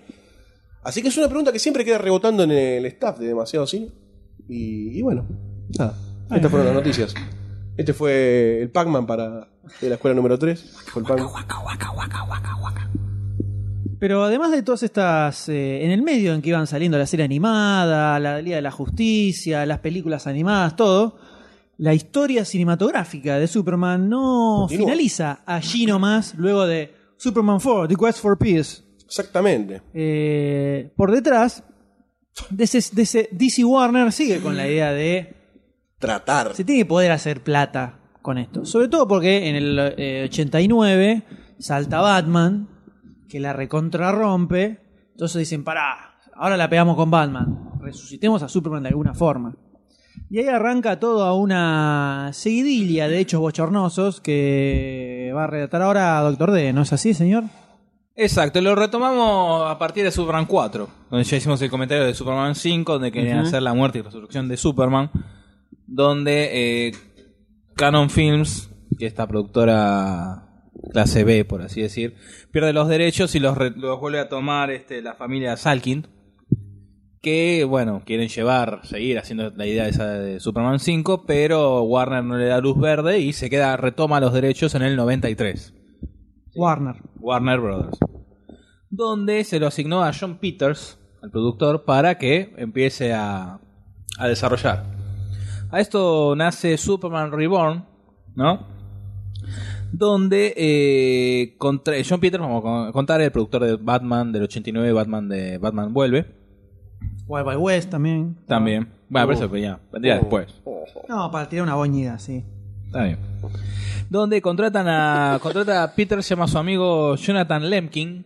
Así que es una pregunta que siempre queda rebotando en el staff de demasiado cine. Y, y bueno, nada. Estas fueron las noticias. Este fue el Pac-Man para de la escuela número 3. Fue el Pac-Man. Pero además de todas estas, eh, en el medio en que iban saliendo la serie animada, la Liga de la Justicia, las películas animadas, todo, la historia cinematográfica de Superman no Continúa. finaliza allí nomás, luego de Superman 4, The Quest for Peace. Exactamente. Eh, por detrás, DC, DC DC Warner sigue con la idea de Tratar. se tiene que poder hacer plata con esto. Sobre todo porque en el eh, 89 salta Batman, que la recontra rompe. Entonces dicen, pará, ahora la pegamos con Batman. Resucitemos a Superman de alguna forma. Y ahí arranca toda una seguidilla de hechos bochornosos que va a relatar ahora Doctor D, ¿no es así, señor? Exacto, lo retomamos a partir de Superman 4, donde ya hicimos el comentario de Superman 5, donde querían hacer la muerte y resurrección de Superman, donde eh, Canon Films, que esta productora clase B, por así decir, pierde los derechos y los, re- los vuelve a tomar este, la familia Salkind, que, bueno, quieren llevar, seguir haciendo la idea esa de Superman 5, pero Warner no le da luz verde y se queda, retoma los derechos en el 93. Warner. Warner Brothers. Donde se lo asignó a John Peters, al productor, para que empiece a, a desarrollar. A esto nace Superman Reborn, ¿no? donde eh, contra- John Peters, vamos a con- contar, el productor de Batman del 89, Batman de Batman Vuelve, Wild by West también. también. Bueno, pero eso pues, ya, vendría después. No, para tirar una boñida, sí. Está bien. Donde contratan a. Contrata a Peter, llama a su amigo Jonathan Lemkin,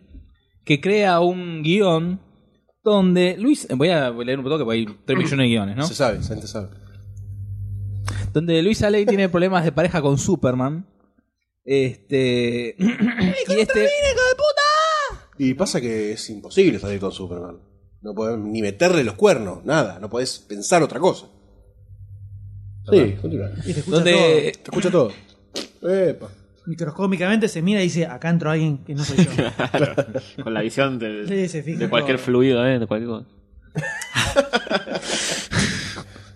que crea un guión donde Luis. eh, Voy a leer un poco que hay 3 millones de guiones, ¿no? Se sabe, se sabe. Donde Luis Allen tiene problemas de pareja con Superman. Este. y este. Y pasa que es imposible salir con Superman. No podés ni meterle los cuernos, nada. No podés pensar otra cosa. Sí, continúa. Y se escucha Donde. Te escucha todo. Epa. todo. Microscópicamente se mira y dice, acá entró alguien que no soy yo. Con la visión del- Sí, se fija de cualquier todo. fluido, ¿eh? De cualquier cosa.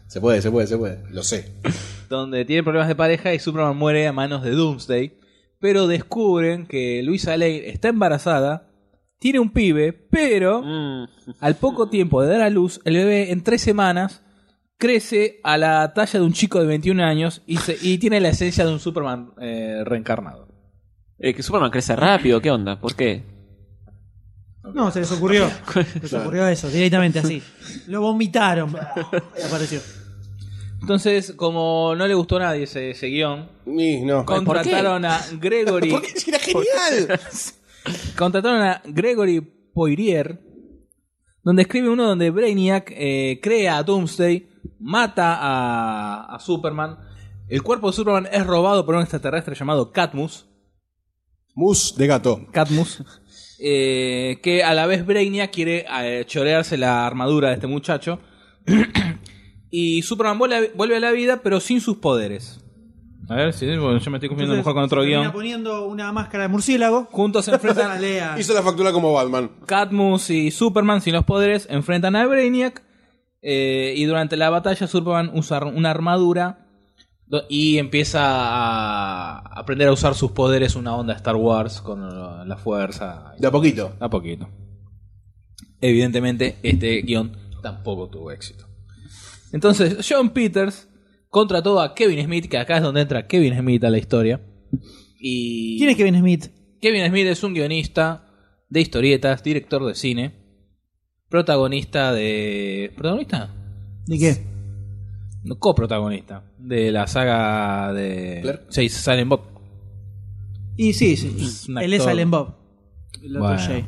Se puede, se puede, se puede. Lo sé. donde tienen problemas de pareja y Superman muere a manos de Doomsday. Pero descubren que Luisa Lane está embarazada, tiene un pibe, pero Mm. al poco tiempo de dar a luz, el bebé en tres semanas crece a la talla de un chico de 21 años y, se- y tiene la esencia de un Superman eh, reencarnado. Eh, que Superman crece rápido, ¿qué onda? ¿Por qué? No, se les ocurrió. Se les ocurrió eso, directamente así. Lo vomitaron. Ah, Y apareció. Entonces, como no le gustó a nadie ese, ese guión, Y no. contrataron a Gregory. ¿Por qué? Si era genial. contrataron a Gregory Poirier, donde escribe uno donde Brainiac eh, crea a Doomsday, mata a, a Superman. El cuerpo de Superman es robado por un extraterrestre llamado Catmus. Mus de gato. Catmus. eh, que a la vez Brainiac quiere eh, chorearse la armadura de este muchacho. y Superman vuelve a, vuelve a la vida, pero sin sus poderes. A ver, si yo me estoy confundiendo Entonces, se termina poniendo una máscara de murciélago. Juntos se enfrentan Una lea. Hizo la factura como Batman. Catmus y Superman sin los poderes enfrentan a Brainiac eh, y durante la batalla Superman usa ar- una armadura do- y empieza a aprender a usar sus poderes una onda Star Wars con eh, la fuerza. De a poquito. A poquito. Evidentemente este guión tampoco tuvo éxito. Entonces John Peters contrató a Kevin Smith, que acá es donde entra Kevin Smith a la historia. Y... ¿Quién es Kevin Smith? Kevin Smith es un guionista de historietas, director de cine, protagonista de. ¿Protagonista? ¿De qué? No, coprotagonista de la saga de. Claire. Sí, Silent Bob. Y sí, sí. Es un él es actor. Allen Bob. El otro Bueno. Jay.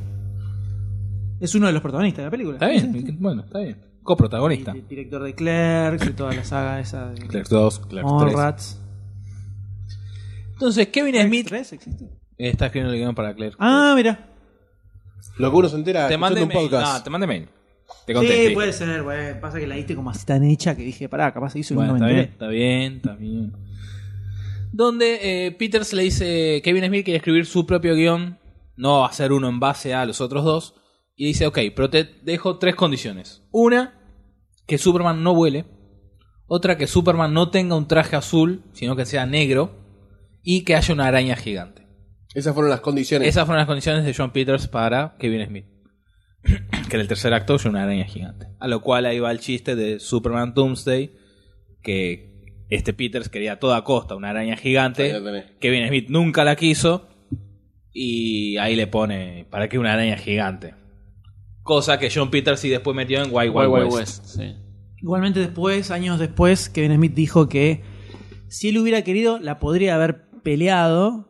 Es uno de los protagonistas de la película. Está bien, bueno, está bien. Coprotagonista. Y- y director de Clerks y toda la saga esa de Clerks 2, Clerks Oh, 3. Mallrats. Entonces, Kevin Smith ¿Tres existe? está escribiendo el guión para Clerks. Ah, mira. Lo que uno se entera te mandé escuchando un un podcast. No, te mandé mail. Te contesté. Sí, puede ser, güey. Pasa que la diste como así tan hecha que dije, pará, capaz hizo un Bueno, está bien, 93. está bien, está bien. Donde eh, Peters le dice, Kevin Smith quiere escribir su propio guión, no va a ser uno en base a los otros dos, y dice, ok, pero te dejo tres condiciones. Una, que Superman no vuele. Otra, que Superman no tenga un traje azul, sino que sea negro. Y que haya una araña gigante. Esas fueron las condiciones. Esas fueron las condiciones de John Peters para Kevin Smith. que en el tercer acto es una araña gigante. A lo cual ahí va el chiste de Superman Doomsday, que este Peters quería a toda costa una araña Ahí la gigante. tenés. Kevin Smith nunca la quiso. Y ahí le pone, ¿para qué una araña gigante? Cosa que John Peters sí después metió en Wild Wild Wild West. Wild West, sí. Igualmente después, años después, Kevin Smith dijo que si él hubiera querido, la podría haber peleado,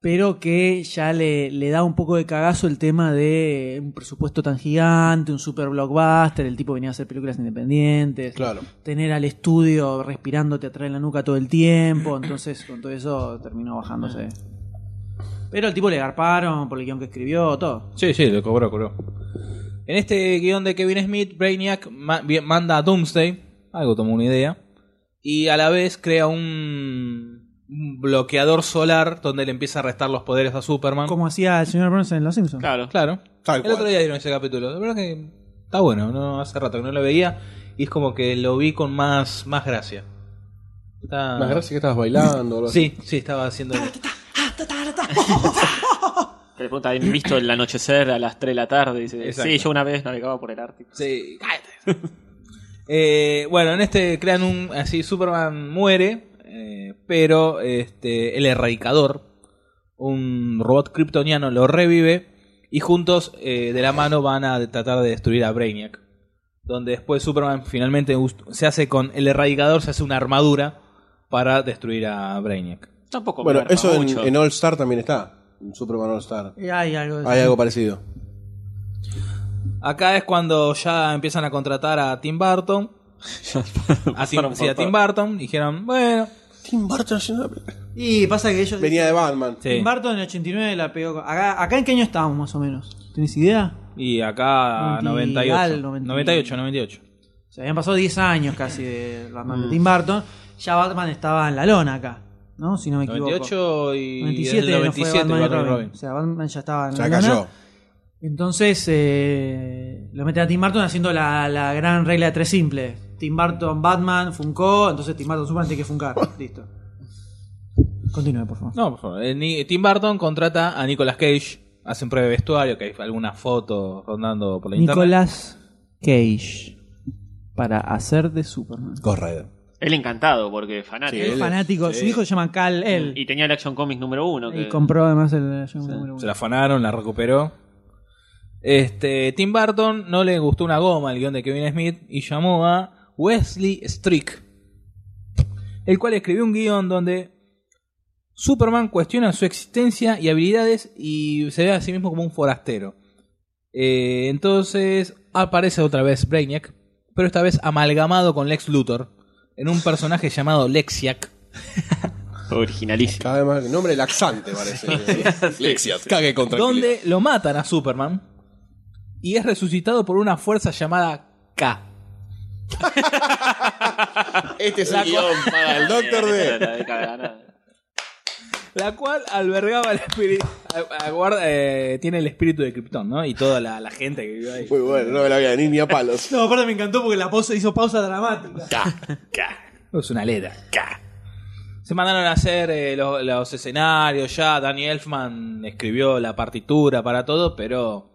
pero que ya le, le da un poco de cagazo el tema de un presupuesto tan gigante, un super blockbuster, el tipo venía a hacer películas independientes, Claro. tener al estudio respirándote atrás de la nuca todo el tiempo, entonces con todo eso terminó bajándose. Pero al tipo le garparon por el guión que escribió, todo. Sí, sí, lo cobró, cobró. En este guión de Kevin Smith, Brainiac ma- vi- manda a Doomsday, algo tomó una idea, y a la vez crea un un bloqueador solar donde le empieza a restar los poderes a Superman. Como hacía el señor Burns en Los Simpsons. Claro. Claro. Tal el cual. otro día dieron ese capítulo. La verdad que está bueno, no hace rato que no lo veía y es como que lo vi con más, más gracia. Está- Más gracias que estabas bailando. algo así. Sí, sí, estaba haciendo... Que le pregunta, ¿han visto el anochecer a las 3 de la tarde? Dice, Exacto. sí, yo una vez navegaba por el Ártico. Sí, cállate. Eh, bueno, en este crean un. Así, Superman muere, eh, pero este, el erradicador, un robot kryptoniano lo revive y juntos eh, de la mano van a tratar de destruir a Brainiac. Donde después Superman finalmente us- se hace con el erradicador, se hace una armadura para destruir a Brainiac. Tampoco me Bueno, agarra eso en, mucho. en All Star también está. En Superman All Star. Hay algo de Hay algo parecido. Acá es cuando ya empiezan a contratar a Tim Burton. a Tim, Pasaron sí, por a Tim todo. Burton. Dijeron, bueno. Tim Burton haciendo la película. Y pasa que ellos. Venía de Batman. sí. Barton en el 89 la pegó. con- Acá, acá en qué año estábamos más o menos. ¿Tenés idea? Y acá 90 y 98. algo, 90. 98, 98. Se habían pasado 10 años casi de Mm. Batman de Tim Burton. Ya Batman estaba en la lona acá, ¿no? Si no me equivoco. 98 y 97, el no fue 97 Batman y Batman y Robin. Robin. O sea, Batman ya estaba en la Ya lona. cayó. Entonces eh, lo meten a Tim Burton haciendo la, la gran regla de tres simples. Tim Burton Batman funcó, entonces Tim Burton Superman tiene que funcar. Listo. Continúe, por favor. No, por favor. Eh, ni- Tim Burton contrata a Nicolas Cage. Hace un breve vestuario, que hay algunas fotos rondando por la internet. Nicolas Cage para hacer de Superman. Ghost Rider. Él encantado, porque fanático. Sí, Es él- fanático, su hijo se llama Cal El. Y tenía el Action Comics número uno. Y que- compró además el número uno. Se la afanaron, la recuperó. Este, Tim Burton no le gustó una goma el guión de Kevin Smith y llamó a Wesley Strick, el cual escribió un guión donde Superman cuestiona su existencia y habilidades y se ve a sí mismo como un forastero. Eh, entonces aparece otra vez Brainiac, pero esta vez amalgamado con Lex Luthor en un personaje llamado Lexiac. Originalísimo. Cada vez más. Nombre laxante parece. Lexias. Cague contra donde lo matan a Superman y es resucitado por una fuerza llamada K. Este es La el guión. para el Dr. D. La cual albergaba el espíritu. a- aguarda, eh, tiene el espíritu de Krypton, ¿no? Y toda la, la gente que vive ahí. Muy bueno, no me la voy a ni, ni a palos. No, aparte me encantó porque la pausa hizo pausa dramática. Es una letra. K. Se mandaron a hacer eh, lo- los, escenarios ya. Danny Elfman escribió la partitura para todo, pero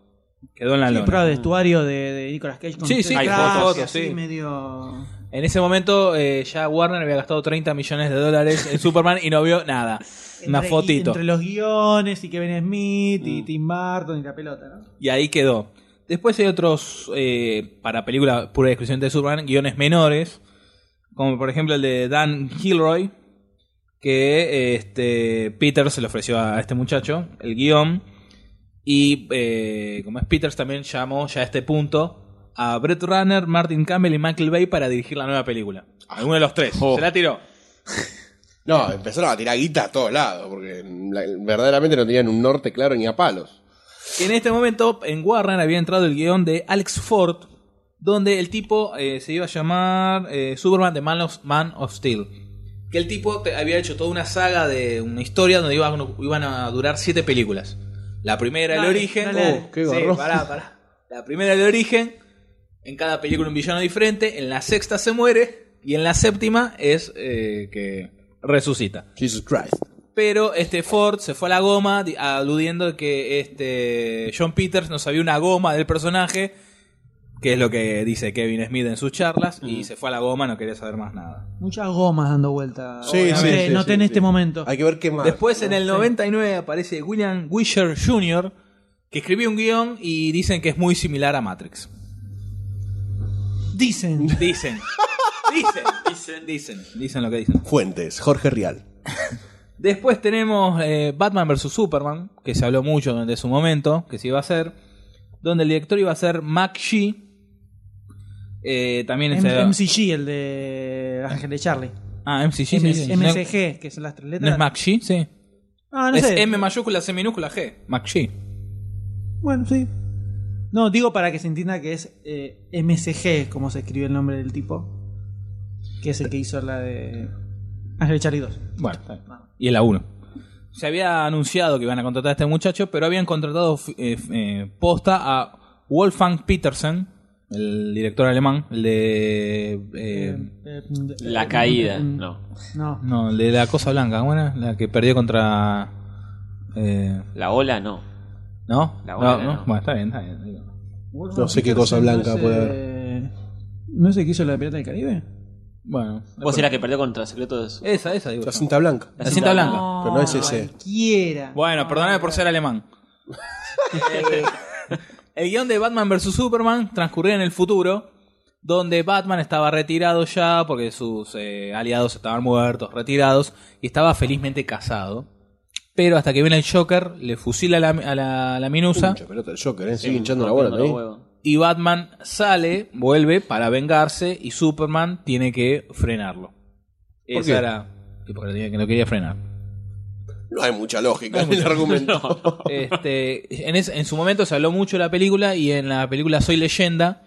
quedó en la lona. Compra de vestuario de, de Nicolas Cage con Sí, tres sí, hay trajes, fotos, así sí. medio. En ese momento eh, ya Warner había gastado 30 millones de dólares en Superman y no vio nada. Una entre- fotito. Mm. Entre los guiones y Kevin Smith y Tim Burton y la pelota, ¿no? Y ahí quedó. Después hay otros, eh, para películas pura y exclusivamente de Superman, guiones menores, como por ejemplo el de Dan Gilroy, que eh, este, Peters se le ofreció a este muchacho, el guión, y eh, como es Peters también llamó ya a este punto a Brett Runner, Martin Campbell y Michael Bay para dirigir la nueva película. Alguno de los tres. Oh. Se la tiró. No, empezaron a tirar guita a todos lados. Porque la- verdaderamente no tenían un norte claro ni a palos. En este momento en Warner había entrado el guión de Alex Ford, donde el tipo eh, se iba a llamar eh, Superman de Man of, Man of Steel. Que el tipo te- había hecho toda una saga de una historia donde iban, iban a durar siete películas. La primera, el Dale, origen. Oh, dale, dale. qué Sí, garrón. pará, pará. La primera, el origen. En cada película un villano diferente. En la sexta se muere. Y en la séptima es eh, que resucita. Jesus Christ. Pero este Ford se fue a la goma di- aludiendo que este John Peters no sabía una goma del personaje, que es lo que dice Kevin Smith en sus charlas, y se fue a la goma, no quería saber más nada. Muchas gomas dando vuelta. Sí, sí, Noté- sí, noté sí, en sí. este momento. Hay que ver qué más. Después en el Sí. 99 aparece William Wisher Jr., que escribió un guión y dicen que es muy similar a Matrix. Dicen. Dicen. Dicen, dicen, dicen, dicen lo que dicen. Fuentes, Jorge Rial. Después tenemos eh, Batman vs. Superman, que se habló mucho durante su momento, que se iba a hacer, donde el director iba a ser Mac Shee. Eh, también M- se MCG, el de Ángel de Charlie. Ah, MCG, sí, M- sí, sí. MCG, que son las tres ¿No, no letras. es Mac Shee? Sí. Ah, no es sé. M mayúscula, C minúscula, G. Mac Shee. Bueno, sí. No, digo para que se entienda que es eh, MCG, como se escribe el nombre del tipo. Que es el que hizo la de Ángel de Charlie 2. Bueno, está bien. y el A1. Se había anunciado que iban a contratar a este muchacho, pero habían contratado f- eh, f- eh, posta a Wolfgang Petersen, el director alemán, el de. eh, La caída. Mm. No. eh, No. No, el de la cosa blanca, buena, la que perdió contra. eh, La ola no. ¿No? La buena, no, no. no. Bueno, está bien, está bien. digo. No sé qué cosa blanca puede eh, haber. ¿No es el que hizo la de Pirata del Caribe? Bueno. Vos era que perdió contra Secretos. Esa, esa, digo. La cinta blanca. La cinta blanca. Pero no es ese. Cualquiera. Bueno, perdóname por ser alemán. el guión de Batman vs. Superman transcurría en el futuro, donde Batman estaba retirado ya porque sus eh, aliados estaban muertos, retirados, y estaba felizmente casado. Pero hasta que viene el Joker, le fusila a la, a la- a la minusa Mucha pelota del Joker, ¿eh? Sigue hinchando la bola Rompiendo también. los huevos. y Batman sale, vuelve para vengarse y Superman tiene que frenarlo. Esa qué? era... y Porque lo tenía- que lo quería frenar. No hay mucha lógica en el argumento. Este, en, es- en su momento se habló mucho de la película y en la película Soy Leyenda,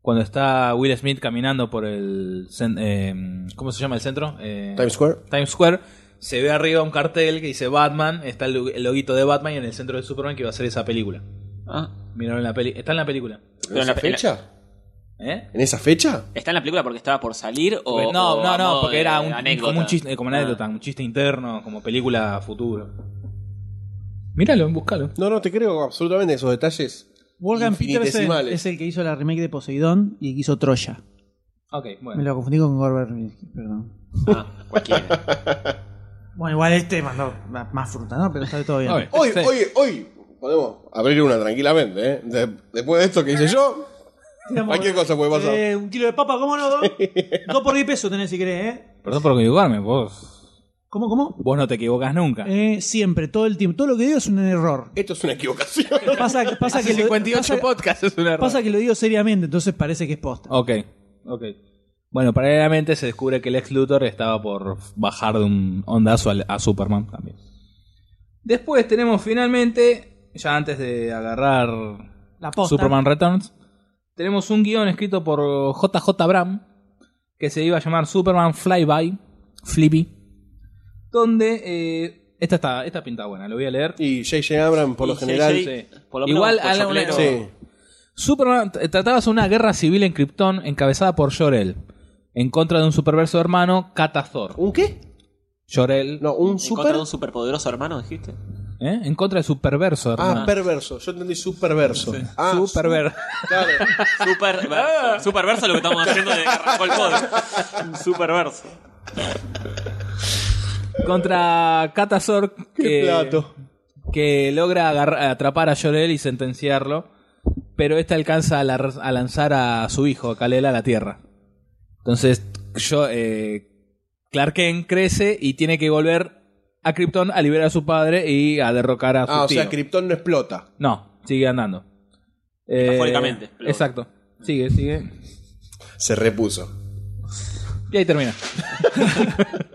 cuando está Will Smith caminando por el... cen- eh, ¿Cómo se llama el centro? Eh, Times Square. Times Square. Se ve arriba un cartel que dice Batman, está el, lo- el loguito de Batman y en el centro de Superman que iba a ser esa película. Ah, Miraron la peli, está en la película. Pero en la- en la- ¿Eh? ¿En esa fecha? ¿Está en la película porque estaba por salir o.? Pues no, o no, a no, modo porque de era un, anécdota? como un chiste, como una Ah. anécdota, un chiste interno, como película futuro. Míralo, búscalo. No, no, te creo absolutamente esos detalles. Wolfgang Petersen infinitesimales. es el que hizo la remake de Poseidón y el que hizo Troya. Ok, Me bueno. lo confundí con Gorbert Rubinski, perdón. Ah, cualquiera. Bueno, igual este mandó ma- más fruta, ¿no? Pero está todo bien. Ok. Hoy, Sí. hoy, hoy podemos abrir una tranquilamente, ¿eh? De- después de esto que hice yo, Tiramos- cualquier cosa puede pasar. Eh, un kilo de papa, ¿cómo no? Dos, dos por 10 pesos tenés si querés, ¿eh? Perdón por equivocarme, vos. ¿Cómo, cómo? Vos no te equivocas nunca. Eh, siempre, todo el tiempo. Todo lo que digo es un error. Esto es una equivocación. Pasa, pasa, que, Hace lo, 58 pasa- podcasts es un error. Oh, pasa que lo digo seriamente, entonces parece que es posta. Ok, ok. Bueno, paralelamente se descubre que el ex Luthor estaba por bajar de un ondazo al- a Superman también. Después tenemos finalmente, ya antes de agarrar La posta. Superman Returns, tenemos un guión escrito por JJ Bram que se iba a llamar Superman Flyby, Flippy, donde eh, esta está, esta pinta buena, lo voy a leer. Y J.J. Abrams, por lo Y general. JJ, por lo menos Igual por a la- Choclero. Sí. Superman t- trataba sobre una guerra civil en Krypton encabezada por Jor-El en contra de un superverso hermano, Katazor. ¿Un qué? Jor-El No, un ¿En contra super. de un superpoderoso hermano, dijiste? ¿eh? en contra de su perverso hermano. Ah, perverso. Yo entendí superverso. Ah, Su perver- su- claro. Super, Ah. superverso lo que estamos haciendo de que arrancó el pod. Un superverso. contra Katazor Qué que, plato. que logra agarra- atrapar a Jor-El y sentenciarlo, pero este alcanza a, lar- a lanzar a su hijo, a Kal-El, a la Tierra. Entonces, yo, eh, Clark Kent crece y tiene que volver a Krypton a liberar a su padre y a derrocar a su Ah, o tío. sea, Krypton no explota. No, sigue andando. Eh, Metafóricamente, pero- exacto. Sigue, sigue. Se repuso. Y ahí termina.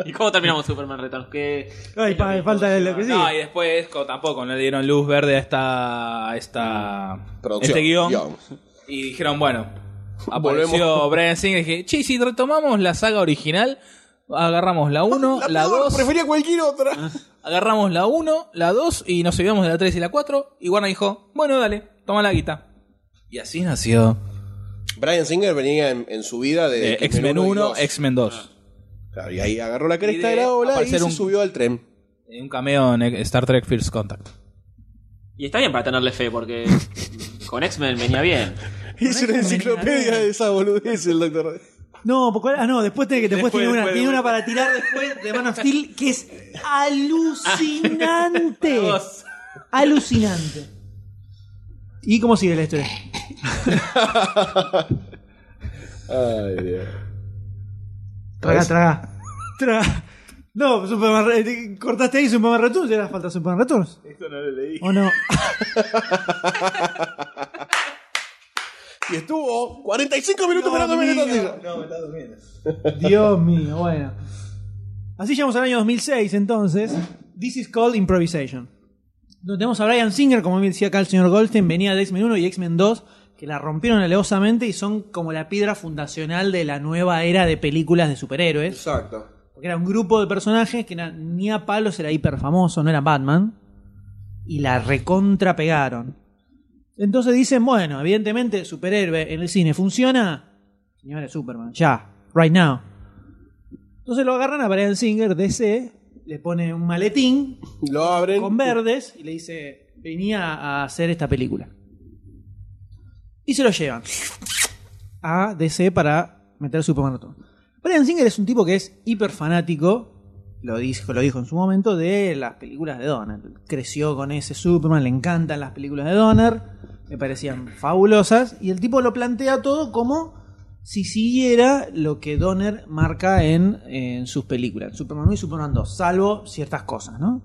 ¿Y cómo terminamos Superman Returns? ¿Qué, Ay, pa- falta lo que sigue. No, y después co- tampoco no le dieron luz verde a esta, a esta Producción. este guión. Guión. Y dijeron, bueno, apareció Brian Singer y dije, che, si retomamos la saga original, agarramos la 1, la Ah. peor, 2, Prefería cualquier otra. agarramos la 1, la 2 y nos olvidamos de la 3 y la 4. Y Warner dijo, bueno, dale, toma la guita. Y así nació Brian Singer venía en, en su vida de eh, X-Men 1, X X-Men Ah. 2. Claro, y ahí agarró la Y cresta de de la ola y aparecer se un- subió al tren. Eh, Un cameo en Star Trek First Contact. Y está bien para tenerle fe, porque con X-Men venía bien. Hizo una enciclopedia de esa boludez el doctor. No, porque, ah, no, después tiene, que, después Después, tiene una, después, tiene una después. para tirar después de Man of Steel que es alucinante. alucinante. ¿Y cómo sigue la historia? Ay, Dios. Traga, traga. Traga. No, Superman Re- eh, cortaste ahí Superman Returns, ya era falta Superman Returns. Eso no lo leí. ¿O no? Y estuvo 45 minutos para esperando amigo, en la silla. Dios mío, bueno. Así llegamos al año 2006, entonces. This is called improvisation. Donde tenemos a Brian Singer, como bien decía acá el señor Goldstein, venía de X-Men 1 y X-Men 2, que la rompieron alevosamente y son como la piedra fundacional de la nueva era de películas de superhéroes. Exacto. Porque era un grupo de personajes que na- ni a palos era hiper famoso, no era Batman. Y la recontra pegaron. Entonces dicen, bueno, evidentemente superhéroe en el cine funciona. Señores, Superman, ya, right now. Entonces lo agarran a Brian Singer, DC, le pone un maletín Lo abren. con verdes y le dice, venía a hacer esta película. Y se lo llevan a DC para meter Superman Returns. Brian Singer es un tipo que es hiper fanático, lo dijo, lo dijo en su momento, de las películas de Donner. Creció con ese Superman, le encantan las películas de Donner, me parecían fabulosas, y el tipo lo plantea todo como si siguiera lo que Donner marca en, en sus películas, en Superman 1 y Superman 2, salvo ciertas cosas, ¿no?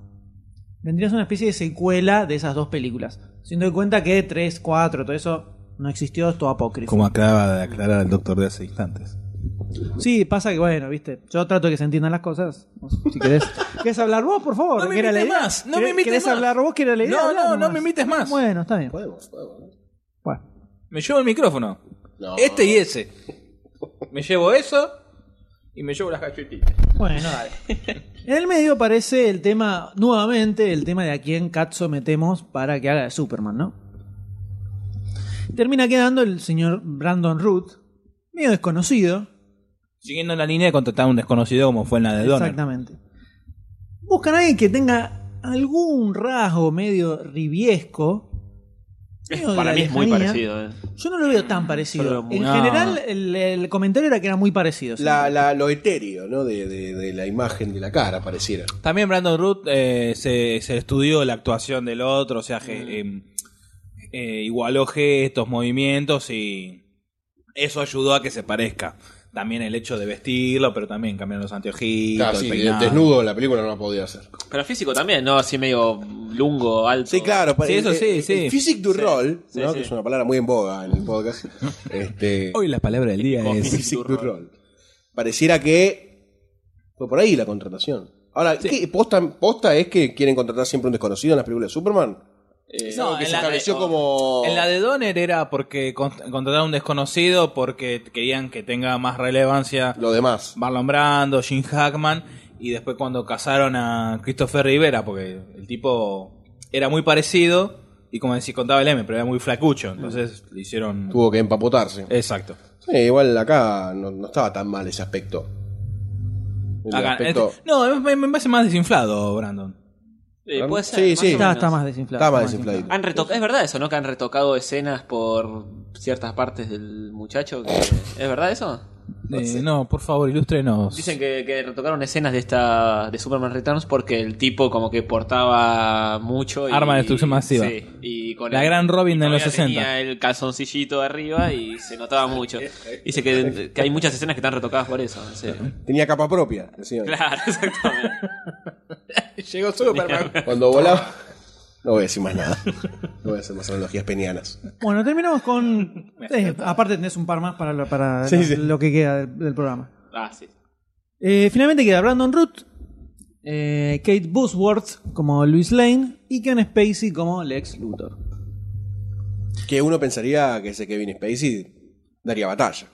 Vendrías una especie de secuela de esas dos películas, siendo de cuenta que 3, 4, todo eso no existió, es todo apócrifo. Como acaba de aclarar el doctor de hace instantes. Sí, pasa que bueno, viste, yo trato de que se entiendan las cosas. Si querés. ¿Querés hablar vos, por favor? No me ¿Que era la invites idea? más, no ¿Querés- me invites ¿Querés más. hablar vos? que era la idea? No, Hablá no, no nomás. me invites más. Bueno, está bien. Podemos, podemos. Bueno. Me llevo el micrófono. No. Este y ese. Me llevo eso y me llevo las galletitas. Bueno, dale. En el medio aparece el tema, nuevamente, el tema de a quién Katzo metemos para que haga de Superman, ¿no? Termina quedando el señor Brandon Root, medio desconocido, Siguiendo la línea de contratar a un desconocido como fue en la de Donner. Exactamente. Buscan a alguien que tenga algún rasgo medio ribiesco. medio de Para la mí es muy lejanía. parecido. eh. Yo no lo veo Ah. tan parecido. Pero muy- en no. general, el, el comentario era que era muy parecido. sí. La, la- lo etéreo, ¿no? De, de- de la imagen de la cara, pareciera. También Brandon Root eh, se, se estudió la actuación del otro, o sea, ge- eh, eh, igualó gestos, movimientos y eso ayudó a que se parezca. También el hecho de vestirlo, pero también cambiar los anteojitos. Claro, el sí, peinado. desnudo la película no la podía hacer. Pero físico también, ¿no? Así medio lungo, alto. Sí, claro. eh, Sí, eso sí, sí. physique du rol, sí, ¿no? que sí. es una palabra muy en boga en el podcast. este, Hoy la palabra del día Coffee. es... physique du rol. Pareciera que fue por ahí la contratación. Ahora, ¿qué posta, posta es que quieren contratar siempre un desconocido en las películas de Superman? No, que en se la- estableció eh, como... En la de Donner era porque con- contrataron a un desconocido porque querían que tenga más relevancia Lo demás. Marlon Brando, Jim Hackman y después cuando casaron a Christopher Rivera porque el tipo era muy parecido y como decís contaba el M, pero era muy flacucho, entonces le hicieron Tuvo que empapotarse. Exacto. Sí, igual acá no, no estaba tan mal ese aspecto. El Acá, aspecto- este- no, me, me parece más desinflado, Brandon. Eh, puede ser. Sí, más sí. o está, menos. está más desinflado. Está más está desinfladito. Han retoca- es verdad eso, ¿no? Que han retocado escenas por ciertas partes del muchacho. que- ¿Es verdad eso? Eh, no, por favor, ilústrenos. Dicen que, que retocaron escenas de esta de Superman Returns porque el tipo como que portaba mucho y, Arma de destrucción masiva. Sí, y con La el- gran Robin y de los 60. todavía Tenía el calzoncillito arriba y se notaba mucho. Dice que, que hay muchas escenas que están retocadas por eso. en serio. Tenía capa propia, decían. Claro, exactamente. Llegó Superman. Cuando volaba... No voy a decir más nada. No voy a hacer más analogías penianas. Bueno, terminamos con. eh, aparte, tenés un par más para, lo- para Sí, sí. lo que queda del- del programa. Ah, sí. Eh, finalmente queda Brandon Root, eh, Kate Bosworth como Louis Lane y Ken Spacey como Lex Luthor. Que uno pensaría que ese Kevin Spacey daría batalla.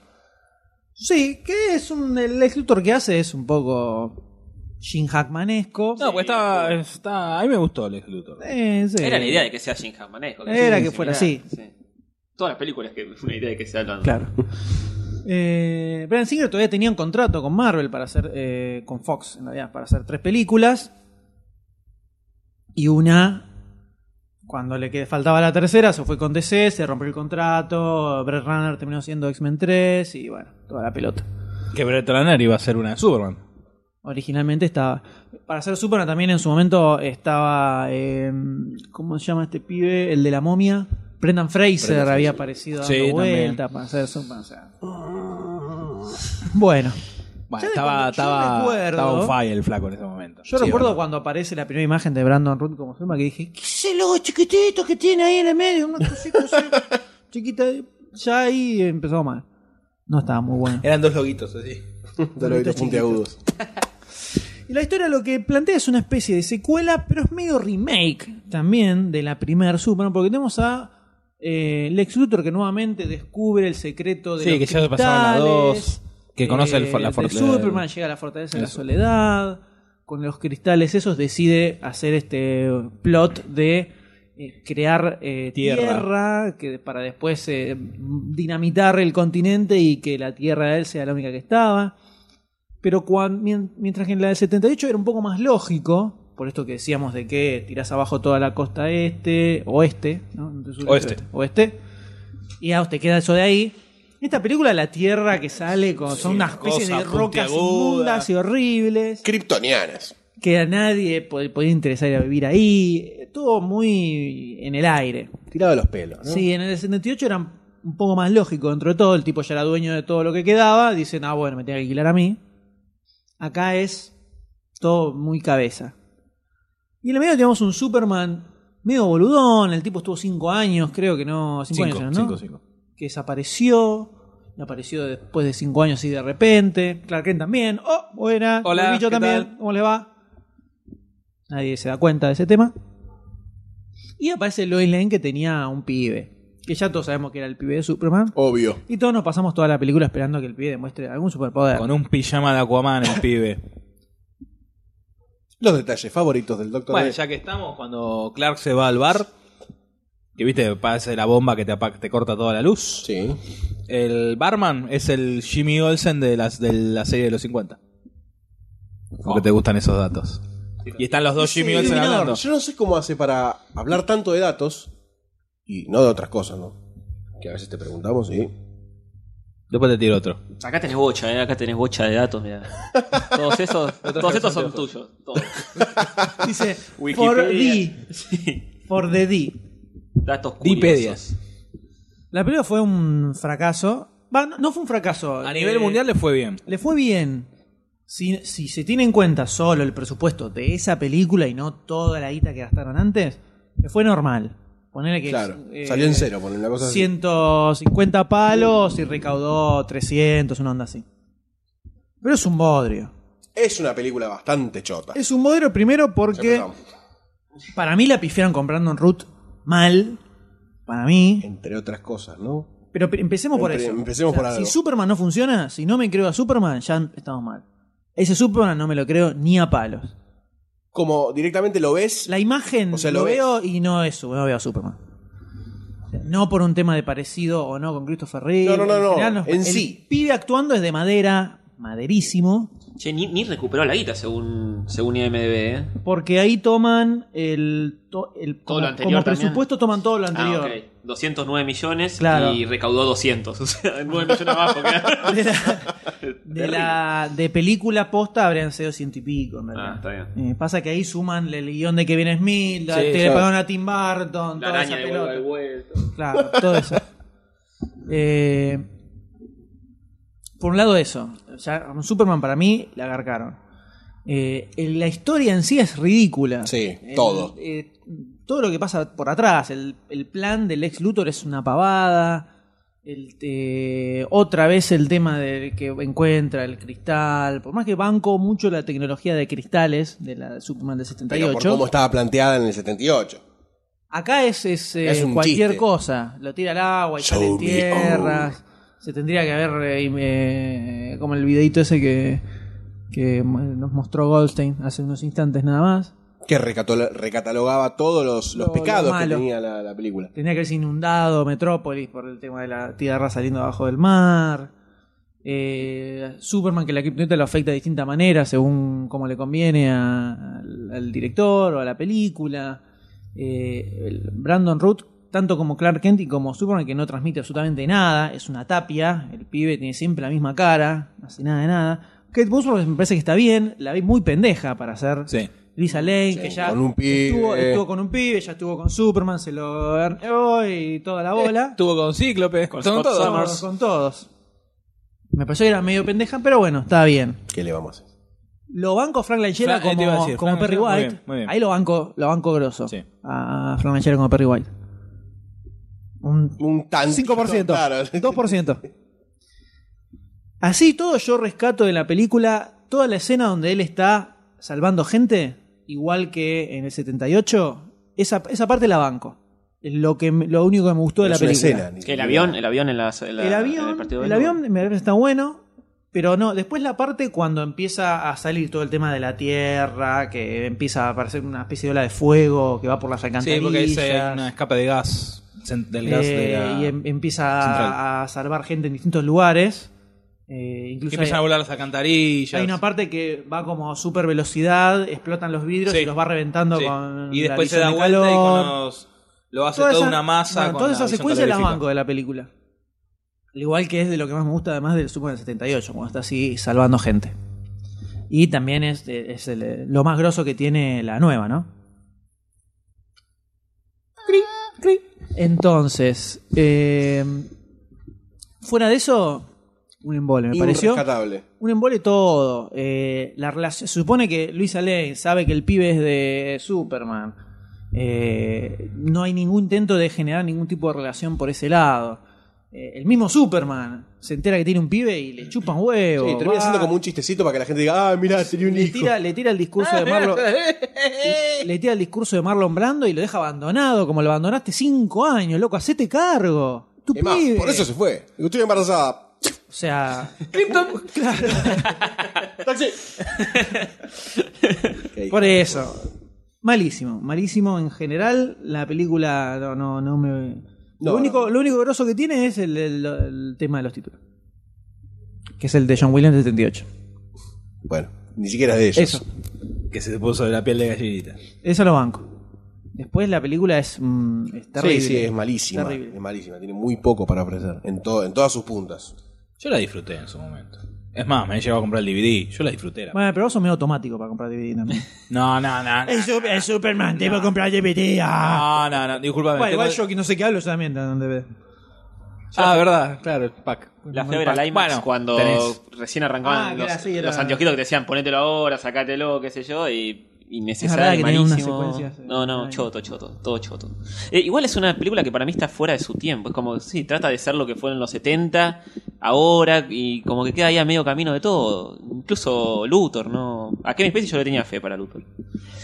Sí, que es un. El Lex Luthor que hace es un poco. Jim Hackmanesco. No, pues estaba, está- a mí me gustó Lex Luthor. Eh, sí. Era la idea de que sea Jim Hackman. ¿eh? Porque Era sí, que sí, fuera mirá, así. Todas las películas que fue una idea de que sea lo- Claro. Eh, Bryan Singer todavía tenía un contrato con Marvel para hacer. eh, con Fox, en realidad, para hacer tres películas. Y una. Cuando le qued- faltaba la tercera, se fue con DC, se rompió el contrato. Brett Runner terminó siendo X-Men 3 y bueno, toda la pelota. Que Brett Runner iba a ser una de Superman. Originalmente estaba. Para ser Superman también en su momento estaba. eh, ¿Cómo se llama este pibe? El de la momia. Brendan Fraser había aparecido dando Sí, también. vuelta para ser Superman. o sea. Bueno. Bueno, Yo estaba, recuerdo- yo estaba, recuererdo- estaba on fire el flaco en ese momento. Yo Sí, recuerdo bueno. cuando aparece la primera imagen de Brandon Root como Superman que dije, ¿qué es el logo chiquitito que tiene ahí en el medio? Una cosita así, chiquita. Ya ahí empezó mal. No estaba muy bueno. Eran dos loguitos así. De los ojitos puntiagudos. Y la historia lo que plantea es una especie de secuela, pero es medio remake también de la primer Superman, porque tenemos a eh, Lex Luthor que nuevamente descubre el secreto de Sí, los que ya se pasaron la cristales, dos, que conoce el eh, for- la de fortaleza del- Superman llega a la fortaleza de la Eso. soledad, con los cristales esos decide hacer este plot de eh, crear eh, Tierra. tierra. que para después eh, dinamitar el continente y que la tierra de él sea la única que estaba. Pero cuan- mien- mientras que en la del 78 era un poco más lógico, por esto que decíamos de que tirás abajo toda la costa este, oeste, ¿no? Entonces, Oeste. Oeste. Y ah, te queda eso de ahí. Esta película de la Tierra que sale con son unas especies de cosas rocas puntiagudas. inmundas y horribles. Kryptonianas. que a nadie pod- podía interesar ir a vivir ahí. Todo muy en el aire. Tirado de los pelos, ¿no? Sí, en el 78 era un poco más lógico dentro de todo. El tipo ya era dueño de todo lo que quedaba. Dicen, ah, bueno, me tenía que alquilar a mí. Acá es todo muy cabeza. Y en el medio tenemos un Superman medio boludón. El tipo estuvo 5 años, creo que no. 5 años, Cinco, eran, cinco, ¿no? cinco. que desapareció. y Apareció después de cinco años y de repente. Clark Kent también. Oh, buena. Hola, Bicho ¿qué también. tal? ¿Cómo le va? Nadie se da cuenta de ese tema. Y aparece Lois Lane que tenía un pibe. Que ya todos sabemos que era el pibe de Superman. Obvio. Y todos nos pasamos toda la película esperando que el pibe demuestre algún superpoder. Con un pijama de Aquaman el pibe. Los detalles favoritos del Doctor Bueno, D. ya que estamos, cuando Clark se va al bar, que viste, parece la bomba que te, apa- te corta toda la luz. Sí. El barman es el Jimmy Olsen de, las, de la serie de los 50. Oh. Porque te gustan esos datos. Y están los dos Sí, Jimmy Olsen Iluminador. hablando. Yo no sé cómo hace para hablar tanto de datos y no de otras cosas, ¿no? Que a veces te preguntamos, sí. Después te tiro otro. Acá tenés bocha, ¿eh? acá tenés bocha de datos, mira. Todos esos, todos estos son tuyos. todos. Dice, for Wikipedia. D. Sí. For the D. Datos curiosos. Dipedias. La película fue un fracaso. Va, no, no fue un fracaso. A Eh, nivel mundial le fue bien. Le fue bien. Si, si se tiene en cuenta solo el presupuesto de esa película y no toda la guita que gastaron antes, le fue normal. Ponerle que. Claro. eh, Salió en cero, ponen la cosa así. 150 palos y recaudó 300, una onda así. Pero es un bodrio. Es una película bastante chota. Es un bodrio primero Ya porque empezamos. para mí la pifiaron comprando en Root mal. Para mí. Entre otras cosas, ¿no? Pero pe- empecemos por Entre- eso. empecemos por algo. Si Superman no funciona, si no me creo a Superman, ya estamos mal. Ese Superman no me lo creo ni a palos. Como directamente lo ves, La imagen O sea, lo, lo ves. veo y no es, no veo a Superman. O sea, No por un tema de parecido o no con Christopher Reeve. No, no, no, En no. general En el sí. pibe actuando es de madera, maderísimo, Che, ni, ni recuperó la guita según, según IMDB, ¿eh? porque ahí toman el, to- el- Todo como, lo anterior como también. presupuesto toman todo lo Ah, anterior. ok. 209 millones Claro. y recaudó 200. O sea, 9 millones más porque... De, la, de, la- de película posta habrían sido ciento y pico, en Ah, realidad. está bien. Eh, pasa que ahí suman el guión de Kevin Smith, la- Sí, te le claro. pagaron a Tim Burton, La toda araña esa de pelota. vuelta de vuelta. Claro, todo eso. Eh, por un lado eso. Ya, con Superman para mí la agarcaron. Eh, el- la historia en sí es ridícula. Sí, El- todo. eh, todo lo que pasa por atrás. El, el plan del ex Luthor es una pavada. El, eh, otra vez el tema del que encuentra el cristal. Por más que banco mucho la tecnología de cristales de la Superman del 78. pero por cómo estaba planteada en el 78. Acá es, es, eh, Es un cualquier chiste. cosa. Lo tira al agua, y sale Show en me tierras. Se tendría que haber. eh, im- eh, como el videito ese que, que mo- nos mostró Goldstein hace unos instantes nada más. Que recato- recatalogaba todos los, Lo- los lo pecados que malo. tenía la, la película. Tendría que haberse inundado Metrópolis por el tema de la tierra saliendo abajo del mar. Eh, Superman, que la criptonita lo afecta de distinta manera según como le conviene a- al, al director o a la película. Eh, el Brandon Root, tanto como Clark Kent y como Superman, que no transmite absolutamente nada, es una tapia. El pibe tiene siempre la misma cara, no hace nada de nada. Kate Bosworth me parece que está bien, la vi muy pendeja para hacer Sí. Lisa Lane, que ya con un pibe. Estuvo, estuvo con un pibe, ya estuvo con Superman, se lo herneó y toda la bola. Estuvo Eh, con Cíclope. Con Son Scott todos. Con- Con todos. Me pareció que era medio pendeja, pero bueno, está bien. ¿Qué le vamos a hacer? Lo banco a Frank Langella Fra- eh, te iba a como, decir, como Frank Perry Langella, muy White. bien, muy bien. Ahí lo banco, lo banco grosso. Sí. A Frank Langella como Perry White. Un Un tan 5%. Claro. 2%. Así y todo, yo rescato de la película toda la escena donde él está salvando gente, igual que en el 78. Esa, esa parte la banco. Es lo, que, me- lo único que me gustó de la Es una película. escena, ni Que el siquiera. avión, el avión en, las- en la- el en el avión, partido el béisbol. avión me parece está bueno, pero no, después la parte cuando empieza a salir todo el tema de la tierra, que empieza a aparecer una especie de ola de fuego que va por las Sí, alcantarillas. porque ahí se- hay una escapa de gas. sen- Del gas Eh, de la- y em- empieza central. a salvar gente en distintos lugares. Eh, que incluso empiezan a hay, volar las alcantarillas. hay una parte que va como a super velocidad, explotan los vidrios Sí. y los va reventando Sí. con y la después se da visión de vuelta y calor. con los- lo hace Toda toda esa- una masa. bueno, con toda la esa visión secuencia es la calorífica. banco de la película. Al igual que es de lo que más me gusta, además del Superman del 78, cuando está así salvando gente. Y también es, eh, es el- lo más grosso que tiene la nueva, ¿no? Entonces, eh, fuera de eso, un embole, me pareció. Irrescatable. Un embole todo. Eh, la relación, se supone que Luisa Lane sabe que el pibe es de Superman. Eh, no hay ningún intento de generar ningún tipo de relación por ese lado. Eh, el mismo Superman se entera que tiene un pibe y le chupan huevo. Sí, termina va, siendo como un chistecito para que la gente diga, ah, mirá, tenía un ah. le hijo. tira, le tira el discurso de Marlon. le- le tira el discurso de Marlon Brando y lo deja abandonado, como lo abandonaste cinco años, loco, hacete cargo. Tu Es más, pibe. por eso se fue. Digo, Estoy embarazada. O sea, ¡Taxi! Por eso. Malísimo, malísimo en general. La película no, no, no me. lo, No, único, no. lo único grosso que tiene es el, el- el tema de los títulos. Que es el de John Williams del 78. Bueno, ni siquiera es de ellos. Eso, Que se puso de la piel de gallinita. eso lo banco. Después la película es, mm, es terrible. Sí, sí, es malísima. Terrible. Es malísima. Tiene muy poco para ofrecer. En, to- en todas sus puntas. Yo la disfruté en su momento. Es más, me he llegado a comprar el DVD. Yo la disfruté. la- Bueno, pero vos sos medio automático para comprar DVD también. No, no, no. el, Sup- el Superman, te voy a comprar DVD. ah. No, no, no. Disculpame. Bueno, igual tengo- yo que no sé qué hablo, yo también tengo un DVD. Ah, verdad. Claro, el pack. La Muy fiebre era pack. la IMAX Bueno, cuando tenés. recién arrancaban Ah, que los, era así, era- los anteojitos que te decían ponételo ahora, sacátelo, qué sé yo, y Es verdad innecesario, que tenía unas malísimo. secuencias, eh, No, no, ahí. choto, choto, todo choto. Eh, igual es una película que para mí está fuera de su tiempo, es como, sí, trata de ser lo que fueron los 70, ahora, y como que queda ahí a medio camino de todo. Incluso Luthor, ¿no? A Kevin Spacey yo le tenía fe para Luthor.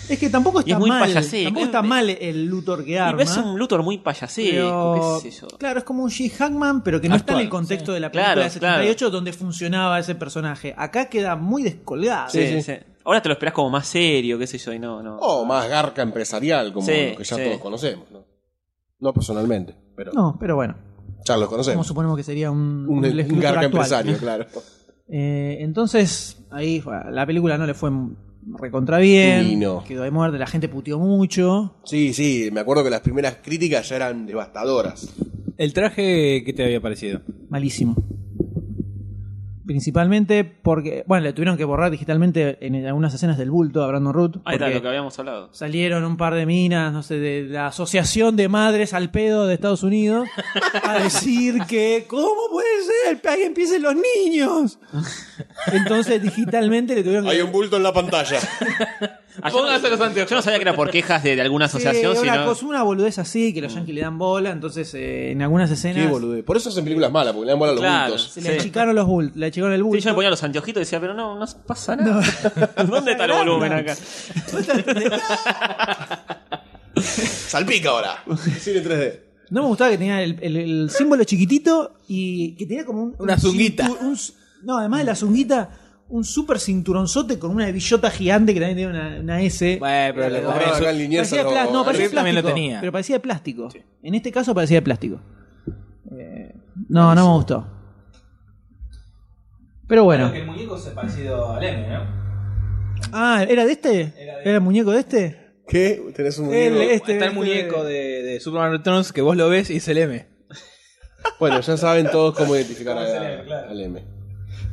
Es que tampoco Y es está muy mal. payasé, Tampoco es- está mal el Luthor que Y arma. ves un Luthor muy payasesco, Pero, qué sé yo. Claro, es como un G. Hackman, pero que no está en el Actual, contexto sí. de la película Claro, de 78 donde funcionaba ese personaje. Acá queda muy descolgado. Sí, sí. Ahora te lo esperás como más serio, qué sé yo, y no, no. O más garca empresarial, como Sí, lo que ya sí. todos conocemos. ¿no? No personalmente, pero No, pero bueno, ya los como conocemos. suponemos que sería un, Un, un un Lex Luthor garca actual. empresario, claro. Eh, entonces, ahí fue, la película no le fue recontra bien. Y no. Quedó de muerte, la gente puteó mucho. Sí, sí, me acuerdo que las primeras críticas ya eran devastadoras. El traje que te había parecido. malísimo. Principalmente porque, bueno, le tuvieron que borrar digitalmente en algunas escenas del bulto a Brandon Root. Ahí está porque lo que habíamos hablado. Salieron un par de minas, no sé, de la Asociación de Madres al Pedo de Estados Unidos a decir que, ¿cómo puede ser? Ahí empiecen los niños. Entonces, digitalmente le tuvieron que. Hay un bulto en la pantalla. Póngase los anteojos. Yo no sabía que era por quejas de, de alguna Sí, asociación, una, sino. cosa- una boludez así, que los yankees le dan bola, entonces eh, en algunas escenas Qué boludez. Por eso hacen películas malas, porque le dan bola a los Claro, bultos. se le Sí. achicaron los bultos, le achicaron el bulto. Sí, yo me ponía los anteojitos y decía, pero no, no pasa nada. ¿Dónde está el Nada. volumen acá? Salpica ahora. Cine 3D. No me gustaba que tenía el, el- el símbolo chiquitito y que tenía como un- Una un zunguita. cintu- un c- no, además de la zunguita, un super cinturonzote con una billota gigante que también tenía una, una S. Bueno, Eh, pero Lo la- compraron acá en también Liniers, parecía lo- pla- no, parecía Rip también lo plástico, tenía. Pero parecía de plástico. En este caso parecía de plástico. Eh, no, no me gustó. Pero bueno. el muñeco se parecido al M, ¿no? Ah, ¿era de este? ¿Era el muñeco de este? ¿Qué? ¿Tenés un El- muñeco? este, Está este- el muñeco de, de Superman Returns que vos lo ves y es el M. Bueno, ya saben todos cómo identificar a- al M.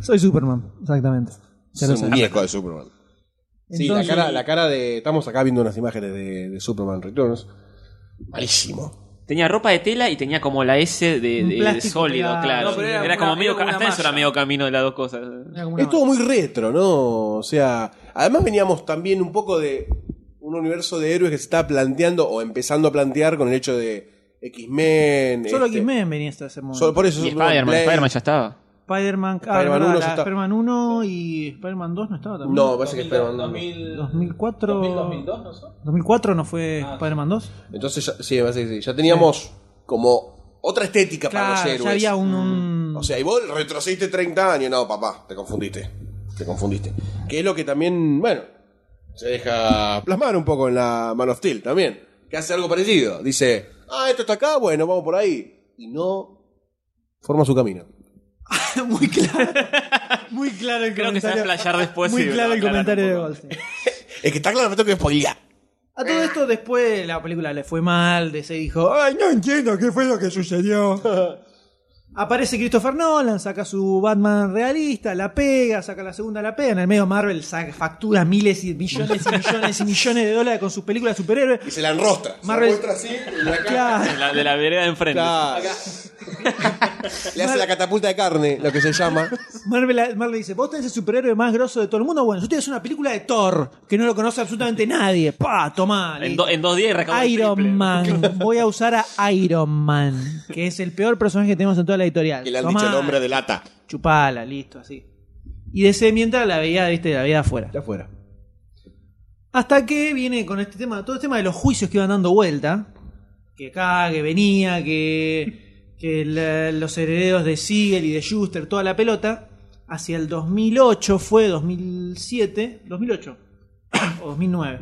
Soy Superman, exactamente. Ya Es lo un sé. muñeco de Superman. Sí, la Entonces- cara, la cara de. Estamos acá viendo unas imágenes de, de Superman Returns. Malísimo. Tenía ropa de tela y tenía como la S de, de- Un de plástico sólido, pegado. claro. No, pero era, era como una- medio era una camino. Hasta eso era malla. medio camino de las dos cosas. Era como una- Es todo muy retro, ¿no? O sea. Además veníamos también un poco de un universo de héroes que se está planteando o empezando a plantear con el hecho de X-Men. Solo este, X-Men venía hasta ese momento. solo- por eso Y Superman Spider-Man, Blade. Spider-Man ya estaba. Spider-Man ah, Spider-Man verdad, 1 ya la está. Spider-Man 1 y Spider-Man 2 no estaba también. No, me parece que Spider-Man. no. 2004. 2002, ¿no son? 2004 no fue Ah, Spider-Man 2. Entonces, ya, sí, me parece que sí. Ya teníamos como otra estética para los Claro, héroes. Mm, ya había un, un- O sea, y vos retrocediste 30 años. No, papá, te confundiste. Te confundiste. Que es lo que también, bueno, se deja plasmar un poco en la Man of Steel también. Que hace algo parecido. Dice, ah, esto está acá, bueno, vamos por ahí. Y no forma su camino. muy claro. Muy claro el Creo que se va a comentario. explayar después. muy y claro va a el aclarar comentario un de poco. Goldstein. Es que está claro, me tengo que spoilear. A todo esto, después la película le fue mal. DC dijo: Ay, no entiendo qué fue lo que sucedió. Aparece Christopher Nolan, saca su Batman realista, la pega, saca la segunda, la pega. En el medio Marvel saca, factura miles y millones y millones y millones de dólares con sus películas de superhéroes. Y se la enrostra. Se la Marvel- muestra así en la cara. Claro. De la, de la vereda de enfrente. Claro. Le hace la catapulta de carne, lo que se llama. Marvel, Marvel dice, vos tenés el superhéroe más grosso de todo el mundo. Bueno, tú tienes una película de Thor, que no lo conoce absolutamente nadie. Pa, tomá. En, do- en dos días recabó el triple. Iron Man. Voy a usar a Iron Man, que es el peor personaje que tenemos en toda la editorial. Que le han Tomá. dicho el hombre de lata. Chupala, listo, así. Y de ese mientras la veía, viste, la veía afuera. Está afuera. Hasta que viene con este tema, todo el tema de los juicios que iban dando vuelta. Que acá, que venía, que, que la- los herederos de Siegel y de Schuster, toda la pelota. Hacia el 2008 fue, 2007, 2008 o 2009.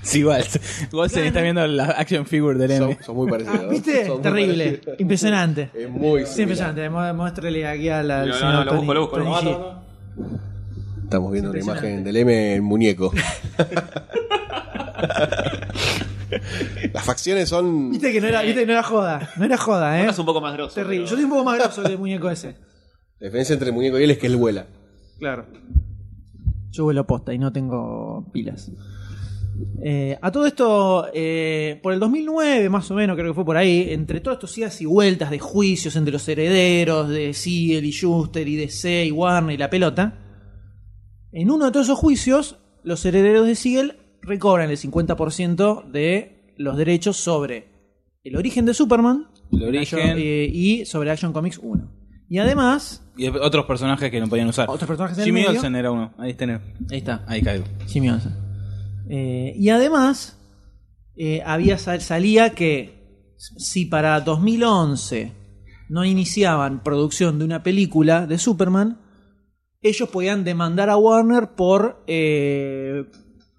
Sí, igual. Igual se está viendo la action figure del M. Son, son muy parecidos. Ah, ¿Viste? Son muy Terrible, parecidos. impresionante. Es muy Sí, impresionante. Mu- Muéstrele aquí a la. al No, no, señor no, lo Tony- busco, lo busco, lo Tony busco. G. Estamos viendo una Impresionante. imagen del M en muñeco. Las facciones son. Viste que no era, viste que no era joda. No era joda, ¿eh? Es un poco más grosso. Terrible. pero- Yo soy un poco más grosso que el muñeco ese. La diferencia entre el muñeco y él es que él vuela. Claro. Yo vuelo posta y no tengo pilas. Eh, a todo esto, eh, por el 2009 más o menos, creo que fue por ahí, entre todos estos idas y vueltas de juicios entre los herederos de Siegel y Schuster y DC y Warner y la pelota, en uno de todos esos juicios, los herederos de Siegel recobran el 50% de los derechos sobre el origen de Superman El origen. Y, eh, y sobre Action Comics 1. Y además, otros personajes que no podían usar. otros personajes del Jimmy medio- Olsen era uno. Ahí tenés. Ahí está. Ahí caigo. Jimmy Olsen. Eh, y además, eh, había sal- salía que si para 2011 no iniciaban producción de una película de Superman, ellos podían demandar a Warner por, eh,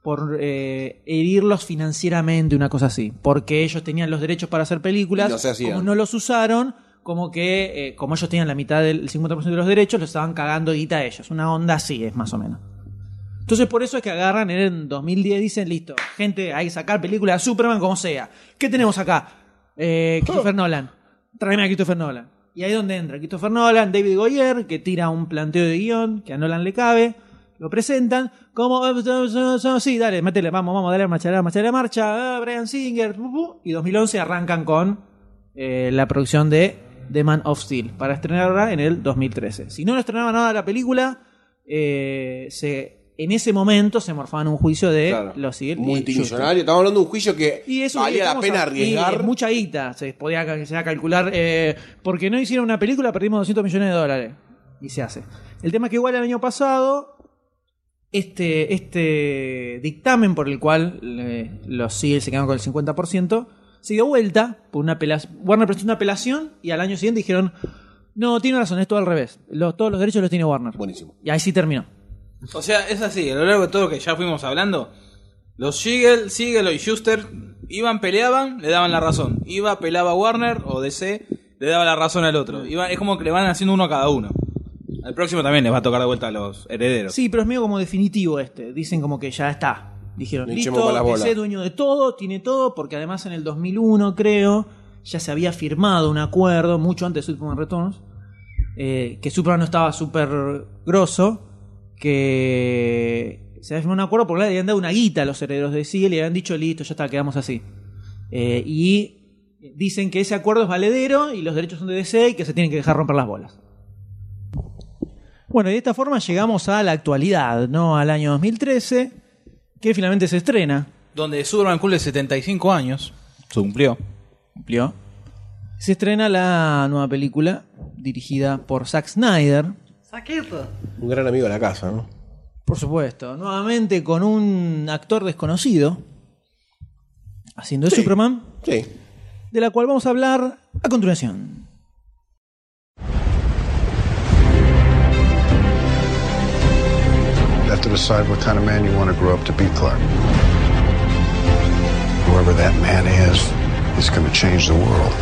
por eh, herirlos financieramente, una cosa así. Porque ellos tenían los derechos para hacer películas, Y no se hacían. como no los usaron, como que eh, como ellos tenían la mitad del el 50% de los derechos, los estaban cagando guita a ellos. Una onda así es más o menos. Entonces por eso es que agarran en 2010 dicen, listo, gente, hay que sacar película de Superman como sea. ¿Qué tenemos acá? Eh, Christopher Nolan. Tráeme a Christopher Nolan. Y ahí es donde entra Christopher Nolan, David Goyer, que tira un planteo de guión que a Nolan le cabe. Lo presentan como... eh, Sí, dale, métele, vamos, vamos, dale, marcha, marcha, marcha. ah, Brian Singer. pu, pu. Y 2011 arrancan con eh, la producción de The Man of Steel para estrenarla en el 2013. Si no lo estrenaba nada la película, eh, se, en ese momento se morfaban un juicio de Claro. los Siegel Eh, y Schuster. Multimillonario. Estamos hablando de un juicio que Y eso valía la estamos pena a- y arriesgar. es mucha guita se podía cal- se va a calcular. eh, porque no hicieron una película, perdimos 200 millones de dólares. Y se hace. El tema es que igual el año pasado, este, este dictamen por el cual eh, los Seals se quedaron con el 50%, se dio vuelta por una apelación. Warner presentó una apelación y al año siguiente dijeron, no, tiene razón, es todo al revés. Los- todos los derechos los tiene Warner. Buenísimo. Y ahí sí terminó. O sea, es así, a lo largo de todo lo que ya fuimos hablando, los Siegel, Siegel y Schuster iban, peleaban, le daban la razón. Iba, pelaba a Warner o DC, le daba la razón al otro. Iba- es como que le van haciendo uno a cada uno. Al próximo también les va a tocar de vuelta a los herederos. Sí, pero es medio como definitivo este. Dicen como que ya está. Dijeron, Le hinchemos listo, con la bola". es dueño de todo, tiene todo, porque además en el 2001, creo, ya se había firmado un acuerdo, mucho antes de Superman Returns, eh, que Superman no estaba súper grosso, que se había firmado un acuerdo porque le habían dado una guita a los herederos de Siegel y le habían dicho, listo, ya está, quedamos así. Eh, y dicen que ese acuerdo es valedero y los derechos son de DC y que se tienen que dejar romper las bolas. Bueno, y de esta forma llegamos a la actualidad, ¿no? Al año 2013, que finalmente se estrena. Donde Superman cumple 75 años, se cumplió. Cumplió. Se estrena la nueva película dirigida por Zack Snyder. Un gran amigo de la casa, ¿no? Por supuesto, nuevamente con un actor desconocido haciendo de Superman, Sí. de la cual vamos a hablar a continuación. You have to decide what kind of man you want to grow up to be, Clark. Whoever that man is, is going to change the world.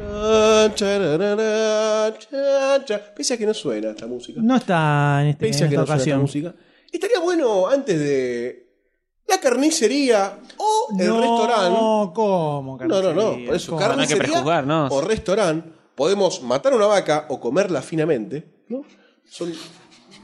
Cha, cha, ra, ra, ra, cha, cha, pese a que no suena esta música. No está en, este, Pese en a que esta no suena esta ocasión. música. Estaría bueno antes de la carnicería o el no, restaurante. ¿cómo? No, no, no. carnicería? Por eso, ¿Cómo? hay que carnicería prejuzgar, ¿no? o restaurante, podemos matar una vaca o comerla finamente, ¿no? Son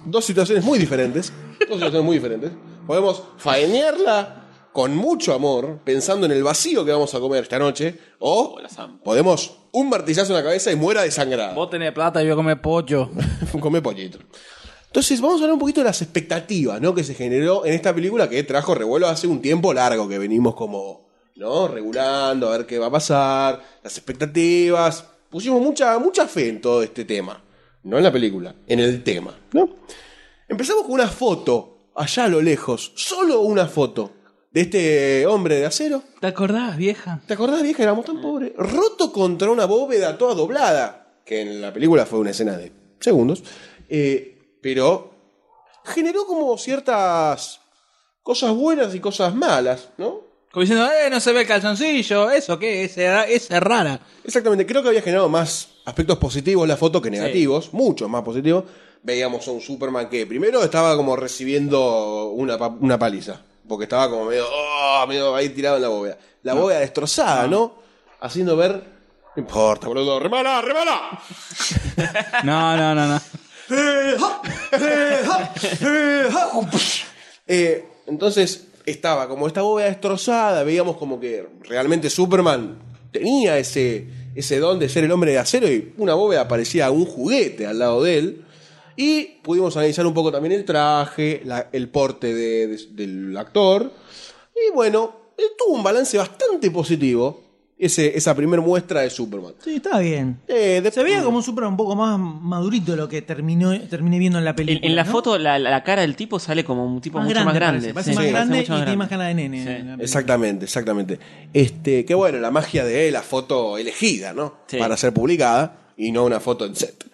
dos situaciones muy diferentes. Dos situaciones muy diferentes. Podemos faenearla con mucho amor, pensando en el vacío que vamos a comer esta noche, o la zampa. podemos un martillazo en la cabeza y muera desangrada. Vos tenés plata y yo comer pollo. Come pollito. Entonces, vamos a hablar un poquito de las expectativas, ¿no? Que se generó en esta película que trajo revuelo hace un tiempo largo que venimos como, ¿no? Regulando, a ver qué va a pasar, las expectativas. Pusimos mucha, mucha fe en todo este tema. No en la película, en el tema, ¿no? Empezamos con una foto, allá a lo lejos, solo una foto, de este hombre de acero. ¿Te acordás, vieja? ¿Te acordás, vieja? Éramos tan pobres. Roto contra una bóveda toda doblada. Que en la película fue una escena de segundos. eh, pero generó como ciertas cosas buenas y cosas malas, ¿no? Como diciendo, eh, no se ve el calzoncillo, eso qué, es, es rara. Exactamente, creo que había generado más aspectos positivos la foto que negativos, muchos más positivos. Veíamos a un Superman que primero estaba como recibiendo una, pa- una paliza, porque estaba como medio, "Oh", medio ahí tirado en la bóveda. La bóveda destrozada, ¿no? Haciendo ver, no importa, boludo, remala, remala. No, no, no, no. Eh, entonces estaba como esta bóveda destrozada, veíamos como que realmente Superman tenía ese, ese don de ser el hombre de acero y una bóveda parecía un juguete al lado de él. Y pudimos analizar un poco también el traje, la- el porte de- de- del actor. Y bueno, eh, tuvo un balance bastante positivo ese, esa primera muestra de Superman. Sí, estaba bien. Eh, de- Se veía como un Superman un poco más madurito de lo que terminó, terminé viendo en la película. En, en la ¿no? foto la, la cara del tipo sale como un tipo Más mucho grande, más grande. Parece, Parece Sí, más parece grande mucho y más tiene grande. más cara de nene. Sí. en la película. Exactamente, exactamente. Este, que bueno, la magia de la foto elegida, ¿no? Sí. Para ser publicada y no una foto en set.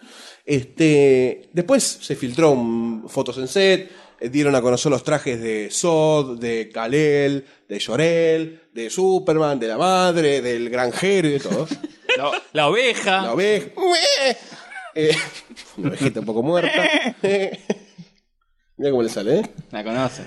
Este, después se filtró un- fotos en set, eh, dieron a conocer los trajes de Sod, de Kalel, de Llorel, de Superman, de la madre, del granjero y de todo. La, la oveja. La oveja. Eh, una ovejita un poco muerta. Mira cómo le sale, ¿eh? La conoce.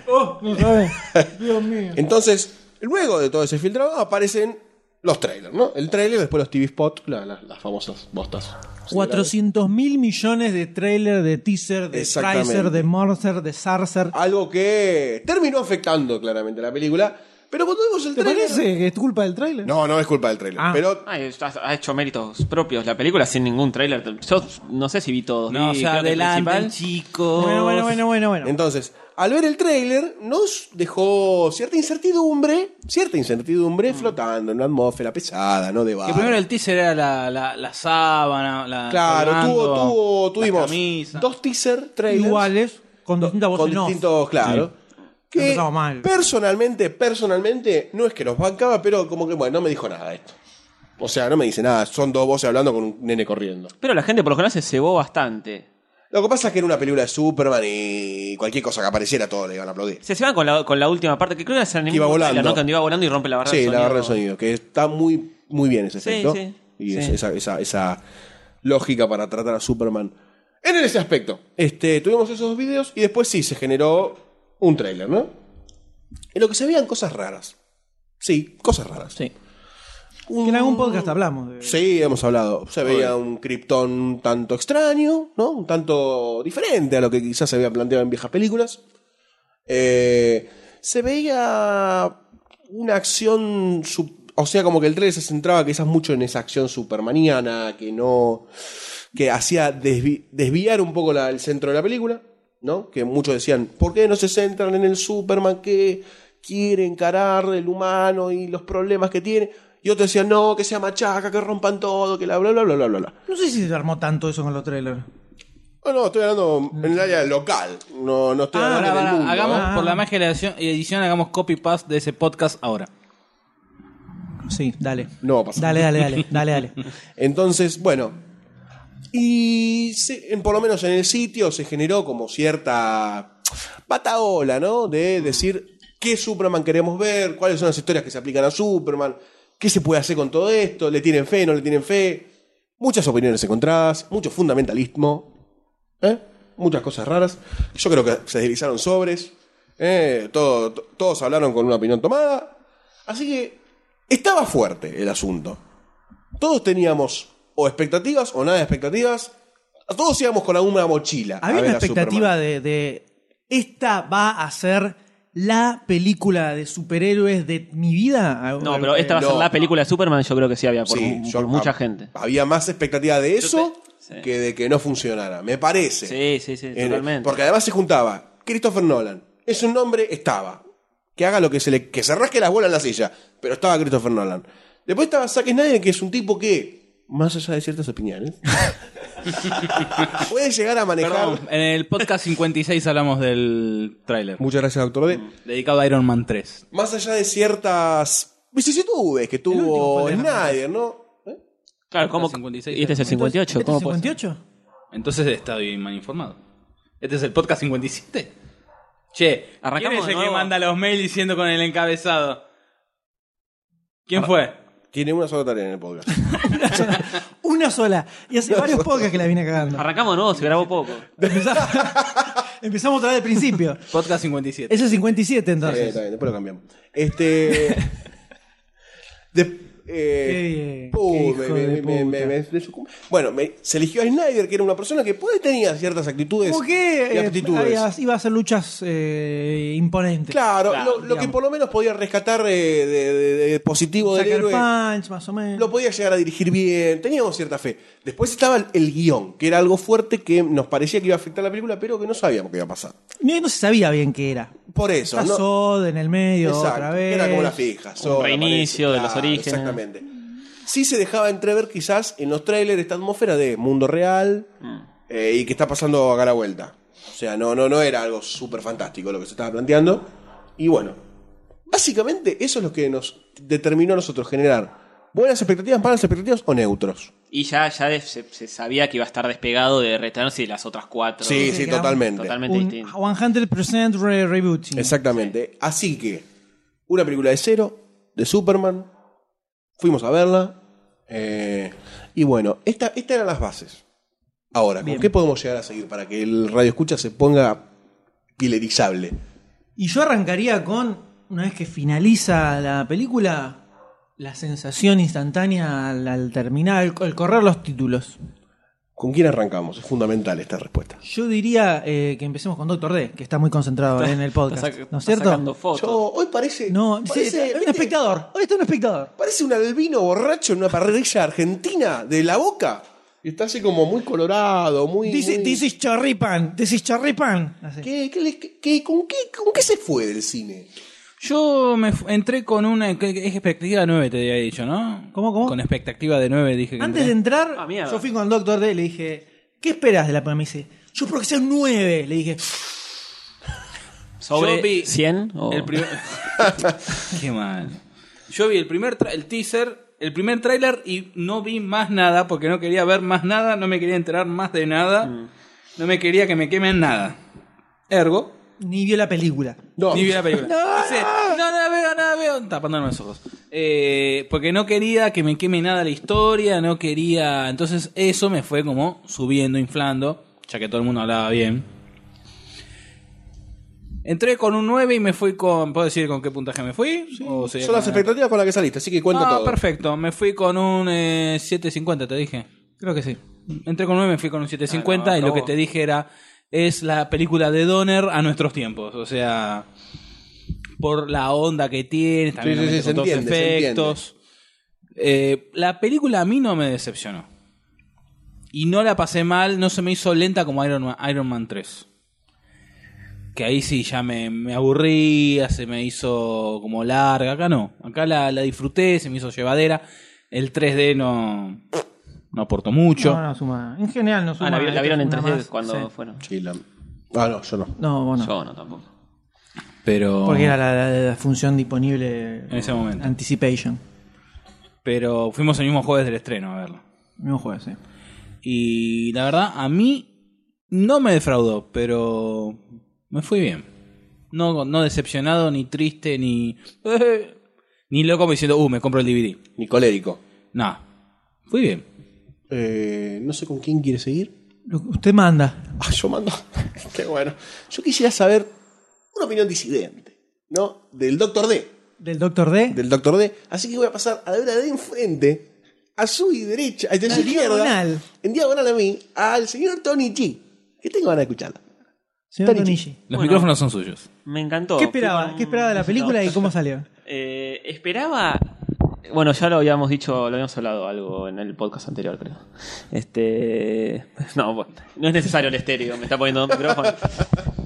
Entonces, luego de todo ese filtrado aparecen los trailers, ¿no? El trailer, después los TV spot, la- la- las famosas bostas. 400 mil millones de trailer, de teaser, de Exactamente. Ah, Tracer, de Morser, de Sarcer. Algo que terminó afectando claramente la película, pero cuando vemos el ¿Te trailer... parece que es culpa del trailer? No, no es culpa del trailer, Ah. pero... Ay, está- ha hecho méritos propios la película sin ningún tráiler. Yo no sé si vi todos. No, vi, se creo que el adelantan, principal. chicos. Bueno, bueno, bueno, bueno, bueno. Entonces, al ver el trailer, nos dejó cierta incertidumbre, cierta incertidumbre flotando en una atmósfera pesada, ¿no de Mm. Que barro. primero el teaser era la, la, la sábana, la. Claro, colgando, tuvo, tuvo, la tuvimos camisa. dos teaser trailers. Iguales, con distintas voces con en off. distintos, claro. Que Empezamos mal. personalmente, personalmente, no es que los bancaba, pero como que, bueno, no me dijo nada esto. O sea, no me dice nada. Son dos voces hablando con un nene corriendo. Pero la gente por lo general se cebó bastante. Lo que pasa es que era una película de Superman y cualquier cosa que apareciera, todo le iban a aplaudir. Se ceban con la, con la última parte, que creo que era el Que iba volando. ¿no? Cuando iba volando y rompe la barra Sí, del la sonido. barra de sonido, que está muy, muy bien ese Sí, efecto. sí, y sí. es- Esa, esa- esa lógica para tratar a Superman. En ese aspecto. Este, tuvimos esos videos y después sí, se generó un tráiler, ¿no? En lo que se veían cosas raras. Sí, cosas raras. Sí. Que en algún podcast hablamos. de- Sí, hemos hablado. Se veía un Krypton un tanto extraño, ¿no? Un tanto diferente a lo que quizás se había planteado en viejas películas. Eh, se veía una acción. sup- O sea, como que el trailer se centraba quizás mucho en esa acción supermaniana que no. que hacía desvi- desviar un poco la- el centro de la película, ¿no? Que muchos decían, ¿por qué no se centran en el Superman que quiere encarar el humano y los problemas que tiene? Y otros decían, no, que sea machaca, que rompan todo, que la bla bla bla bla bla bla. No sé si se armó tanto eso con los trailers. No, no, estoy hablando en el área local, no, no estoy Ah, hablando Pará, del pará, mundo. hagamos, ¿eh? ¿eh? por la magia de la edición, edición, hagamos copy-paste de ese podcast ahora. Sí, dale. No va a pasar. Dale, dale, dale, dale, dale. Entonces, bueno. Y se- en- por lo menos en el sitio se generó como cierta pataola, ¿no? De decir qué Superman queremos ver, cuáles son las historias que se aplican a Superman, qué se puede hacer con todo esto, le tienen fe, no le tienen fe. Muchas opiniones encontradas, mucho fundamentalismo, ¿eh? muchas cosas raras. Yo creo que se deslizaron sobres, ¿eh? Todo- to- todos hablaron con una opinión tomada. Así que estaba fuerte el asunto. Todos teníamos o expectativas o nada de expectativas. Todos íbamos con alguna mochila. a Había ver una a Superman. expectativa de, de, Esta va a ser la película de superhéroes de mi vida. No, pero esta va a no. ser la película de Superman, yo creo que sí había por, Sí, mu- yo- por mucha hab- gente. Había más expectativa de eso te- sí. que de que no funcionara, me parece. Sí, sí, sí, En- totalmente. Porque además se juntaba Christopher Nolan. Es un nombre, estaba. Que haga lo que se le. que se rasque las bolas en la silla. Pero estaba Christopher Nolan. Después estaba Zack Snyder, que es un tipo que, más allá de ciertas opiniones, puede llegar a manejar. Perdón, en el podcast 56 hablamos del tráiler Muchas gracias, doctor D. dedicado a Iron Man 3. Más allá de ciertas vicisitudes que tuvo fue el de las Snyder, ¿no? Claro, ¿cómo? 56, Y este es el 58. ¿Este ¿cómo es puede ser? 58? Entonces estoy mal informado. Este es el podcast 57. Che, ¿quién Arrancamos es de el que nuevo. manda los mails diciendo con el encabezado? ¿Quién fue? Tiene una sola tarea en el podcast. Una sola. Y hace varios podcasts que la viene cagando. Arrancamos no, se grabó poco. Empezamos, empezamos otra vez del principio. Podcast 57. Es el 57 Eh, entonces. está bien, después lo cambiamos. Este. de- eh, Qué- qué uh, hijo me- de me- me- puta. me- me- me sucum- Bueno, me- se eligió a Snyder, que era una persona que puede tenía ciertas actitudes. Como que y eh, aptitudes. había- iba a hacer luchas eh, imponentes. Claro, lo- lo, que digamos. por lo menos podía rescatar eh, de, de- de positivo del Sucker héroe. Punch, más o menos. Lo podía llegar a dirigir bien, teníamos cierta fe. Después estaba el, el guión, que era algo fuerte que nos parecía que iba a afectar la película, pero que no sabíamos que iba a pasar. Ni- No se sabía bien qué era. Por eso, Está ¿no? Zod en el medio otra Exacto, vez. Era como una fija. sola, reinicio de los orígenes. Exactamente. Sí se dejaba entrever quizás en los trailers esta atmósfera de mundo real Mm. eh, y que está pasando acá a la vuelta. O sea, no, no, no era algo súper fantástico lo que se estaba planteando. Y bueno, básicamente eso es lo que nos determinó a nosotros generar buenas expectativas, malas expectativas o neutros. Y ya, ya de- se, se sabía que iba a estar despegado de Returns y las otras cuatro. Sí, sí, sí, quedamos totalmente. Totalmente Un distinto. 100% re- reboot. sí. Exactamente. Así que, una película de cero, de Superman. Fuimos a verla. eh, y bueno, esta- estas eran las bases. Ahora, ¿con Bien. qué podemos llegar a seguir para que el radio escucha se ponga pilerizable? Y yo arrancaría con, una vez que finaliza la película, la sensación instantánea al, al terminar, al, al correr los títulos. ¿Con quién arrancamos? Es fundamental esta respuesta. Yo diría eh, que empecemos con Doctor D, que está muy concentrado en el podcast. Está sac- ¿No es está sacando cierto? fotos. Yo, hoy parece. No, parece, sí, hay un ¿viste? espectador. Hoy está un espectador. Parece un albino borracho en una parrilla argentina de la boca. Y está así como muy colorado, muy. This, is- muy- this is chorripan, this is chorripan. Así. ¿Qué- qué le- qué- qué- con, qué, ¿Con qué se fue del cine? Yo me fu- entré con una es expectativa 9, te había dicho, ¿no? ¿Cómo, cómo? Con expectativa de 9 dije que Antes de entré. entrar, Ah, mierda. yo fui con el Doctor D y le dije, ¿qué esperas de la película? Me dice, yo espero que sea un 9. Le dije, Sobre Yo vi 100 o... El primer- Qué mal. Yo vi el primer tra- el teaser, el primer tráiler y no vi más nada porque no quería ver más nada, no me quería enterar más de nada, no me quería que me quemen nada. Ergo, ni vio la película. No. ni vi la película. Dice, no, nada veo, nada veo, tapándome los ojos. Eh, porque no quería que me queme nada la historia, no quería... Entonces eso me fue como subiendo, inflando, ya que todo el mundo hablaba bien. Entré con un 9 y me fui con... ¿Puedo decir con qué puntaje me fui? ¿O sería Son las con- expectativas con las que saliste, así que cuenta ah, todo. perfecto. Me fui con un eh, 7.50, te dije. Creo que sí. Entré con 9, me fui Ah, con un 7.50 y lo que te dije era, es la película de Donner a nuestros tiempos. O sea, por la onda que tiene, también Sí, le sí, sí, meten se otros entiende, se efectos. Eh, la película a mí no me decepcionó. Y no la pasé mal, no se me hizo lenta como Iron Man, Iron Man 3. Que ahí sí ya me, me aburría, se me hizo como larga. Acá no. Acá la, la disfruté, se me hizo llevadera. El 3D no, no aportó mucho. No, no suma. En general no suma. Ah, la, vi- la Esta vieron en es una 3D más, cuando sí. fueron. Sí, la- Ah, no, yo no. No, bueno. Yo no, tampoco. Pero. Porque era la, la- la función disponible. En ese momento. Anticipation. Pero fuimos el mismo jueves del estreno a verlo. Mismo jueves, sí. Y la verdad, a mí no me defraudó, pero me fui bien. No, no decepcionado, ni triste, ni. ni loco como diciendo, uh, me compro el DVD. Ni colérico. Nada. Fui bien. Eh, no sé con quién quiere seguir. Lo que usted manda. Ah, yo mando. Qué bueno. Yo quisiera saber una opinión disidente, ¿no? Del Doctor D. Del Doctor D. Del Doctor D. Así que voy a pasar a la hora de enfrente, a su derecha, a su En izquierda, diagonal. en diagonal a mí, al señor Tony G. Que tengo ganas de escucharla. Ah, Señor Tonichi. Tonichi. Los Bueno. micrófonos son suyos. Me encantó. ¿Qué esperaba? Fueron- ¿Qué esperaba de la película y cómo salió? Eh, esperaba. Bueno, ya lo habíamos dicho, lo habíamos hablado algo en el podcast anterior, creo. Este. No, bueno, no es necesario el estéreo, me está poniendo un micrófono.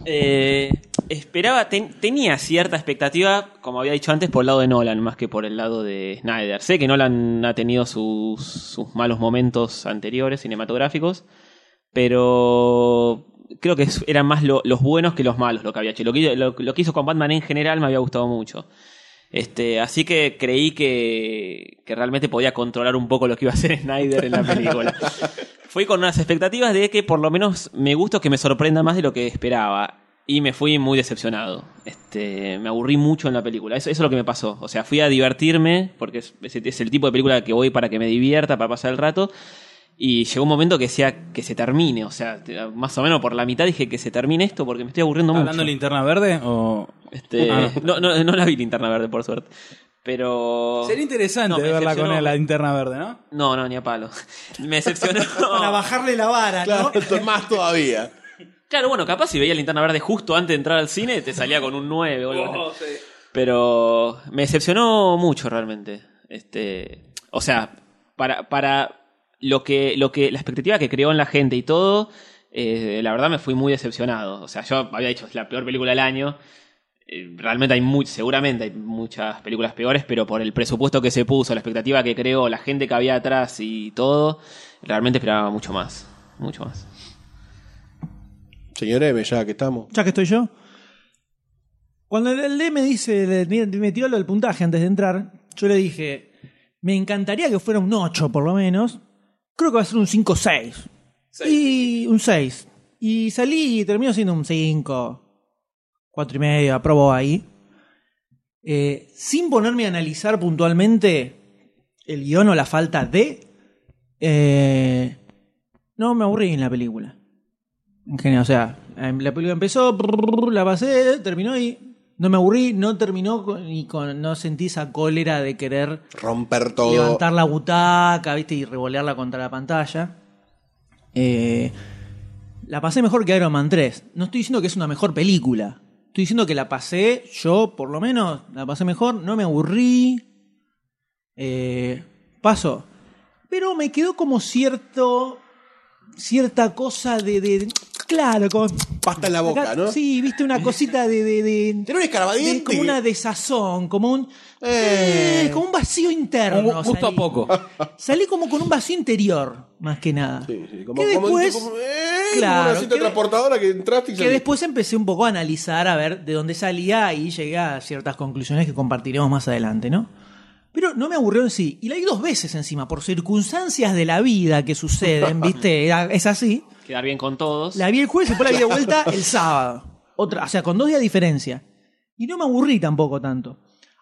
Eh, esperaba, ten- tenía cierta expectativa, como había dicho antes, por el lado de Nolan, más que por el lado de Snyder. Sé que Nolan ha tenido sus, sus malos momentos anteriores cinematográficos, pero creo que es- eran más lo- los buenos que los malos lo que había hecho. Lo que, lo- lo que hizo con Batman en general me había gustado mucho. Este, así que creí que, que realmente podía controlar un poco lo que iba a hacer Snyder en la película. fui con unas expectativas de que por lo menos me gusta que me sorprenda más de lo que esperaba. Y me fui muy decepcionado. Este, me aburrí mucho en la película. Eso, eso es lo que me pasó. O sea, fui a divertirme, porque es, es- es el tipo de película que voy para que me divierta, para pasar el rato. Y llegó un momento que decía que se termine. O sea, te- más o menos por la mitad dije que se termine esto porque me estoy aburriendo ¿Hablando mucho. de linterna verde o.? Este, Ah, no, no, no la vi linterna verde, por suerte. Pero. Sería interesante No, me verla con decepcionó. él, la linterna verde, ¿no? No, no, ni a palo. Me decepcionó. Para bajarle la vara, ¿no? más todavía. claro, bueno, capaz si veía linterna verde justo antes de entrar al cine, te salía con un 9 o algo. así. Pero me decepcionó mucho realmente. Este, o sea, para, para lo que, lo que, la expectativa que creó en la gente y todo, eh, la verdad me fui muy decepcionado. O sea, yo había dicho, es la peor película del año. Eh, Realmente hay muy, seguramente hay muchas películas peores, pero por el presupuesto que se puso, la expectativa que creó, la gente que había atrás y todo, realmente esperaba mucho más. Mucho más. Señor M, ya que estamos. Ya que estoy yo. Cuando el- el D me dice, le- me me tiró lo del puntaje antes de entrar, yo le dije, me encantaría que fuera un 8 por lo menos. Creo que va a ser un 5-6. Y un 6. Y salí y terminó siendo un 5. 4 y medio, aprobó ahí. Eh, sin ponerme a analizar puntualmente el guión o la falta de... eh, no me aburrí en la película. En general, o sea, em, la película empezó, prrr, la pasé, terminó y no me aburrí, no terminó con- y con, no sentí esa cólera de querer Romper todo. levantar la butaca, ¿viste? Y revolearla contra la pantalla. Eh, la pasé mejor que Iron Man 3. No estoy diciendo que es una mejor película. Estoy diciendo que la pasé, yo por lo menos, la pasé mejor, no me aburrí. Eh, paso. Pero me quedó como cierto. cierta cosa de. de- claro, como. Pasta en la boca, acá- ¿no? Sí, viste una cosita de. de, de- Tener un de- escarabadiente. como una desazón, como un. Eh. eh, como un vacío interno. Un gu- gusto a salí. poco. Salí como con un vacío interior, más que nada. Sí, sí, que después, como- ¡Eh! Como claro, una cinta que- transportadora que entraste y que saliste. después empecé un poco a analizar a ver de dónde salía y llegué a ciertas conclusiones que compartiremos más adelante, ¿no? Pero no me aburrió en sí. Y la vi dos veces encima, por circunstancias de la vida que suceden, ¿viste? Era- es así. Quedar bien con todos. La vi el jueves y después la vi de vuelta el sábado. Otra, o sea, con dos días de diferencia. Y no me aburrí tampoco tanto.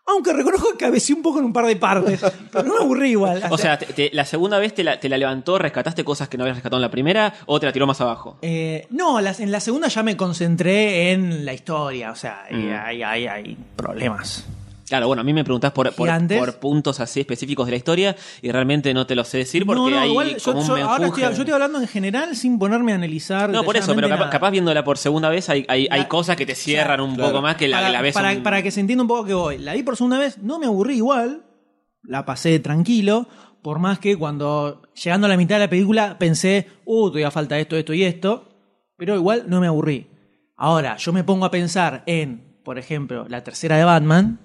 Aunque reconozco que cabeceé un poco en un par de partes. Pero no me aburrí igual. O sea, te- te- la segunda vez te la, te la levantó, rescataste cosas que no habías rescatado en la primera o te la tiró más abajo. Eh, no, las- en la segunda ya me concentré en la historia. O sea, y Mm. hay, hay, hay problemas. Claro, bueno, a mí me preguntás por, por, Gigantes. por puntos así específicos de la historia y realmente no te lo sé decir porque no, no, hay igual yo, como un yo- ahora estoy, menjuje. yo estoy hablando en general sin ponerme a analizar. No, por eso, pero detalladamente capaz, nada. capaz viéndola por segunda vez hay, hay, hay La- cosas que te cierran un poco más que la, para, la ves para- un- para que se entienda un poco que voy. La vi por segunda vez, no me aburrí igual, la pasé tranquilo, por más que cuando llegando a la mitad de la película pensé, uh, todavía falta esto, esto y esto, pero igual no me aburrí. Ahora, yo me pongo a pensar en, por ejemplo, la tercera de Batman,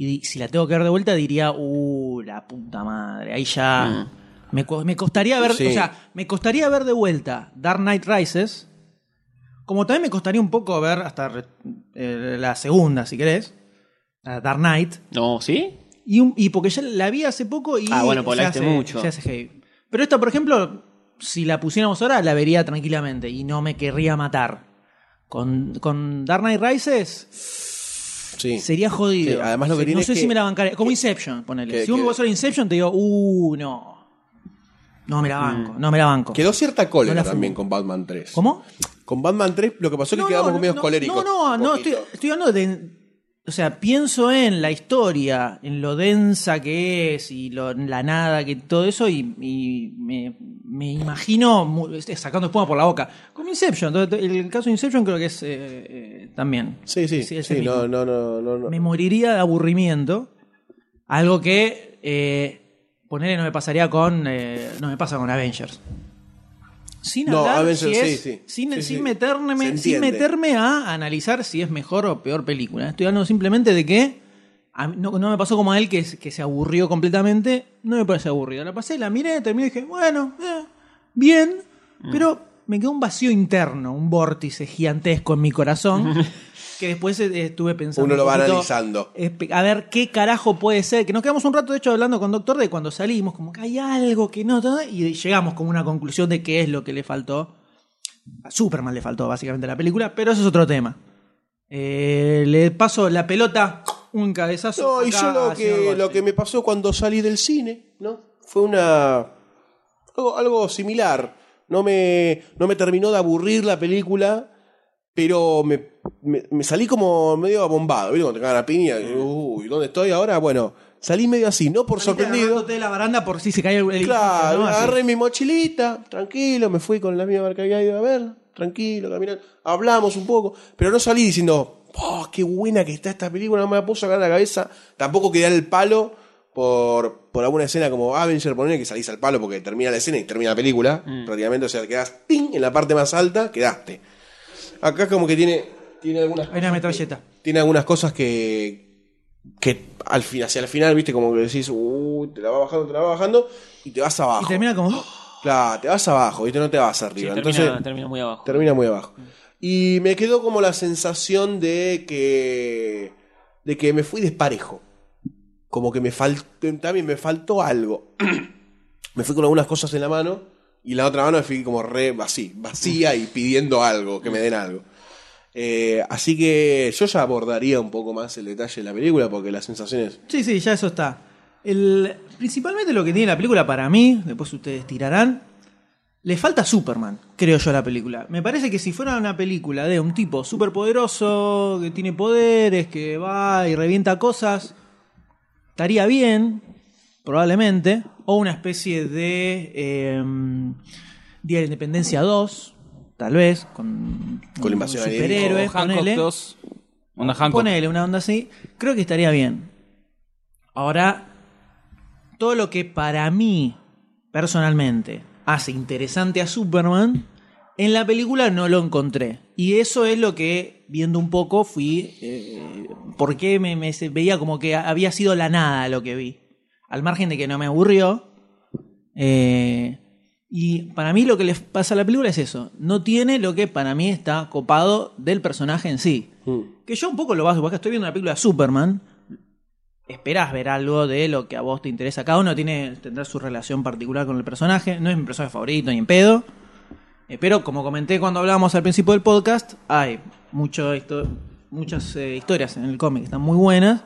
y di- si la tengo que ver de vuelta diría, uh, la puta madre, ahí ya... Mm. Me, co- me costaría ver, Sí. o sea, me costaría ver de vuelta Dark Knight Rises, como también me costaría un poco ver hasta re- eh, la segunda, si querés. la Dark Knight. No, ¿sí? Y, un- y porque ya la vi hace poco y. Ah, bueno, porque se la viste hace- mucho. se hace heavy. Pero esta, por ejemplo, si la pusiéramos ahora, la vería tranquilamente y no me querría matar. Con, con Dark Knight Rises Sí. sería jodido. Sí, además lo que Se- tiene no es sé que- si me la bancaría. Como Inception, ponele. que- si vos que- vas a ver Inception, te digo, uh, no. No me la banco, no me la banco. Mm. Quedó cierta cólera No la también con Batman 3. ¿Cómo? Con Batman 3 lo que pasó es que quedamos medio coléricos. No, no, no, Poquito. estoy, estoy hablando de. O sea, pienso en la historia, en lo densa que es y lo- la nada, que todo eso, y, y me, me imagino mu- este, sacando espuma por la boca. Como Inception, todo- todo- el caso de Inception creo que es eh, eh, también. Sí, sí, sí, es el mismo. no, no, no, no, no. Me moriría de aburrimiento. Algo que eh, ponerle no me pasaría con. eh, no me pasa con Avengers. Sin No, hablar Avengers, si es- sí, sí. Sin, Sí, sin sí. Se meterme, sin entiende. meterme a analizar si es mejor o peor película. Estoy hablando simplemente de que. a mí- no, no me pasó como a él que, es- que se aburrió completamente. No me parece aburrido. La pasé, la miré, terminé y dije, bueno, eh, bien, Mm. pero me quedó un vacío interno, un vórtice gigantesco en mi corazón. que después eh, estuve pensando. Uno lo un va poquito, analizando. espe- A ver qué carajo puede ser. Que nos quedamos un rato, de hecho, hablando con Doctor de cuando salimos, como que hay algo que no. ta, Y llegamos como a una conclusión de qué es lo que le faltó. A Superman le faltó, básicamente, a la película, pero eso es otro tema. Eh, le paso la pelota, un cabezazo. No, y acá yo lo al señor que, Goldstein. lo que me pasó cuando salí del cine, ¿no? Fue una. Algo, algo similar. No me, no me terminó de aburrir la película, pero me, me- me salí como medio abombado. ¿Viste? Cuando te cagan la piña, que, uy, ¿dónde estoy ahora? Bueno, salí medio así, no por Saliste sorprendido. agarrándote de la baranda por si se cae el el edificio, Claro, ¿no? Así. agarré mi mochilita, tranquilo, me fui con la misma marca que había ido a ver, tranquilo, caminando, hablamos un poco, pero no salí diciendo, oh, qué buena que está esta película, no me la puedo sacar de la cabeza, tampoco quedé el palo por, por alguna escena como Avenger, poner que salís al palo porque termina la escena y termina la película, Mm. prácticamente, o sea, quedás ting, en la parte más alta, quedaste. Acá como que tiene, tiene algunas Hay una metralleta. tiene algunas cosas que que al fin, hacia el final, viste, como que decís, uy, te la va bajando, te la va bajando, y te vas abajo. Y termina como. ¡oh! Claro, te vas abajo, viste, no te vas Sí, arriba. termina, Entonces termina muy abajo. termina muy abajo. Y me quedó como la sensación de que de que me fui desparejo. Como que me faltó también me faltó algo. me fui con algunas cosas en la mano y la otra mano me fui como re así, vacía y pidiendo algo, que me den algo. Eh, así que yo ya abordaría un poco más el detalle de la película porque las sensaciones Sí, sí, ya eso está. El, principalmente lo que tiene la película para mí, después ustedes tirarán, le falta Superman, creo yo, a la película. Me parece que si fuera una película de un tipo superpoderoso, que tiene poderes, que va y revienta cosas, estaría bien, probablemente, o una especie de em, Día de la Independencia 2, tal vez, con, Con la un invasión superhéroe, O Hancock ponele. 2. Onda Hancock. Ponele una onda así. Creo que estaría bien. Ahora, todo lo que para mí, personalmente, hace interesante a Superman, en la película no lo encontré. Y eso es lo que, viendo un poco, fui. eh, porque me, me se- veía como que había sido la nada lo que vi. Al margen de que no me aburrió. eh, y para mí lo que les pasa a la película es eso. No tiene lo que para mí está copado del personaje en sí. Que yo un poco lo vas, vos que estoy viendo una película de Superman, esperás ver algo de lo que a vos te interesa. Cada uno tiene, tendrá su relación particular con el personaje. No es mi personaje favorito ni en pedo. Eh, pero como comenté cuando hablábamos al principio del podcast, hay mucho histo- muchas eh, historias en el cómic que están muy buenas.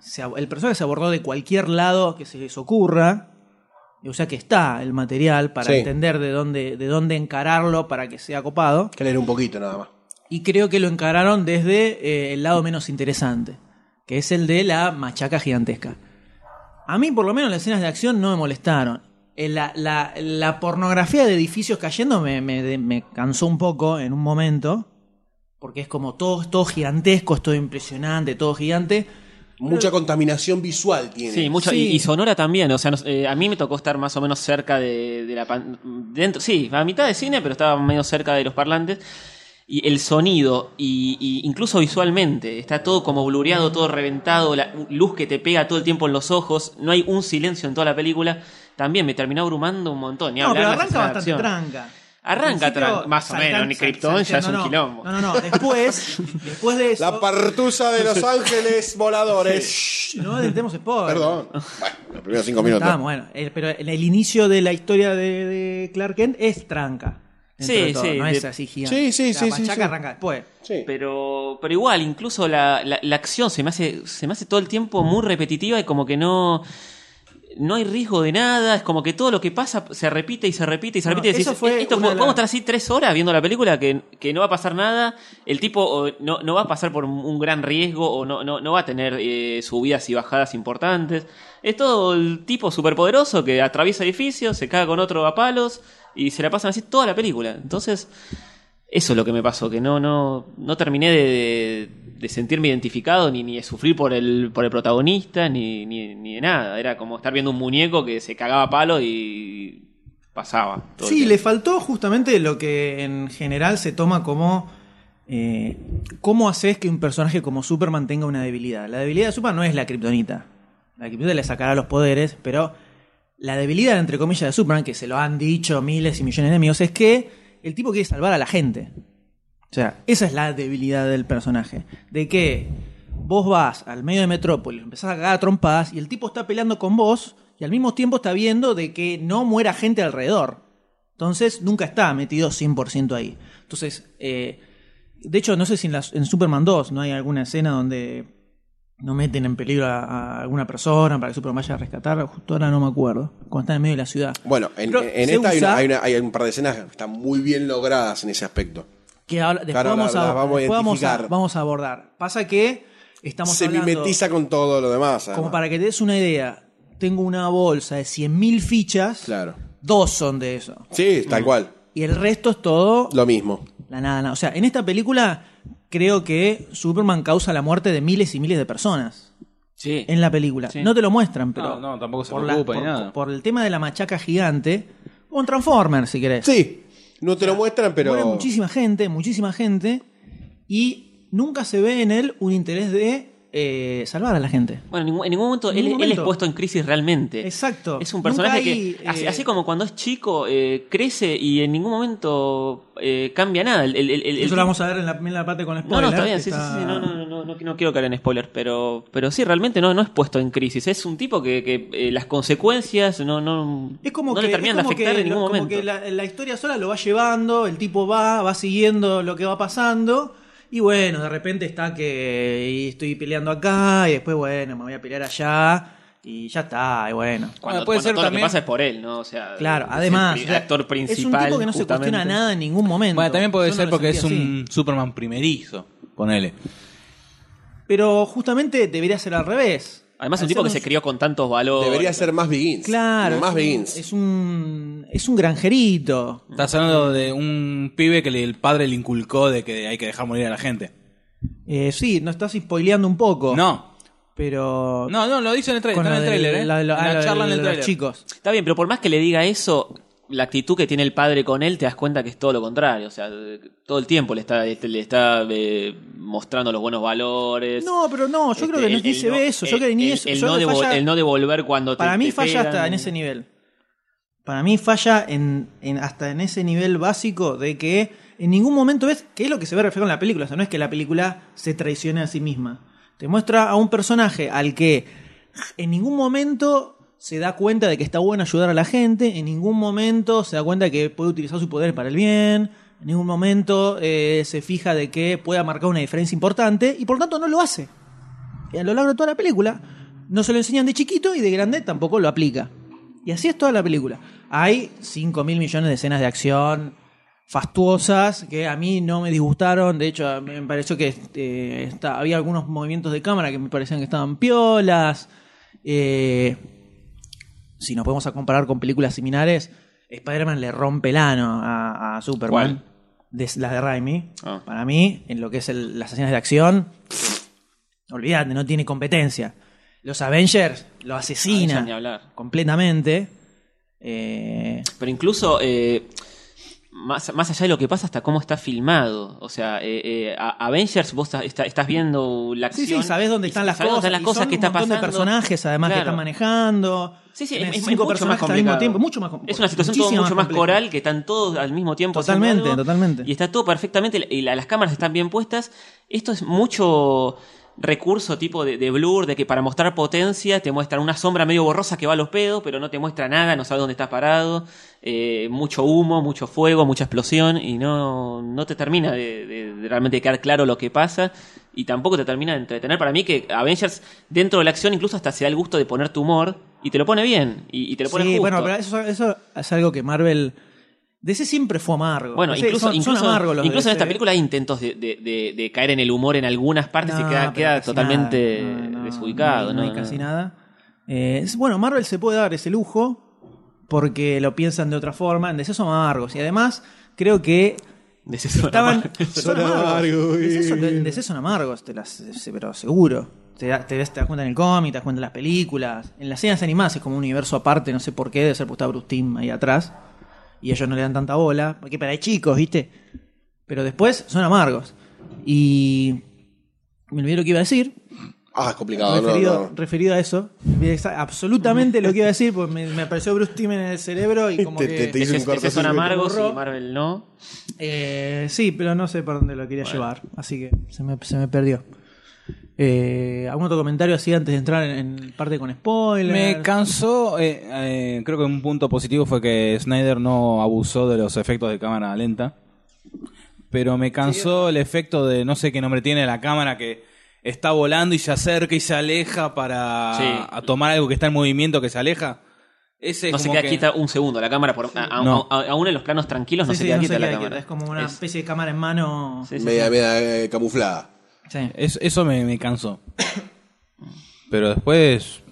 Se ab- el personaje se abordó de cualquier lado que se les ocurra. O sea que está el material para Sí. entender de dónde, de dónde encararlo para que sea copado. que leer un poquito nada más. Y creo que lo encararon desde eh, el lado menos interesante, que es el de la machaca gigantesca. A mí, por lo menos, las escenas de acción no me molestaron. Eh, La, la- la pornografía de edificios cayendo me, me- me cansó un poco en un momento, porque es como todo, todo gigantesco, es todo impresionante, todo gigante. Mucha contaminación visual tiene. Sí, mucho, Sí. Y, y Sonora también. O sea, no- eh, a mí me tocó estar más o menos cerca de, de la pan- dentro, sí, a mitad de cine, pero estaba medio cerca de los parlantes. Y el sonido, y, y incluso visualmente, está todo como blureado, todo reventado, la luz que te pega todo el tiempo en los ojos, no hay un silencio en toda la película. También me terminó abrumando un montón. Ni No, hablar pero de las arranca escenas de bastante acción. tranca. Arranca Al principio, tran- más o saltan- menos, ni sal- Krypton ya es un salteando, no. quilombo. No, no, no. Después, después de eso. La partusa de Los Ángeles voladores. no detemos spoiler. Perdón. Bueno, los primeros cinco Está, minutos. bueno, eh, pero en el inicio de la historia de, de Clark Kent es tranca. dentro Sí, de todo, sí, No de- es así gigante. Sí, sí, la sí, sí, machaca sí. arranca después. Sí. Pero, pero igual, incluso la, la, la acción se me hace, se me hace todo el tiempo muy repetitiva y como que no. no hay riesgo de nada, es como que todo lo que pasa se repite y se repite y se Bueno, repite. Y eso dices, fue esto, una de podemos las- estar así tres horas viendo la película que, que no va a pasar nada, el tipo o, no, no va a pasar por un gran riesgo o no, no, no va a tener eh, subidas y bajadas importantes. Es todo el tipo superpoderoso que atraviesa edificios, se caga con otro a palos y se la pasan así toda la película. Entonces... Eso es lo que me pasó, que no, no, no terminé de, de sentirme identificado ni, ni de sufrir por el, por el protagonista, ni, ni, ni de nada. Era como estar viendo un muñeco que se cagaba a palo y pasaba. todo el Sí, le tiempo. faltó justamente lo que en general se toma como. eh, ¿Cómo haces que un personaje como Superman tenga una debilidad? La debilidad de Superman no es la kriptonita. La kriptonita le sacará los poderes, pero la debilidad, entre comillas, de Superman, que se lo han dicho miles y millones de amigos, es que el tipo quiere salvar a la gente. O sea, esa es la debilidad del personaje. De que vos vas al medio de Metrópolis, empezás a cagar a trompadas y el tipo está peleando con vos y al mismo tiempo está viendo de que no muera gente alrededor. Entonces nunca está metido 100% ahí. Entonces, eh, de hecho, no sé si en, las- en Superman 2 no hay alguna escena donde no meten en peligro a, a alguna persona para que Superman vaya a rescatarla. Justo ahora no me acuerdo. Cuando está en el medio de la ciudad. Bueno, en, Pero en se esta hay, una- usa- hay una- hay un par de escenas que están muy bien logradas en ese aspecto. Que ahora- después Claro, la- vamos, a, la vamos a después vamos a- identificar. vamos a abordar. Pasa que estamos Se hablando- mimetiza con todo lo demás. Como además. para que te des una idea, tengo una bolsa de 100.000 fichas. Claro. Dos son de eso. Sí, tal cual. Y el resto es todo Lo mismo. la nada, nada. O sea, en esta película creo que Superman causa la muerte de miles y miles de personas. Sí. En la película. Sí. No te lo muestran, pero. No, no, tampoco se por preocupa la- ni por- nada. Por el tema de la machaca gigante, un Transformer, si querés. Sí, no te lo muestran, pero. Muere muchísima gente, muchísima gente. Y nunca se ve en él un interés de eh, salvar a la gente. Bueno, en ningún, en ningún momento, En él, ningún él es momento. puesto en crisis realmente. Exacto. Eh, Es un Nunca personaje hay, que, así, eh, así como cuando es chico, eh, crece y en ningún momento eh, cambia nada. El- el- el- el Eso lo tipo- vamos a ver en la, en la parte con No, spoiler. no, está bien, que sí, sí, está- sí, no, no, no, no, no- no quiero caer en spoiler, pero, pero sí, realmente no, no es puesto en crisis. Es un tipo que, que, eh, las consecuencias no, no, Es como no que, le terminan es como de afectar que- en ningún como momento. que la, la historia sola lo va llevando, el tipo va, va siguiendo lo que va pasando. Y bueno, de repente está que y estoy peleando acá, y después, bueno, me voy a pelear allá, y ya está, y bueno. Cuando, Bueno, puede cuando ser todo lo también- que pasa es por él, ¿no? O sea, Claro, Eh, es el además. pri- o sea, actor principal. Es un tipo que no se justamente. cuestiona nada en ningún momento. Bueno, también puede Yo no ser lo porque es sentí así. un Superman primerizo. Ponele. Pero justamente debería ser al revés. Además, un Al tipo ser que se crió con tantos valores. Debería ser más Begins. Claro. Más es un- Begins. Es un, es un granjerito. Estás hablando de un pibe que le- el padre le inculcó de que hay que dejar morir a la gente. Eh, sí, no estás spoileando un poco. No. Pero. No, no, lo dice en el trailer. Oh. con Está en lo del- el trailer, ¿eh? la- la- en la la- charla en la- el los trailer. chicos. Está bien, pero por más que le diga eso, la actitud que tiene el padre con él, te das cuenta que es todo lo contrario. O sea, todo el tiempo le está, este, le está eh, mostrando los buenos valores. No, pero no, yo creo que Este, no el- ni el se no- ve eso. Yo el- creo que ni el- eso. El, yo no, creo que devo- falla- el no devolver cuando te- para te mí falla pegan. Ah, hasta en ese nivel. Para mí falla en, en- hasta en ese nivel básico de que en ningún momento ves que es lo que se ve reflejado en la película. O sea, no es que la película se traicione a sí misma. Te muestra a un personaje al que en ningún momento se da cuenta de que está bueno ayudar a la gente, en ningún momento se da cuenta de que puede utilizar su poder para el bien, en ningún momento eh, se fija de que pueda marcar una diferencia importante y por tanto no lo hace. Y a lo largo de toda la película no se lo enseñan de chiquito y de grande tampoco lo aplica. Y así es toda la película. Hay 5 mil millones de escenas de acción fastuosas que a mí no me disgustaron. De hecho, a mí me pareció que eh, está- había algunos movimientos de cámara que me parecían que estaban piolas. Eh, si nos podemos a comparar con películas similares, Spider-Man le rompe el ano a, a Superman. De, las de Raimi. Ah. Para mí, en lo que es el- las escenas de acción, olvídate, no tiene competencia. Los Avengers lo Ah, ya ni asesinan hablar. completamente. Eh, Pero incluso eh, más, más allá de lo que pasa, hasta cómo está filmado. O sea, eh, eh, a- Avengers, vos está- está- estás viendo la sí, acción. sí, sabés dónde están y- las sabés cosas. dónde están y las cosas son que un está montón pasando. de personajes, además, que Claro. están manejando. Sí, sí, es, Tenés es- es cinco mucho más personajes al mismo complicado. tiempo. Mucho más com- es una situación todo muchísimo mucho más compleja. coral que están todos al mismo tiempo. haciendo Totalmente, algo, totalmente. Y está todo perfectamente. Y la- las cámaras están bien puestas. Esto es mucho recurso tipo de, de blur, de que para mostrar potencia te muestran una sombra medio borrosa que va a los pedos, pero no te muestra nada, no sabes dónde estás parado. eh, mucho humo, mucho fuego, mucha explosión y no, no te termina de, de- de realmente quedar claro lo que pasa. Y tampoco te termina de entretener. Para mí que Avengers, dentro de la acción, incluso hasta se da el gusto de poner tu humor Y te lo pone bien. Y, y te lo pone sí, justo. bueno, pero eso, eso es algo que Marvel. DC siempre fue amargo. Bueno, No sé, incluso, son- son incluso, amargos los este. incluso en DC. esta película hay intentos de, de- de- de caer en el humor en algunas partes y No, queda, pero queda casi totalmente nada. No, no, desubicado. No, hay- no hay casi nada. Eh, es- bueno, Marvel se puede dar ese lujo porque lo piensan de otra forma. En DC son amargos. Y además, creo que Necesito- estaban. son amargos. amargos, En DC son- bien. en DC son amargos, te las, se- pero seguro. Te, da- te, ves- te das cuenta en el cómic, te das cuenta en las películas. En las escenas animadas es como un universo aparte, no sé por qué, debe ser porque está Bruce Timm ahí atrás. Y ellos no le dan tanta bola, porque para chicos, ¿viste? Pero después son amargos. Y. Me olvidé lo que iba a decir. Ah, es complicado, no, referido, no. referido a eso. Me olvidé exa- Absolutamente lo que iba a decir, porque me, me apareció Bruce Timm en el cerebro y como Te- que. te- te hizo Ese- un corto ese son circuito. amargos y Borró. Marvel no. Eh, sí, pero no sé por dónde lo quería llevar, así que se me, se me perdió. Eh, ¿Algún otro comentario así antes de entrar en, en parte con spoilers? Me cansó, eh, eh, creo que un punto positivo fue que Snyder no abusó de los efectos de cámara lenta, pero me cansó el efecto de no sé qué nombre tiene la cámara que está volando y se acerca y se aleja para Sí. a tomar algo que está en movimiento que se aleja. Ese No se como queda que- quieta un segundo la cámara. Por, a- a- No. a- aún en los planos tranquilos no Sí, se sí, queda no se quieta la queda quieta, cámara. Es como una Es- especie de cámara en mano. sí, sí, Media, sí. media eh, camuflada. Sí. Es- eso me, me cansó. Pero después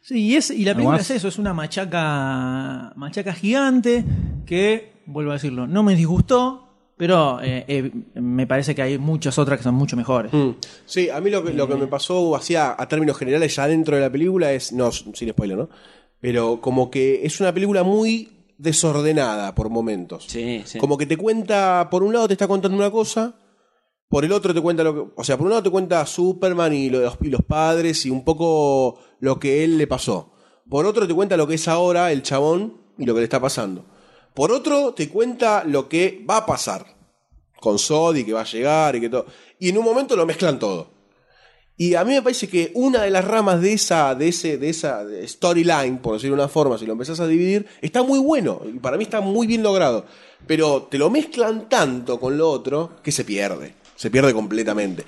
Sí, y, es, y la ¿Algo película más? es eso, es una machaca, machaca gigante que, vuelvo a decirlo, no me disgustó, pero eh, eh, me parece que hay muchas otras que son mucho mejores. Mm. Sí, a mí lo que, lo Eh. que me pasó así a, a términos generales ya dentro de la película es, no, s- sin spoiler, ¿no? Pero como que es una película muy desordenada por momentos. Sí, sí. Como que te cuenta, por un lado te está contando una cosa, por el otro te cuenta lo que... O sea, por un lado te cuenta Superman y los, y los padres y un poco lo que él le pasó. Por otro te cuenta lo que es ahora el chabón y lo que le está pasando. Por otro te cuenta lo que va a pasar con Sodi, que va a llegar y que todo. Y en un momento lo mezclan todo. Y a mí me parece que una de las ramas de esa, de ese, de esa storyline, por decirlo de una forma, si lo empezás a dividir, está muy bueno. Y para mí está muy bien logrado. Pero te lo mezclan tanto con lo otro que se pierde. Se pierde completamente.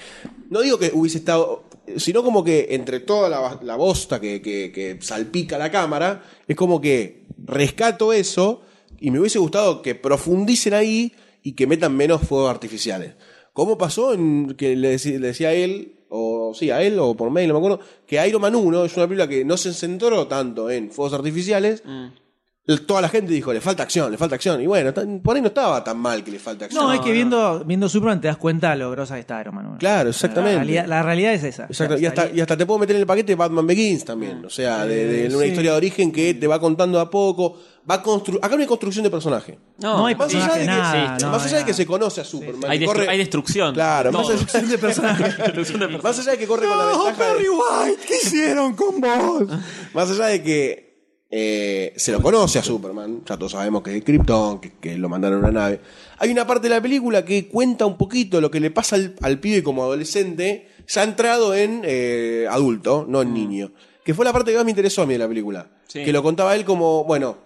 No digo que hubiese estado. Sino como que entre toda la, la bosta que, que- que salpica la cámara, es como que rescato eso y me hubiese gustado que profundicen ahí y que metan menos fuegos artificiales. ¿Cómo pasó en que le decía, le decía a él, o sí, a él, o por mail, no me acuerdo, que Iron Man 1 es una película que no se centró tanto en fuegos artificiales? Mm. Toda la gente dijo, le falta acción, le falta acción. Y bueno, tan- por ahí no estaba tan mal que le falta acción. No, es que viendo, viendo Superman te das cuenta lo grosa que está Iron Man. uno. Claro, exactamente. La realidad, la realidad es esa. Exacto, O sea, Y, hasta, ahí- Mm. y hasta te puedo meter en el paquete Batman Begins también. O sea, de, de una sí. historia de origen que te va contando a poco. Va constru acá no hay construcción de personaje. No, No hay sí, Más allá personaje, de que, nada, sí, no, más allá de que nada. se conoce a Superman. hay, que destru- corre- hay destrucción. Claro, más Todo. allá, de personaje. Destrucción de más allá de que corre con la ventaja. de- White, ¿qué hicieron con vos? Más allá de que eh, se lo conoce a Superman, ya todos sabemos que es Krypton, que, que lo mandaron a una nave. Hay una parte de la película que cuenta un poquito lo que le pasa al, al pibe como adolescente, ya entrado en eh, adulto, Mm. no en niño. Que fue la parte que más me interesó a mí de la película. Sí. Que lo contaba él como, bueno.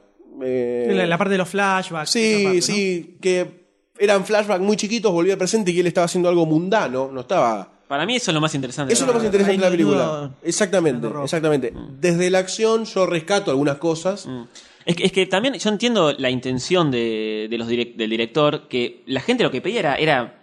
eh, La, la parte de los flashbacks. Sí, esa parte, ¿no? sí, que eran flashbacks muy chiquitos, volvía al presente y él estaba haciendo algo mundano, no estaba Para mí eso es lo más interesante. eso es lo más interesante de la Ahí no hay película. duda. Exactamente, Fernando Rojo. exactamente. Mm. Desde la acción yo rescato algunas cosas. Es que, es que también yo entiendo la intención de, de los direc- del director, que la gente lo que pedía era, era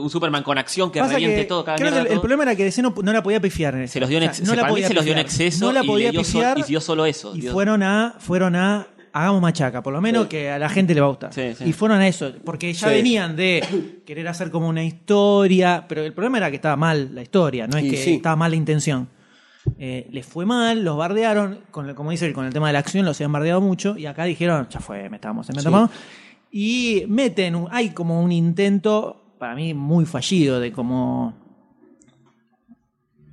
un Superman con acción que Pasa reviente que todo cada creo que mierda, el, el todo. problema era que DC no, no la podía pifiar. en se eso. los dio en O sea, ex- no se- la para mí podía se los dio en pifiar. exceso No la y podía le dio sol- pifiar y dio solo eso, Y dio- fueron a, fueron a hagamos machaca, por lo menos que a la gente le va a gustar. Sí, sí. Y fueron a eso, porque ya Sí. venían de querer hacer como una historia, pero el problema era que estaba mal la historia, no es Y que sí. estaba mal la intención. Eh, les fue mal, los bardearon, con, lo- como dice, él, con el tema de la acción los habían bardeado mucho, y acá dijeron, ya fue, metamos, se metamos. Y meten, un- hay como un intento, para mí muy fallido, de como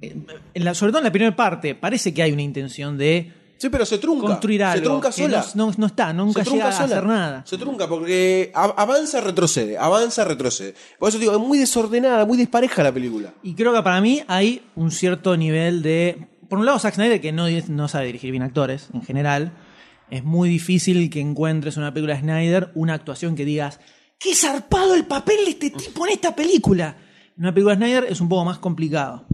eh, en la- sobre todo en la primera parte, parece que hay una intención de Sí, pero se trunca. construir algo. se trunca que sola. No, no- no está, nunca se trunca llega a sola. hacer nada. Se trunca porque a- avanza, retrocede, avanza, retrocede. Por eso digo, es muy desordenada, muy despareja la película. Y creo que para mí hay un cierto nivel de. Por un lado, Zack Snyder, que no, no sabe dirigir bien actores en general. Es muy difícil que encuentres en una película de Snyder una actuación que digas ¡Qué zarpado el papel de este tipo en esta película! En una película de Snyder es un poco más complicado.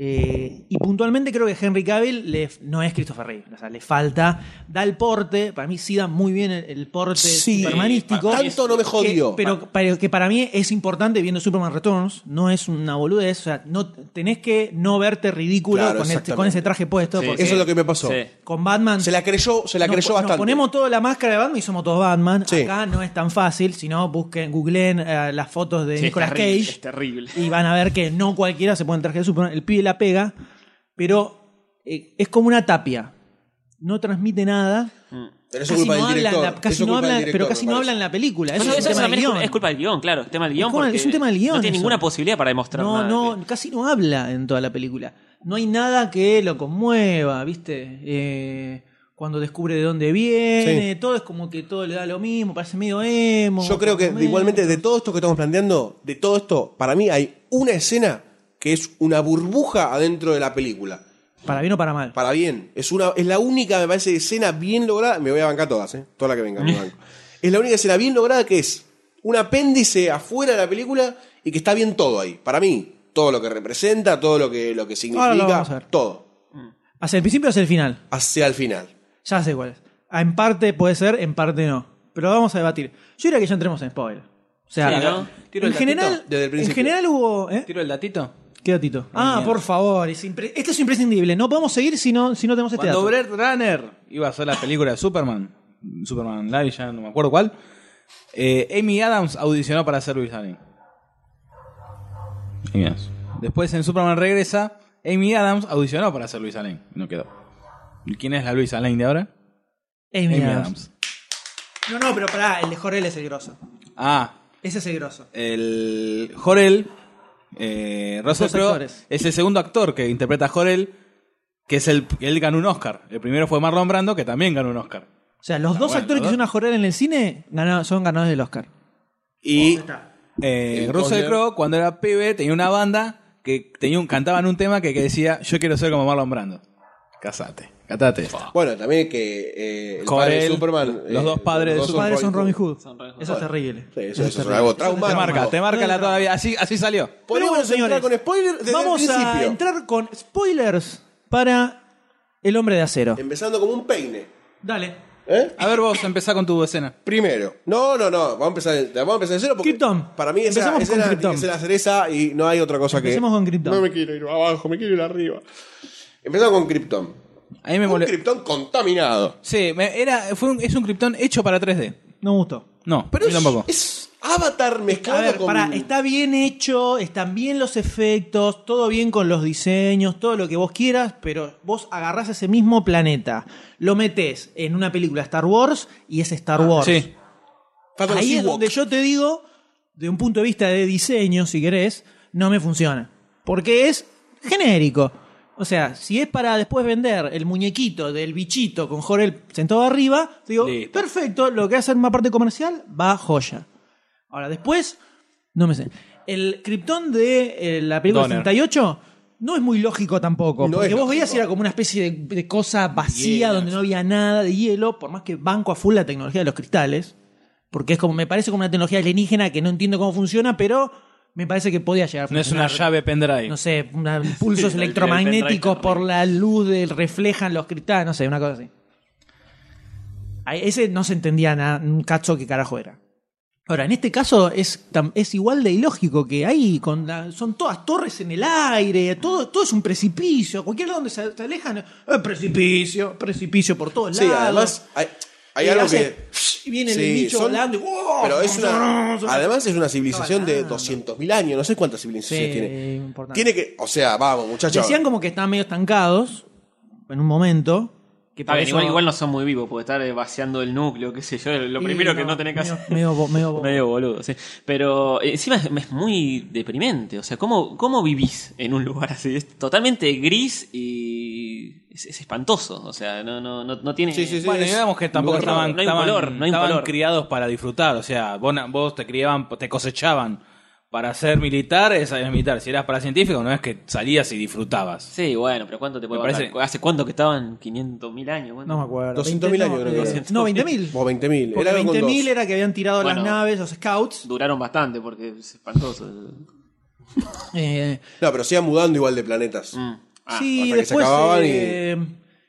Eh, y puntualmente creo que Henry Cavill le- no es Christopher Reeve. O sea, le falta. Da el porte. Para mí sí da muy bien el, el porte Sí, supermanístico. tanto no me Que- jodió. pero, pero que para mí es importante viendo Superman Returns. No es una boludez. O sea, no, tenés que no verte ridículo Claro, con, este- exactamente. con ese traje puesto. Sí, porque Eso es lo que me pasó. Sí. Con Batman. Se la creyó, se la Nos- creyó nos bastante. ponemos toda la máscara de Batman y somos todos Batman. Sí. Acá no es tan fácil, sino busquen, googleen eh, las fotos de Sí, es Nicolas terrible, Cage Es terrible. y van a ver que no cualquiera se pone en traje de Superman. El pibe la pega, pero eh, es como una tapia. No transmite nada. Pero eso Casi es no culpa del habla, en director. la- casi Eso es no culpa habla- del director, pero me casi no parece. habla en la película. Eso Bueno, es eso un tema del también es, guión. cul- es culpa del guión, claro. Es tema del guión. como- porque es un tema del guión No tiene eso. ninguna posibilidad para demostrar No, nada. no, casi no habla en toda la película. No hay nada que lo conmueva, ¿viste? Eh, cuando descubre de dónde viene, todo es como que todo le da lo mismo, parece medio emo. Yo creo por que de- momentos. igualmente de todo esto que estamos planteando, de todo esto, para mí hay una escena que es una burbuja adentro de la película. Para bien o para mal. Para bien. Es una es la única, me parece, escena bien lograda. Me voy a bancar todas, ¿eh? Toda la que venga, me banco. Es la única escena bien lograda que es un apéndice afuera de la película y que está bien todo ahí. Para mí, todo lo que representa, todo lo que, lo que Ahora lo vamos a significa, ver. todo. Hacia el principio o hacia el final. Hacia el final. Ya sé cuál es. Ah, En parte puede ser, en parte no. Pero vamos a debatir. Yo diría que ya entremos en spoiler. O sea, Sí, ¿no? en, Tiro el datito general, desde el en principio. general hubo. ¿eh? ¿Tiro el datito? ¿Qué datito? Ah, mierda. por favor. es impre- Este es imprescindible. No podemos seguir si no, si no tenemos este Cuando dato. Brett Runner iba a hacer la película de Superman, Superman Live, ya no me acuerdo cuál, eh, Amy Adams audicionó para ser Luis Allen. Amy Adams. Después en Superman Regresa, Amy Adams audicionó para ser Luis Allen. No quedó. ¿Y quién es la Luis Allen de ahora? Amy Adams. No, no, pero pará, el de Jorel es el grosso. Ah, Ese es el grosso. el Jorel, eh, Russell Dos Crowe, actores. es el segundo actor que interpreta a Jorel, que es el, él ganó un Oscar. El primero fue Marlon Brando, que también ganó un Oscar. O sea, los dos bueno, actores que ¿verdad? son a Jorel en el cine gana- son ganadores del Oscar. Y eh, El Russell Cosner. Crowe, cuando era pibe, tenía una banda que tenía un, cantaban un tema que, que decía, yo quiero ser como Marlon Brando. Casate, casate. Bueno, también que eh, el Con padre de él, Superman. los eh, dos padres de los dos Sus Son padres son Robin Hood. Hood. Eso es terrible. Sí, eso, eso es algo Te traumático. marca, te marca la todavía. Así, así salió. Pero bueno, Podríamos entrar señores, con spoiler desde Vamos el principio. a entrar con spoilers para El Hombre de Acero. Empezando como un peine. Dale. ¿Eh? A ver vos, empezá con tu escena. Primero. No, no, no. Vamos a empezar, de- vamos a empezar de cero porque. Krypton. Para mí esa, Empezamos esa con es la- Krypton. esa es la cereza y no hay otra cosa que. Empecemos con No Krypton. me quiero ir abajo, me quiero ir arriba. Empezamos con Krypton. A mí me Un molestó. Krypton contaminado. Sí, me- era, fue un- es un Krypton hecho para 3D. No me gustó. No, Pero yo es, tampoco. es Avatar mezclado A ver, con. pará, está bien hecho, están bien los efectos, todo bien con los diseños, todo lo que vos quieras, pero vos agarrás ese mismo planeta, lo metés en una película Star Wars y es Star Wars. Sí. Está con Ahí es Ewok. donde yo te digo, de un punto de vista de diseño, si querés, no me funciona. Porque es genérico. O sea, si es para después vender el muñequito del bichito con Jorel sentado arriba, te digo, Listo. perfecto, lo que hace en una parte comercial va joya. Ahora, después, no me sé. El Krypton de eh, la película Donner. 78 no es muy lógico tampoco. No porque es vos lógico. veías y era como una especie de, de cosa vacía Hielo. donde no había nada de hielo, por más que banco a full la tecnología de los cristales. Porque es como, me parece como una tecnología alienígena que no entiendo cómo funciona, pero me parece que podía llegar a No es funcionar. una llave pendrive. No sé, una- pulsos Sí, el- el electromagnéticos pendrive por la luz del reflejan los cristales, no sé, una cosa así. A ese no se entendía nada, un cacho que carajo era. Ahora, en este caso es, tam- es igual de ilógico que ahí, con la- son todas torres en el aire, todo, todo es un precipicio, a cualquier lado donde se, se alejan, eh, precipicio, precipicio por todos Sí, lados. además hay, hay Y algo hace, que. y viene el Sí, bicho son- volando y, ¡wow! Pero es una. Son- Además es una civilización de Está 200.000 años. No sé cuántas civilizaciones Sí, tiene. importante. Tiene que. O sea, vamos, muchachos. Decían como que estaban medio estancados en un momento. Que Está por bien, eso- igual, igual no son muy vivos, porque estar eh, vaciando el núcleo, qué sé yo, lo Y primero que no tenés que medio- hacer. Medio, bo- medio bo- Medio boludo, sí. Pero eh, encima es, es muy deprimente. O sea, ¿cómo, ¿cómo vivís en un lugar así? Es totalmente gris y es, es espantoso. O sea, no, no, no, no tiene... Sí, sí, sí. Bueno, es- y digamos que tampoco no, estaban, no hay un estaban, color, no hay un estaban color. criados para disfrutar. O sea, vos, na- vos te criaban, te cosechaban para ser militar, es militar. Si eras para científico, no es que salías y disfrutabas. Sí, bueno, pero ¿cuánto te puede Me matar? parece- ¿Hace cuánto que estaban? ¿500.000 años? bueno. No me acuerdo. 200.000 20, no, años creo que eh, era. No, 20.000. O 20.000. Porque Era algo con 20.000 dos. era que habían tirado Bueno. las naves, los scouts. Duraron bastante porque es espantoso. Eh, No, pero se iba mudando igual de planetas. sí, Ah, hasta que se después acababan y- eh,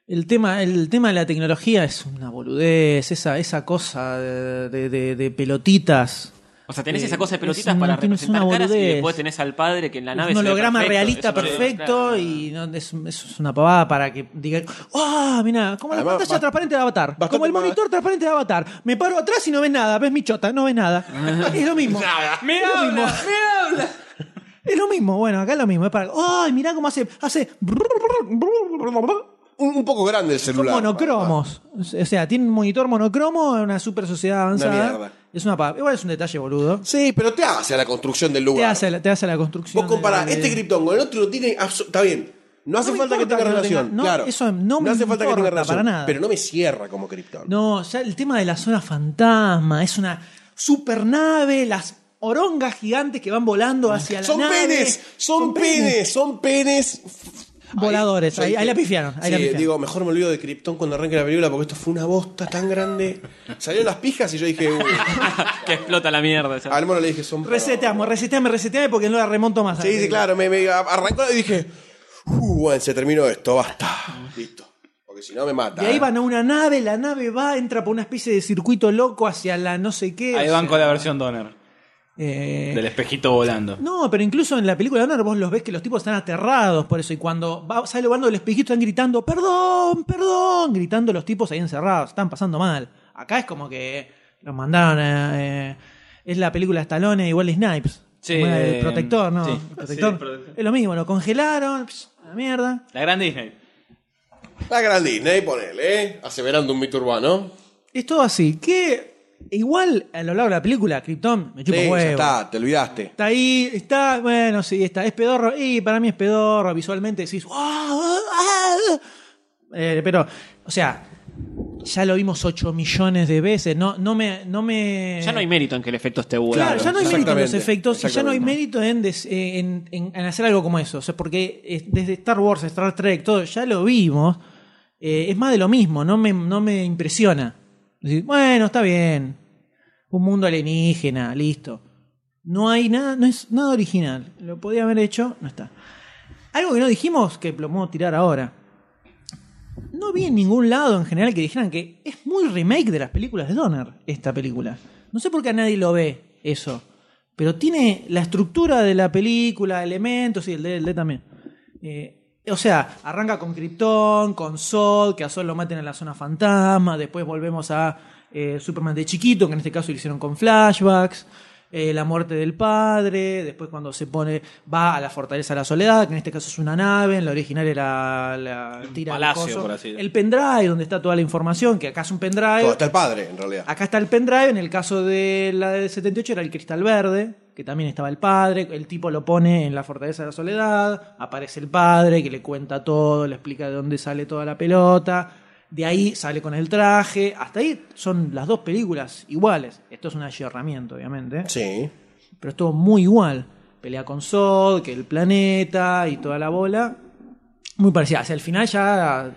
el, tema, el tema de la tecnología es una boludez, esa, esa cosa de, de- de- de pelotitas. O sea, tenés Eh, esa cosa de es pelotitas una- para es una representar caras y boludez. después tenés al padre que en la nave un se ve holograma perfecto, realista es un holograma, perfecto claro. y no, es, eso es una pavada para que diga, ¡ah! mira, como la Además, pantalla bast- transparente de Avatar, bastante como el más- monitor transparente de Avatar. Me paro atrás y no ves nada, ves mi chota, no ves nada. es lo mismo. ¡Me habla! ¡Me habla! Es lo mismo, bueno, acá es lo mismo. Es para, ¡ay, mirá cómo hace! Hace. Un, un poco grande el Son celular. monocromos. O sea, tiene un monitor monocromo, una super sociedad avanzada. mierda. es una pavada. Igual es un detalle, boludo. Sí, pero te hace a la construcción del Te lugar. hace, la- te hace la construcción. Vos comparás de- este Krypton con el otro, no tiene. abso- Está bien. No hace No me falta que importa tenga que no relación. tenga- no, claro. eso no me hace falta que tenga importa relación. para nada. Pero no me cierra como Krypton. No, ya el tema de la zona fantasma, es una supernave, las orongas gigantes que van volando hacia la Son nave. penes, son, penes, son penes. Voladores, ahí, yo ahí la dije- pifiaron, ahí sí, la pifiaron. digo, mejor me olvido de Krypton cuando arranque la película porque esto fue una bosta tan grande. Salieron las pijas y yo dije, uy. que explota la mierda. Ah, esa. Al mono le dije, son. reseteamos, reseteame, reseteame porque no la remonto más. Sí, sí, claro, me, me arrancó y dije, uh, bueno, se terminó esto, basta. Listo. Porque si no me mata. Y ahí ¿eh? van a una nave, la nave va, entra por una especie de circuito loco hacia la no sé qué. Ahí o van sea, con la versión Donner. eh, Del espejito volando. No, pero incluso en la película de Honor vos los ves que los tipos están aterrados por eso. Y cuando va, sale volando el espejito están gritando, perdón, perdón, gritando los tipos ahí encerrados, están pasando mal. Acá es como que los mandaron a... eh, es la película de Stallone igual Snipes. Sí, Como era eh, el protector, ¿no? sí. El protector. Sí, el protector. Es lo mismo, lo congelaron, pss, a la mierda. La gran Disney. La gran Disney, ponele, ¿eh? Aseverando un mito urbano. Es todo así. Que igual a lo largo de la película, Krypton, me Sí, chupa un ya huevo. está, te olvidaste. Está ahí, está, bueno, sí, está. Es pedorro, y para mí es pedorro. Visualmente decís, "Ah, ah, ah". Eh, pero, o sea, ya lo vimos 8 millones de veces. No, no, me, no me. Ya no hay mérito en que el efecto esté bueno. eh. Claro, ya no hay mérito en los exactamente, efectos y ya no hay exactamente. mérito en, des- eh, en- en- en hacer algo como eso. O sea, porque es- desde Star Wars, Star Trek, todo, ya lo vimos. Eh, es más de lo mismo, no me, no me impresiona. Decir, bueno, está bien. Un mundo alienígena, listo. No hay nada, no es nada original. Lo podía haber hecho, no está. Algo que no dijimos, que lo puedo tirar ahora. No vi en ningún lado en general que dijeran que es muy remake de las películas de Donner, esta película. No sé por qué a nadie lo ve eso. Pero tiene la estructura de la película, elementos y el D, el D también. Eh, o sea, arranca con Krypton, con Sol, que a Sol lo maten en la zona fantasma. Después volvemos a eh, Superman de chiquito, que en este caso lo hicieron con flashbacks. eh, la muerte del padre. Después, cuando se pone, va a la fortaleza de la soledad, que en este caso es una nave. En la original era la tira del palacio, coso. por así decirlo. El pendrive, donde está toda la información, que acá es un pendrive. Todo, está el padre, en realidad. Acá está el pendrive, en el caso de la del 78 era el cristal verde, que también estaba el padre, el tipo lo pone en la fortaleza de la soledad, aparece el padre que le cuenta todo, le explica de dónde sale toda la pelota, de ahí sale con el traje, hasta ahí son las dos películas iguales. Esto es un ayornamiento, obviamente Sí. pero estuvo muy igual. Pelea con Sod, que el planeta y toda la bola. Muy parecida. Hacia el final ya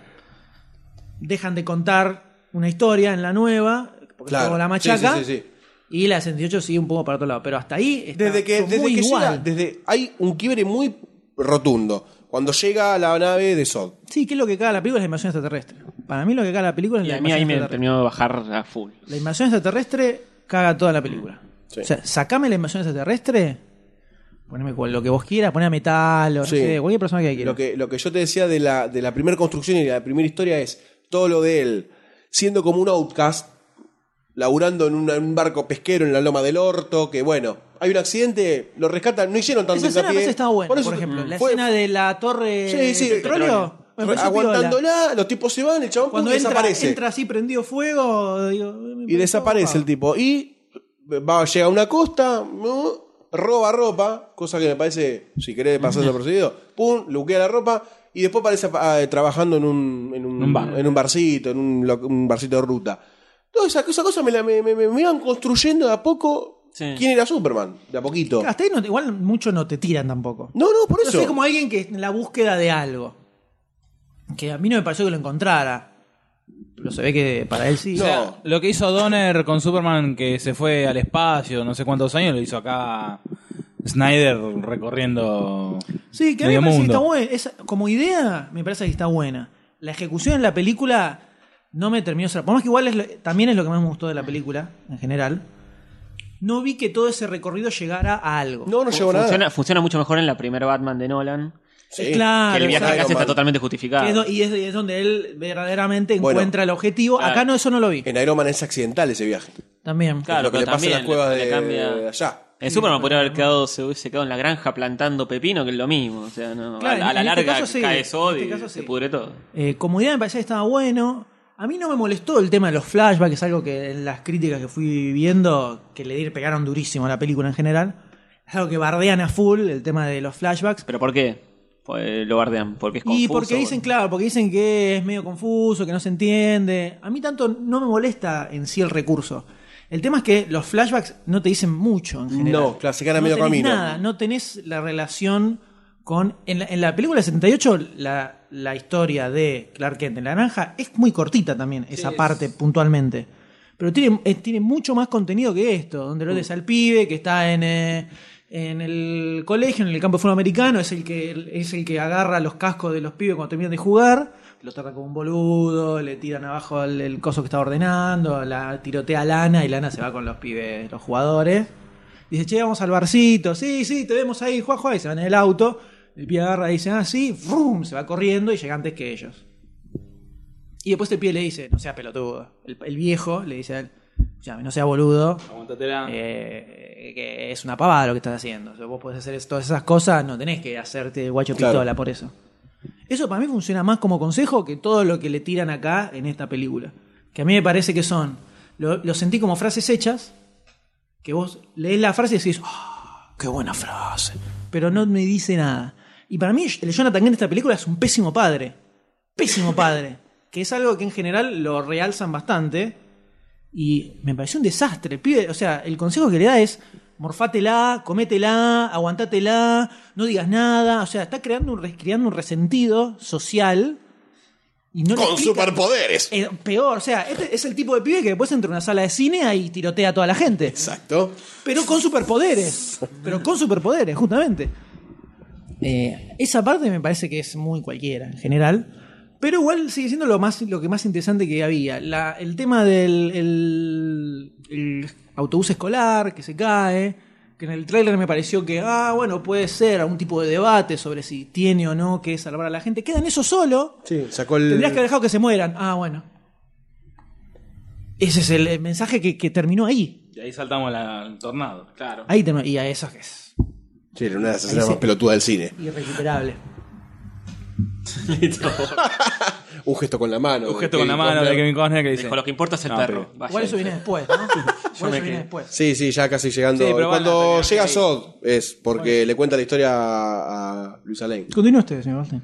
dejan de contar una historia en la nueva, porque Claro. estuvo la Sí, machaca. sí, sí, sí. Y la 68 sigue un poco para otro lado. Pero hasta ahí está Desde que, estuvo desde muy que igual. llega, desde, hay un quiebre muy rotundo. Cuando llega a la nave de Sod. Sí, que es lo que caga la película es la invasión extraterrestre. Para mí lo que caga la película es Y la a mí ahí invasión me extraterrestre. terminó de bajar a full. La invasión extraterrestre caga toda la película. Sí. O sea, sacame la invasión extraterrestre, poneme con lo que vos quieras, poneme a metal o no Sí. sé, cualquier persona que quieras. Lo que, lo que yo te decía de la, de la primera construcción y la primera historia es todo lo de él siendo como un outcast, laburando en una- en un barco pesquero en la loma del orto, que bueno, hay un accidente, lo rescatan, no hicieron tanto Esa escena me hincapié. parece estaba buena, Por por, eso te- ejemplo. La fue- escena de la torre Sí, sí, de petróleo. me re- pareció piola. aguantándola, los tipos se van, el chabón Cuando pum, entra, desaparece. entra así prendido fuego digo, me y pareció desaparece copado. el tipo. Y va, llega a una costa, ¿no? roba ropa, cosa que me parece, si querés pasar procedido, pum, luquea la ropa y después aparece ah, eh, trabajando en un, en, un, Un bar. en un barcito, en un, lo- un barcito de ruta. Toda esa, esa cosa me, la, me, me- me- me iban construyendo de a poco Sí. quién era Superman, de a poquito. Hasta ahí no, igual mucho no te tiran tampoco. No, no, por Yo eso. soy como alguien que en la búsqueda de algo. Que a mí no me pareció que lo encontrara. Pero se ve que para él sí. No. O sea, lo que hizo Donner con Superman, que se fue al espacio no sé cuántos años, lo hizo acá Snyder recorriendo. Sí, que a mí me medio parece que está mundo. buena. Esa- como idea, me parece que está buena. La ejecución en la película no me terminó. cerrar. Por más que igual es lo- también es lo que más me gustó de la película, en general. No vi que todo ese recorrido llegara a algo. No, no llegó a nada. Funciona, funciona mucho mejor en la primera Batman de Nolan. Sí. Claro, que el viaje Ah, exacto. que hace Iron está Man. totalmente Que es do- justificado. y, es, y es donde él verdaderamente Bueno. encuentra el objetivo. Claro. Acá no, eso no lo vi. En Iron Man es accidental ese viaje. También. Claro, lo que le pero pasa en también las cuevas le- de, le cambia. de allá. En Superman podría haber quedado, se hubiese quedado en la granja plantando pepino, que es lo mismo. O sea, no, Claro, a, a en- la en este larga caso sí, cae en Sod este y caso se sí. pudre todo. Eh, como idea me parecía que estaba bueno. A mí no me molestó el tema de los flashbacks, algo que en las críticas que fui viendo, que le di- pegaron durísimo a la película en general. Es algo que bardean a full, el tema de los flashbacks. ¿Pero por qué? Pues, lo bardean, porque es confuso. y porque dicen, boludo. claro, porque dicen que es medio confuso, que no se entiende. A mí tanto no me molesta en sí el recurso. El tema es que los flashbacks no te dicen mucho en general. No, claro, se quedan a medio tenés camino. Nada, no tenés la relación con. En la, en la película del 78, la, la historia de Clark Kent en la granja es muy cortita también, esa parte puntualmente. Pero tiene, eh, tiene mucho más contenido que esto, donde Mm. lo ves al pibe que está en, eh, en el colegio, en el campo de fútbol americano, es el que es el que agarra los cascos de los pibes cuando terminan de jugar, lo trata como un boludo, le tiran abajo el, el coso que está ordenando, la tirotea a Lana y Lana se va con los pibes, los jugadores. Dice, che, vamos al barcito. Sí, sí, te vemos ahí, Juan, Juan. Y se van en el auto. El pibe agarra y dice, ah, sí, ¡vroom! se va corriendo y llega antes que ellos. Y después el pibe le dice, no seas pelotudo. El, el viejo le dice a él, "Escuchame, no seas boludo. Aguantatela. eh, que es una pavada lo que estás haciendo. O sea, vos podés hacer es- todas esas cosas, no tenés que hacerte guacho Claro. pistola por eso. Eso para mí funciona más como consejo que todo lo que le tiran acá en esta película. Que a mí me parece que son. Lo, lo sentí como frases hechas, que vos lees la frase y decís, "Ah, ¡qué buena frase! Pero no me dice nada. Y para mí, el Jonathan Kent de esta película es un pésimo padre. Pésimo padre. que es algo que en general lo realzan bastante. Y me pareció un desastre. El pibe, o sea, el consejo que le da es morfátela, cométela, aguantátela, no digas nada. O sea, está creando un, res- creando un resentido social. Y no le Con explica- superpoderes. eh, peor, o sea, este es el tipo de pibe que después entra a una sala de cine ahí tirotea a toda la gente. Exacto. Pero con superpoderes. Pero con superpoderes, justamente. Eh, esa parte me parece que es muy cualquiera en general. Pero igual sigue siendo lo, más, lo que más interesante que había. La- el tema del el- el autobús escolar que se cae. Que en el tráiler me pareció que, ah, bueno, puede ser algún tipo de debate sobre si tiene o no que salvar a la gente. Queda en eso solo. Sí, sacó el. Tendrías que haber dejado que se mueran. Ah, bueno. Ese es el eh, mensaje que, que terminó ahí. Y ahí saltamos la- al tornado. Claro. Ahí terminó. Y a eso que es Sí, era una de las escenas Ahí sí. más pelotudas del cine. irrecuperable. Un gesto con la mano. Un de gesto con la Kevin mano de Costner. Kevin Costner que dice. Dijo, lo que importa es el Ah, No, perro. pero- Vaya, Igual eso dice. viene después, ¿no? Igual me eso viene quedé. después. Sí, sí, ya casi llegando. Sí, pero van a Cuando pelear, llega sí. Sod es porque le cuenta la historia a, a Luis Alain. Continúa usted, señor Goldstein.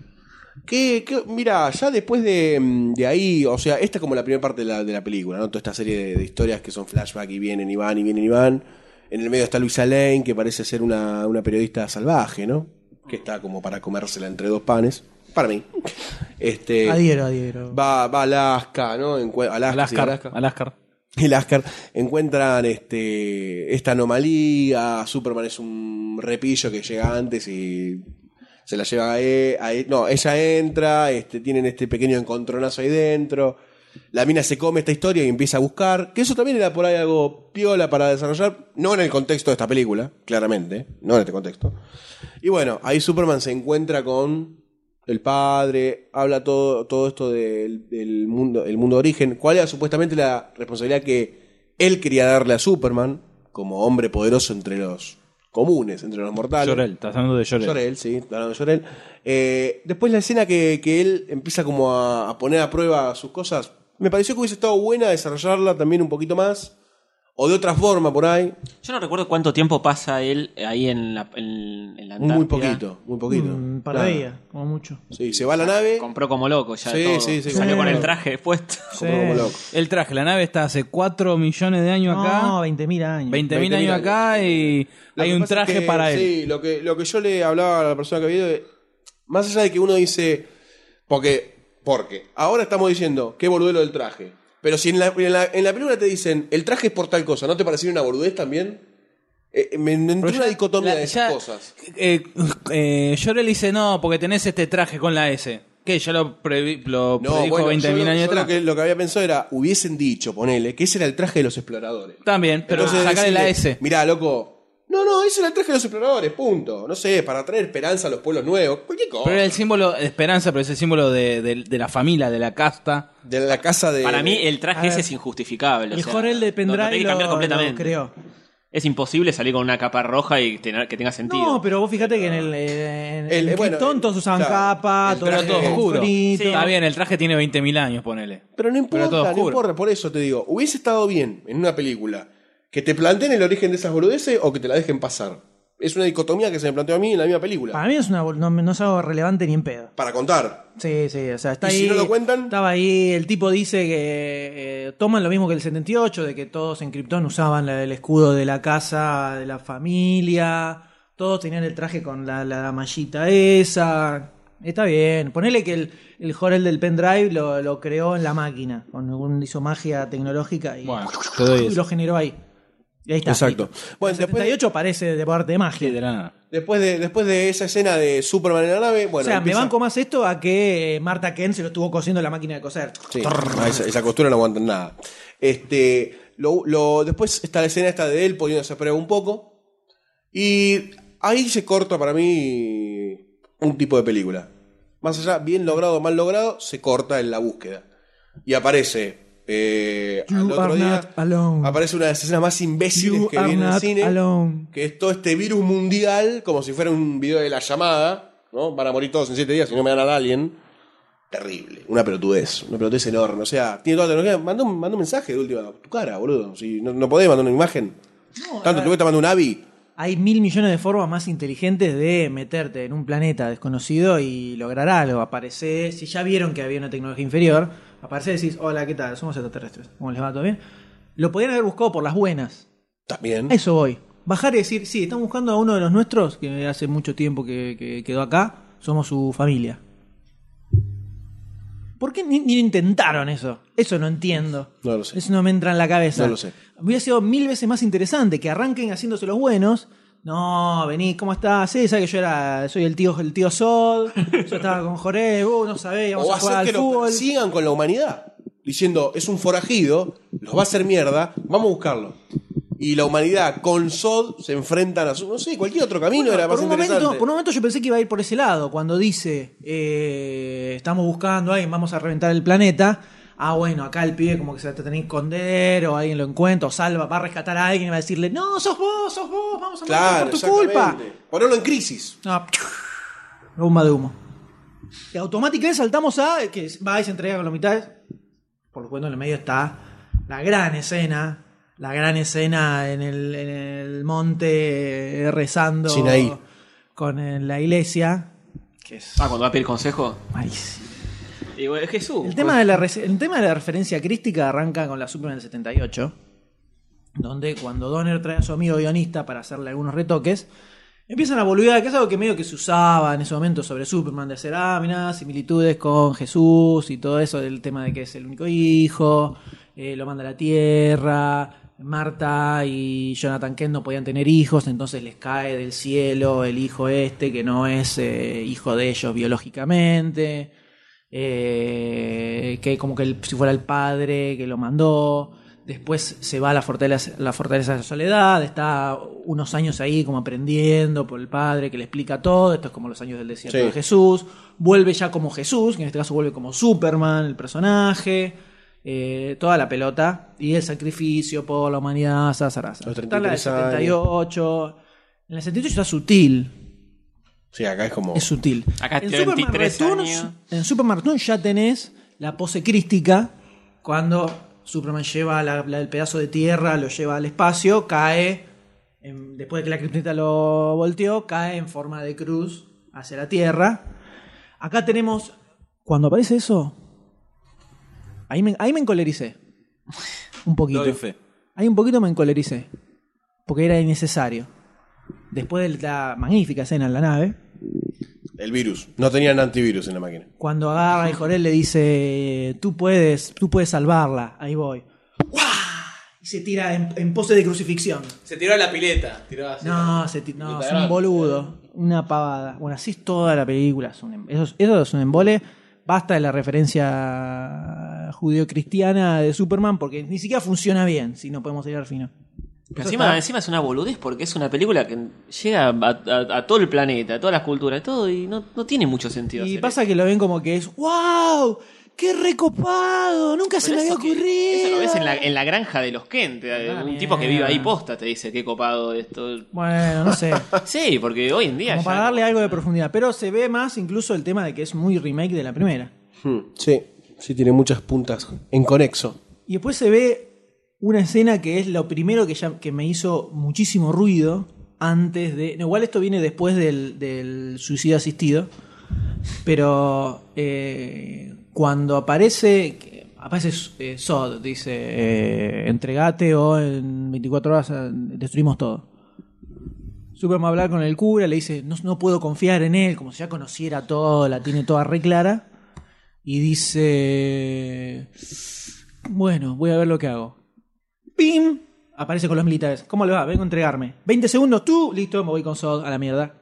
Que, que- mira, ya después de, mm, de ahí, o sea, esta es como la primera parte de la, de la película, ¿no? Toda esta serie de, de historias que son flashback y vienen y van y vienen y van. En el medio está Luisa Lane, que parece ser una, una periodista salvaje, ¿no? Que está como para comérsela entre dos panes. Para mí. Este, Adhiero, adhiero. va, va a Alaska, ¿no? Encue- Alaska, sí, Alaska. Alaska. Alaska. El Ascar encuentran este, esta anomalía. Superman es un repillo que llega antes y se la lleva a él. no, ella entra, este, tienen este pequeño encontronazo ahí dentro. La mina se come esta historia y empieza a buscar. Que eso también era por ahí algo piola para desarrollar. No en el contexto de esta película, claramente. No en este contexto. Y bueno, ahí Superman se encuentra con el padre, habla todo, todo esto del, del mundo, el mundo de origen. ¿Cuál era supuestamente la responsabilidad que él quería darle a Superman como hombre poderoso entre los comunes, entre los mortales? Llorel, estás hablando de Llorel. Llorel, sí, está hablando de Llorel. Eh, después la escena que, que él empieza como a, a poner a prueba sus cosas, me pareció que hubiese estado buena desarrollarla también un poquito más, o de otra forma por ahí. Yo no recuerdo cuánto tiempo pasa él ahí en la, en, en la Muy Antártida. poquito, muy poquito. Mm, para Nada. ella, como mucho. Sí, se va a la nave. Compró como loco ya Sí, de todo. sí, sí, Salió como con el loco. traje puesto. Sí. como loco. El traje, la nave está hace 4 millones de años No, acá. 20.000 años. 20.000 20.000 años años. acá y Lo hay que un pasa es traje que, para él. Sí, lo que, lo que yo le hablaba a la persona que había ido, eh, más allá de que uno dice, porque, porque, ahora estamos diciendo, qué boludo lo del traje. Pero si en la, en, la, en la película te dicen, el traje es por tal cosa, ¿no te parecería una boludez también? Eh, me me entró Pero una ya- dicotomía la- de ya- esas cosas. Eh, eh, yo le dice, no, porque tenés este traje con la S. Que ya lo, previ- lo No, predijo bueno, 20.000 yo lo- años yo lo atrás. que, lo que había pensado era, hubiesen dicho, ponele, que ese era el traje de los exploradores. También, pero Entonces, sacale la decirle, S. Mirá, loco. No, no, ese era el traje de los exploradores, punto. No sé, para traer esperanza a los pueblos nuevos, cualquier cosa. Pero era el símbolo de esperanza, pero es el símbolo de, de- de la familia, de la casta. De la casa de. Para mí el traje A ver. ese es injustificable. o El sea, Jorel de lo- lo tenés Pendrive que lo, cambiar lo completamente. creó. Es imposible salir con una capa roja y tener, que tenga sentido. No, pero vos fíjate que en el. eh, En, El- en bueno, Krypton todos usaban claro, capa, el todo era Pero todo todo oscuro. bonito. Está bien, el traje tiene 20.000 años, ponele. Pero no importa, todo no oscuro. importa, por eso te digo, hubiese estado bien en una película que te planteen el origen de esas boludeces o que te la dejen pasar. Es una dicotomía que se me planteó a mí en la misma película. Para mí es una, bol- no, no es algo relevante ni en pedo. Para contar. Sí, sí, o sea, está ¿Y ahí. si no lo cuentan? Estaba ahí, el tipo dice que eh, toman lo mismo que el 78, de que todos en Krypton usaban la- el escudo de la casa, de la familia, todos tenían el traje con la, la mallita esa. Está bien, ponele que el, el Jorel del pendrive lo, lo creó en la máquina, con un, hizo magia tecnológica y, Bueno, te doy y eso. lo generó ahí. Y ahí está. Exacto. Bueno, el 78 parece de parte de magia. De la nada. Después de, después de esa escena de Superman en la nave, bueno. o sea, empieza- me banco más esto a que eh, Marta Kent se lo estuvo cosiendo en la máquina de coser. Sí, no, esa, esa costura no aguanta nada. Este, lo, lo- después está la escena esta de él poniéndose a prueba un poco. Y ahí se corta para mí un tipo de película. Más allá, bien logrado o mal logrado, se corta en la búsqueda. Y aparece. eh, You al are otro día, not alone. aparece una de las escenas más imbéciles You que are vi en el not cine. alone. Que es todo este virus mundial, como si fuera un video de la llamada. ¿no? Van a morir todos en siete días si no me dan a alguien terrible. Una pelotudez, una pelotudez enorme. O sea, tiene toda la tecnología. Manda un, manda un mensaje de última, a tu cara, boludo. Si no, no podés mandar una imagen. Tanto tú que te mando un AVI. Hay mil millones de formas más inteligentes de meterte en un planeta desconocido y lograr algo. Aparece, si ya vieron que había una tecnología inferior, aparece y decís, hola, ¿qué tal? Somos extraterrestres. ¿Cómo les va? ¿Todo bien? Lo podían haber buscado por las buenas. También. A eso voy. Bajar y decir, sí, están buscando a uno de los nuestros, que hace mucho tiempo que, que quedó acá, somos su familia. ¿Por qué ni, ni intentaron eso? Eso no entiendo. No lo sé. Eso no me entra en la cabeza. No lo sé. Hubiera sido mil veces más interesante que arranquen haciéndose los buenos. No, vení, ¿cómo estás? Sí, sabes que yo era, soy el tío, el tío Sol, yo estaba con Joré, vos no sabés, vamos O a jugar hacer al que lo fútbol. sigan con la humanidad. Diciendo, es un forajido, los va a hacer mierda, vamos a buscarlo. Y la humanidad con Sod se enfrentan a su. No sé, cualquier otro camino Bueno, era más por, un interesante. momento, por un momento yo pensé que iba a ir por ese lado, cuando dice, eh, estamos buscando a alguien, vamos a reventar el planeta. Ah, bueno, acá el pibe como que se va a tener que esconder, o alguien lo encuentra, o salva, va a rescatar a alguien y va a decirle, no, sos vos, sos vos, vamos a matar claro, por tu culpa. exactamente. Ponerlo en crisis. No, bomba Ah, de humo. Y automáticamente saltamos a que va y se entrega con la mitad. Por lo cual en el medio está la gran escena. La gran escena en el, en el monte eh, rezando Sinaí. con eh, la iglesia. Ah, cuando va a pedir consejo. Malísimo. Y bueno, es Jesús. El pues, tema, de la, rece- el tema de la referencia crística arranca con la Superman del 78, donde cuando Donner trae a su amigo guionista para hacerle algunos retoques, empiezan a boludear, que es algo que medio que se usaba en ese momento sobre Superman, de hacer, ah, mirá, similitudes con Jesús y todo eso, del tema de que es el único hijo, eh, lo manda a la tierra, Marta y Jonathan Kent no podían tener hijos, entonces les cae del cielo el hijo este, que no es eh, hijo de ellos biológicamente. Eh, que como que el- si fuera el padre que lo mandó. Después se va a la fortaleza, la fortaleza de la soledad, está unos años ahí como aprendiendo por el padre que le explica todo, esto es como los años del desierto Sí. de Jesús, vuelve ya como Jesús, que en este caso vuelve como Superman, el personaje, eh, toda la pelota, y el sacrificio por la humanidad, zazaraza. Los Está en la del 33 años. 78, en la 78 está sutil, Sí, acá es como. es sutil. Acá en tiene Superman 23 Returns, años. En Superman Returns ya tenés la pose crística cuando Superman lleva la- la- el pedazo de tierra, lo lleva al espacio, cae, en- después de que la criptonita lo volteó, cae en forma de cruz hacia la tierra. Acá tenemos, cuando aparece eso, ahí me, ahí me encolericé. Un poquito. Doy fe. Ahí un poquito me encolericé. Porque era innecesario. Después de la magnífica escena en la nave, El virus. No tenían antivirus en la máquina. Cuando agarra y Jorel le dice, tú puedes, tú puedes salvarla, ahí voy. ¡Guau! y se tira en, en pose de crucifixión. Se tiró a la pileta. Tiró así. No, se ti- no, Está es un grande. boludo. Una pavada. Bueno, así es toda la película. Es un em- eso, es- eso es un embole. Basta de la referencia judeocristiana de Superman porque ni siquiera funciona bien si no podemos ir al final. Pero Eso encima, está- encima es una boludez porque es una película que llega a, a- a todo el planeta, a todas las culturas, todo, y no, no tiene mucho sentido. Y hacer pasa que lo ven como que es ¡Wow! ¡Qué recopado! ¡Nunca Pero se me había eso que- ocurrido! Eso lo ves en la, en la granja de los Kent. eh, Ah, un mierda. tipo que vive ahí posta te dice qué copado esto. Bueno, no sé. Sí, porque hoy en día. Como ya para no- darle algo de profundidad. Pero se ve más incluso el tema de que es muy remake de la primera. Hmm, Sí, sí, tiene muchas puntas en conexo. Y después se ve una escena que es lo primero que, ya, que me hizo muchísimo ruido antes de... no, igual esto viene después del, del suicidio asistido, pero eh, cuando aparece... que- Aparece eh, Sod, dice, eh, entregate o en 24 horas eh, destruimos todo. Superman va a hablar con el cura, le dice, no, no puedo confiar en él, como si ya conociera todo, la tiene toda re clara. Y dice, bueno, voy a ver lo que hago. ¡Pim! Aparece con los militares. ¿Cómo le va? Vengo a entregarme. 20 segundos, tú, listo, me voy con Sod a la mierda.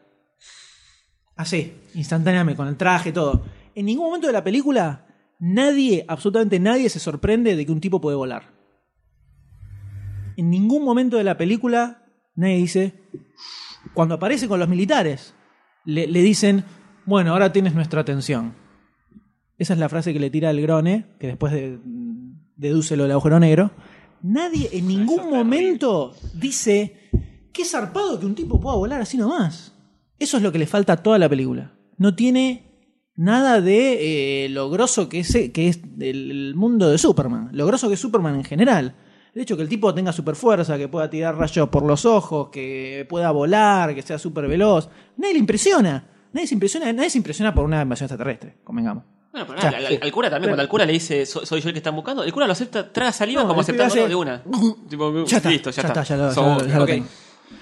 Así, instantáneamente, con el traje, todo. En ningún momento de la película, nadie, absolutamente nadie, se sorprende de que un tipo puede volar. En ningún momento de la película, nadie dice. Cuando aparece con los militares, le, le dicen: Bueno, ahora tienes nuestra atención. Esa es la frase que le tira el Grone, que después de, deduce lo del agujero negro. Nadie en ningún momento dice qué zarpado que un tipo pueda volar así nomás. Eso es lo que le falta a toda la película. No tiene nada de eh, lo grosso que es, que es el, el mundo de Superman, lo grosso que es Superman en general. El hecho que el tipo tenga super fuerza, que pueda tirar rayos por los ojos, que pueda volar, que sea super veloz, nadie le impresiona. Nadie se impresiona, nadie se impresiona por una invasión extraterrestre, convengamos. Bueno, eh, pero nada, Ya, al, sí. al cura también, cuando al cura le dice "So- soy yo el que están buscando, el cura lo acepta, traga saliva No, como el pibe aceptando hace- de una. uh, Tipo, Ya está, listo, ya, ya está. está, ya lo- Sos ya lo- vos, ya lo ok. tengo.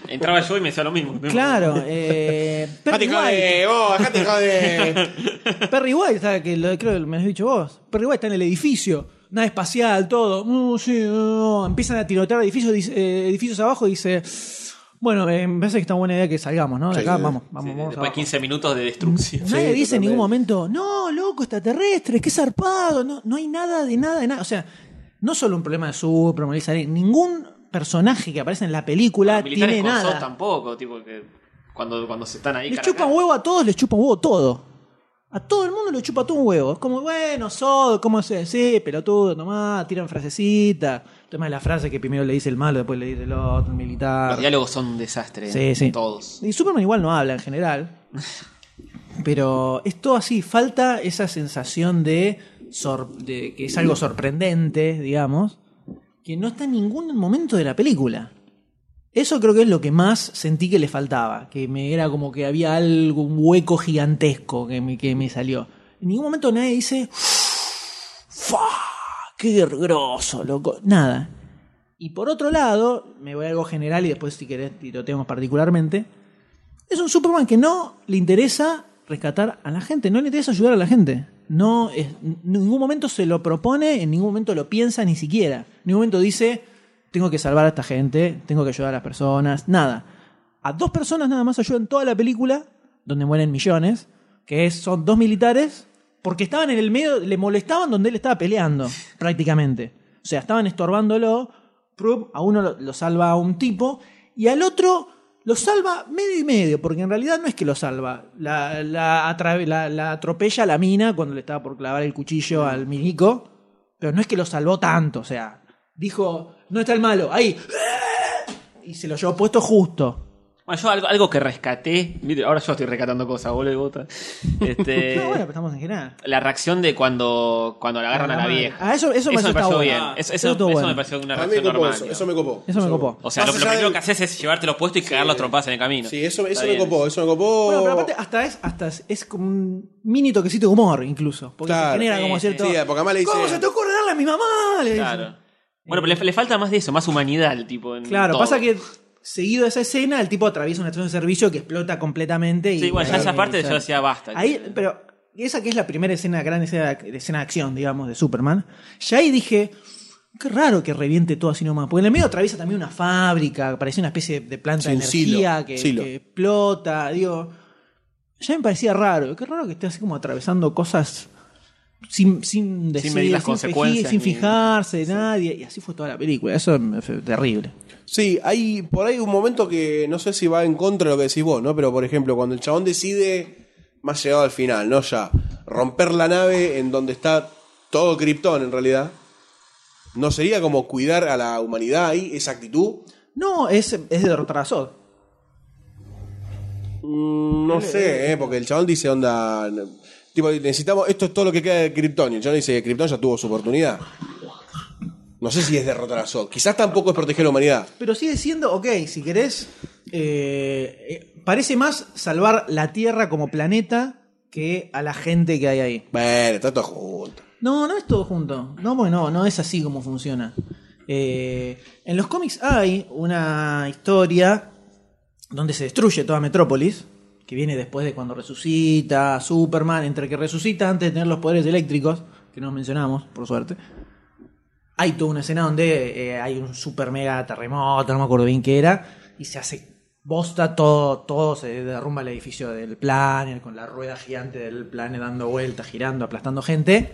Entraba yo y me decía lo mismo. Claro, eh, Ah, Perry, White, joder, vos, dejate de joder. Perry White, está, que lo, creo que me lo has dicho vos. Perry White está en el edificio, nada espacial, todo. Mm, sí, mm, empiezan a tirotear edificios, dice- eh, edificios abajo y dice: Bueno, eh, me parece que está buena idea que salgamos, ¿no? De acá, vamos, vamos, vamos. Sí, después de abajo". 15 minutos de destrucción. Nadie Sí, dice en totalmente. ningún momento, no, loco, extraterrestre, qué zarpado, no, no hay nada de nada de nada. O sea, no solo un problema de Superman, Lisa Lane, ningún personaje que aparece en la película Los militares tiene con SOS nada. tampoco, tipo que cuando, cuando se están ahí. Les cara a chupa un cara. huevo a todos, les chupa un huevo todo. A todo el mundo le chupa todo un huevo. Es como, bueno, Sod, ¿cómo se Sí, pelotudo, nomás, tiran frasecita. El tema de la frase que primero le dice el malo, después le dice el otro, el militar. Los diálogos son un desastre. Sí, sí. Todos. Y Superman igual no habla en general. Pero es todo así, falta esa sensación de, sor- de que es algo sorprendente, digamos, que no está en ningún momento de la película. Eso creo que es lo que más sentí que le faltaba, que me era como que había algo, un hueco gigantesco que me, que me salió. En ningún momento nadie dice, ¡Fa! ¡Qué grosso, loco! Nada. Y por otro lado, me voy a algo general y después si querés tiroteamos particularmente. Es un Superman que no le interesa rescatar a la gente, no le interesa ayudar a la gente. No es- en ningún momento se lo propone, en ningún momento lo piensa ni siquiera. En ningún momento dice, tengo que salvar a esta gente, tengo que ayudar a las personas, nada. A dos personas nada más ayudan toda la película, donde mueren millones, que es- son dos militares, porque estaban en el medio, le molestaban donde él estaba peleando, prácticamente. O sea, estaban estorbándolo, prup, a uno lo, lo salva a un tipo, y al otro lo salva medio y medio, porque en realidad no es que lo salva, la, la, atra- la- la atropella la mina cuando le estaba por clavar el cuchillo al milico, pero no es que lo salvó tanto, o sea, dijo, no está el malo, ahí, y se lo llevó puesto justo. Bueno, yo algo, algo que rescaté. mire, ahora yo estoy rescatando cosas, boludo. vos ta- Este, No, bueno, pero estamos en general. La reacción de cuando, cuando la agarran a la madre. vieja. Ah, eso- eso me pareció está bien. bueno. Eso, Eso eso, estuvo eso bueno. me pareció una A mí me reacción copó normal. eso, digo. eso me copó. Eso me copó. O sea, Más lo, lo allá primero del- que haces es llevártelo puesto y cagar los trompadas en el camino. Sí, eso, eso Está me bien. copó, eso me copó. Bueno, pero aparte hasta es, hasta es, es como un mini toquecito de humor incluso. Porque Claro. se genera Sí, como sí. cierto. Sí, porque además le dice- ¿Cómo se te ocurre darle a mi mamá? Le dice. Claro. Bueno, pero le, le falta más de eso, más humanidad al tipo. en Claro, todo. pasa que seguido de esa escena, el tipo atraviesa una estación de servicio que explota completamente. Y, Sí, bueno, ya Claro. esa parte O sea, yo decía basta. Ahí, pero esa que es la primera escena, gran escena, escena de acción, digamos, de Superman. Ya ahí dije, Qué raro que reviente todo así nomás. Porque en el medio atraviesa también una fábrica, parece una especie de planta Sí, de un silo, energía que, silo. que explota. Digo, ya me parecía raro. Qué raro que esté así como atravesando cosas sin, sin decir, medir las sin fiji- consecuencias sin ni- fijarse, nadie. Y así fue toda la película. Eso me fue terrible. Sí, hay por ahí un momento que no sé si va en contra de lo que decís vos, ¿no? Pero por ejemplo, cuando el chabón decide, más llegado al final, ¿no? Ya, romper la nave en donde está todo Krypton en realidad, ¿no sería como cuidar a la humanidad ahí, esa actitud? No, es, es de derrotar a Zod. Mm, no sé, ¿eh? Porque el chabón dice, onda. Tipo, necesitamos, esto es todo lo que queda de Krypton. Y el chabón dice, Krypton ya tuvo su oportunidad. No sé si es derrotar a Zod. Quizás tampoco es proteger a la humanidad. Pero sigue siendo, ok, si querés, eh, eh, parece más salvar la Tierra como planeta que a la gente que hay ahí. Bueno, está todo junto. No, no es todo junto. No, porque no, no es así como funciona. Eh, en los cómics hay una historia donde se destruye toda Metrópolis, que viene después de cuando resucita Superman, entre que resucita antes de tener los poderes eléctricos, que nos mencionamos, por suerte. Hay toda una escena donde eh, hay un super mega terremoto, no me acuerdo bien qué era, y se hace bosta, todo, todo se derrumba el edificio del planet, con la rueda gigante del planet dando vueltas, girando, aplastando gente.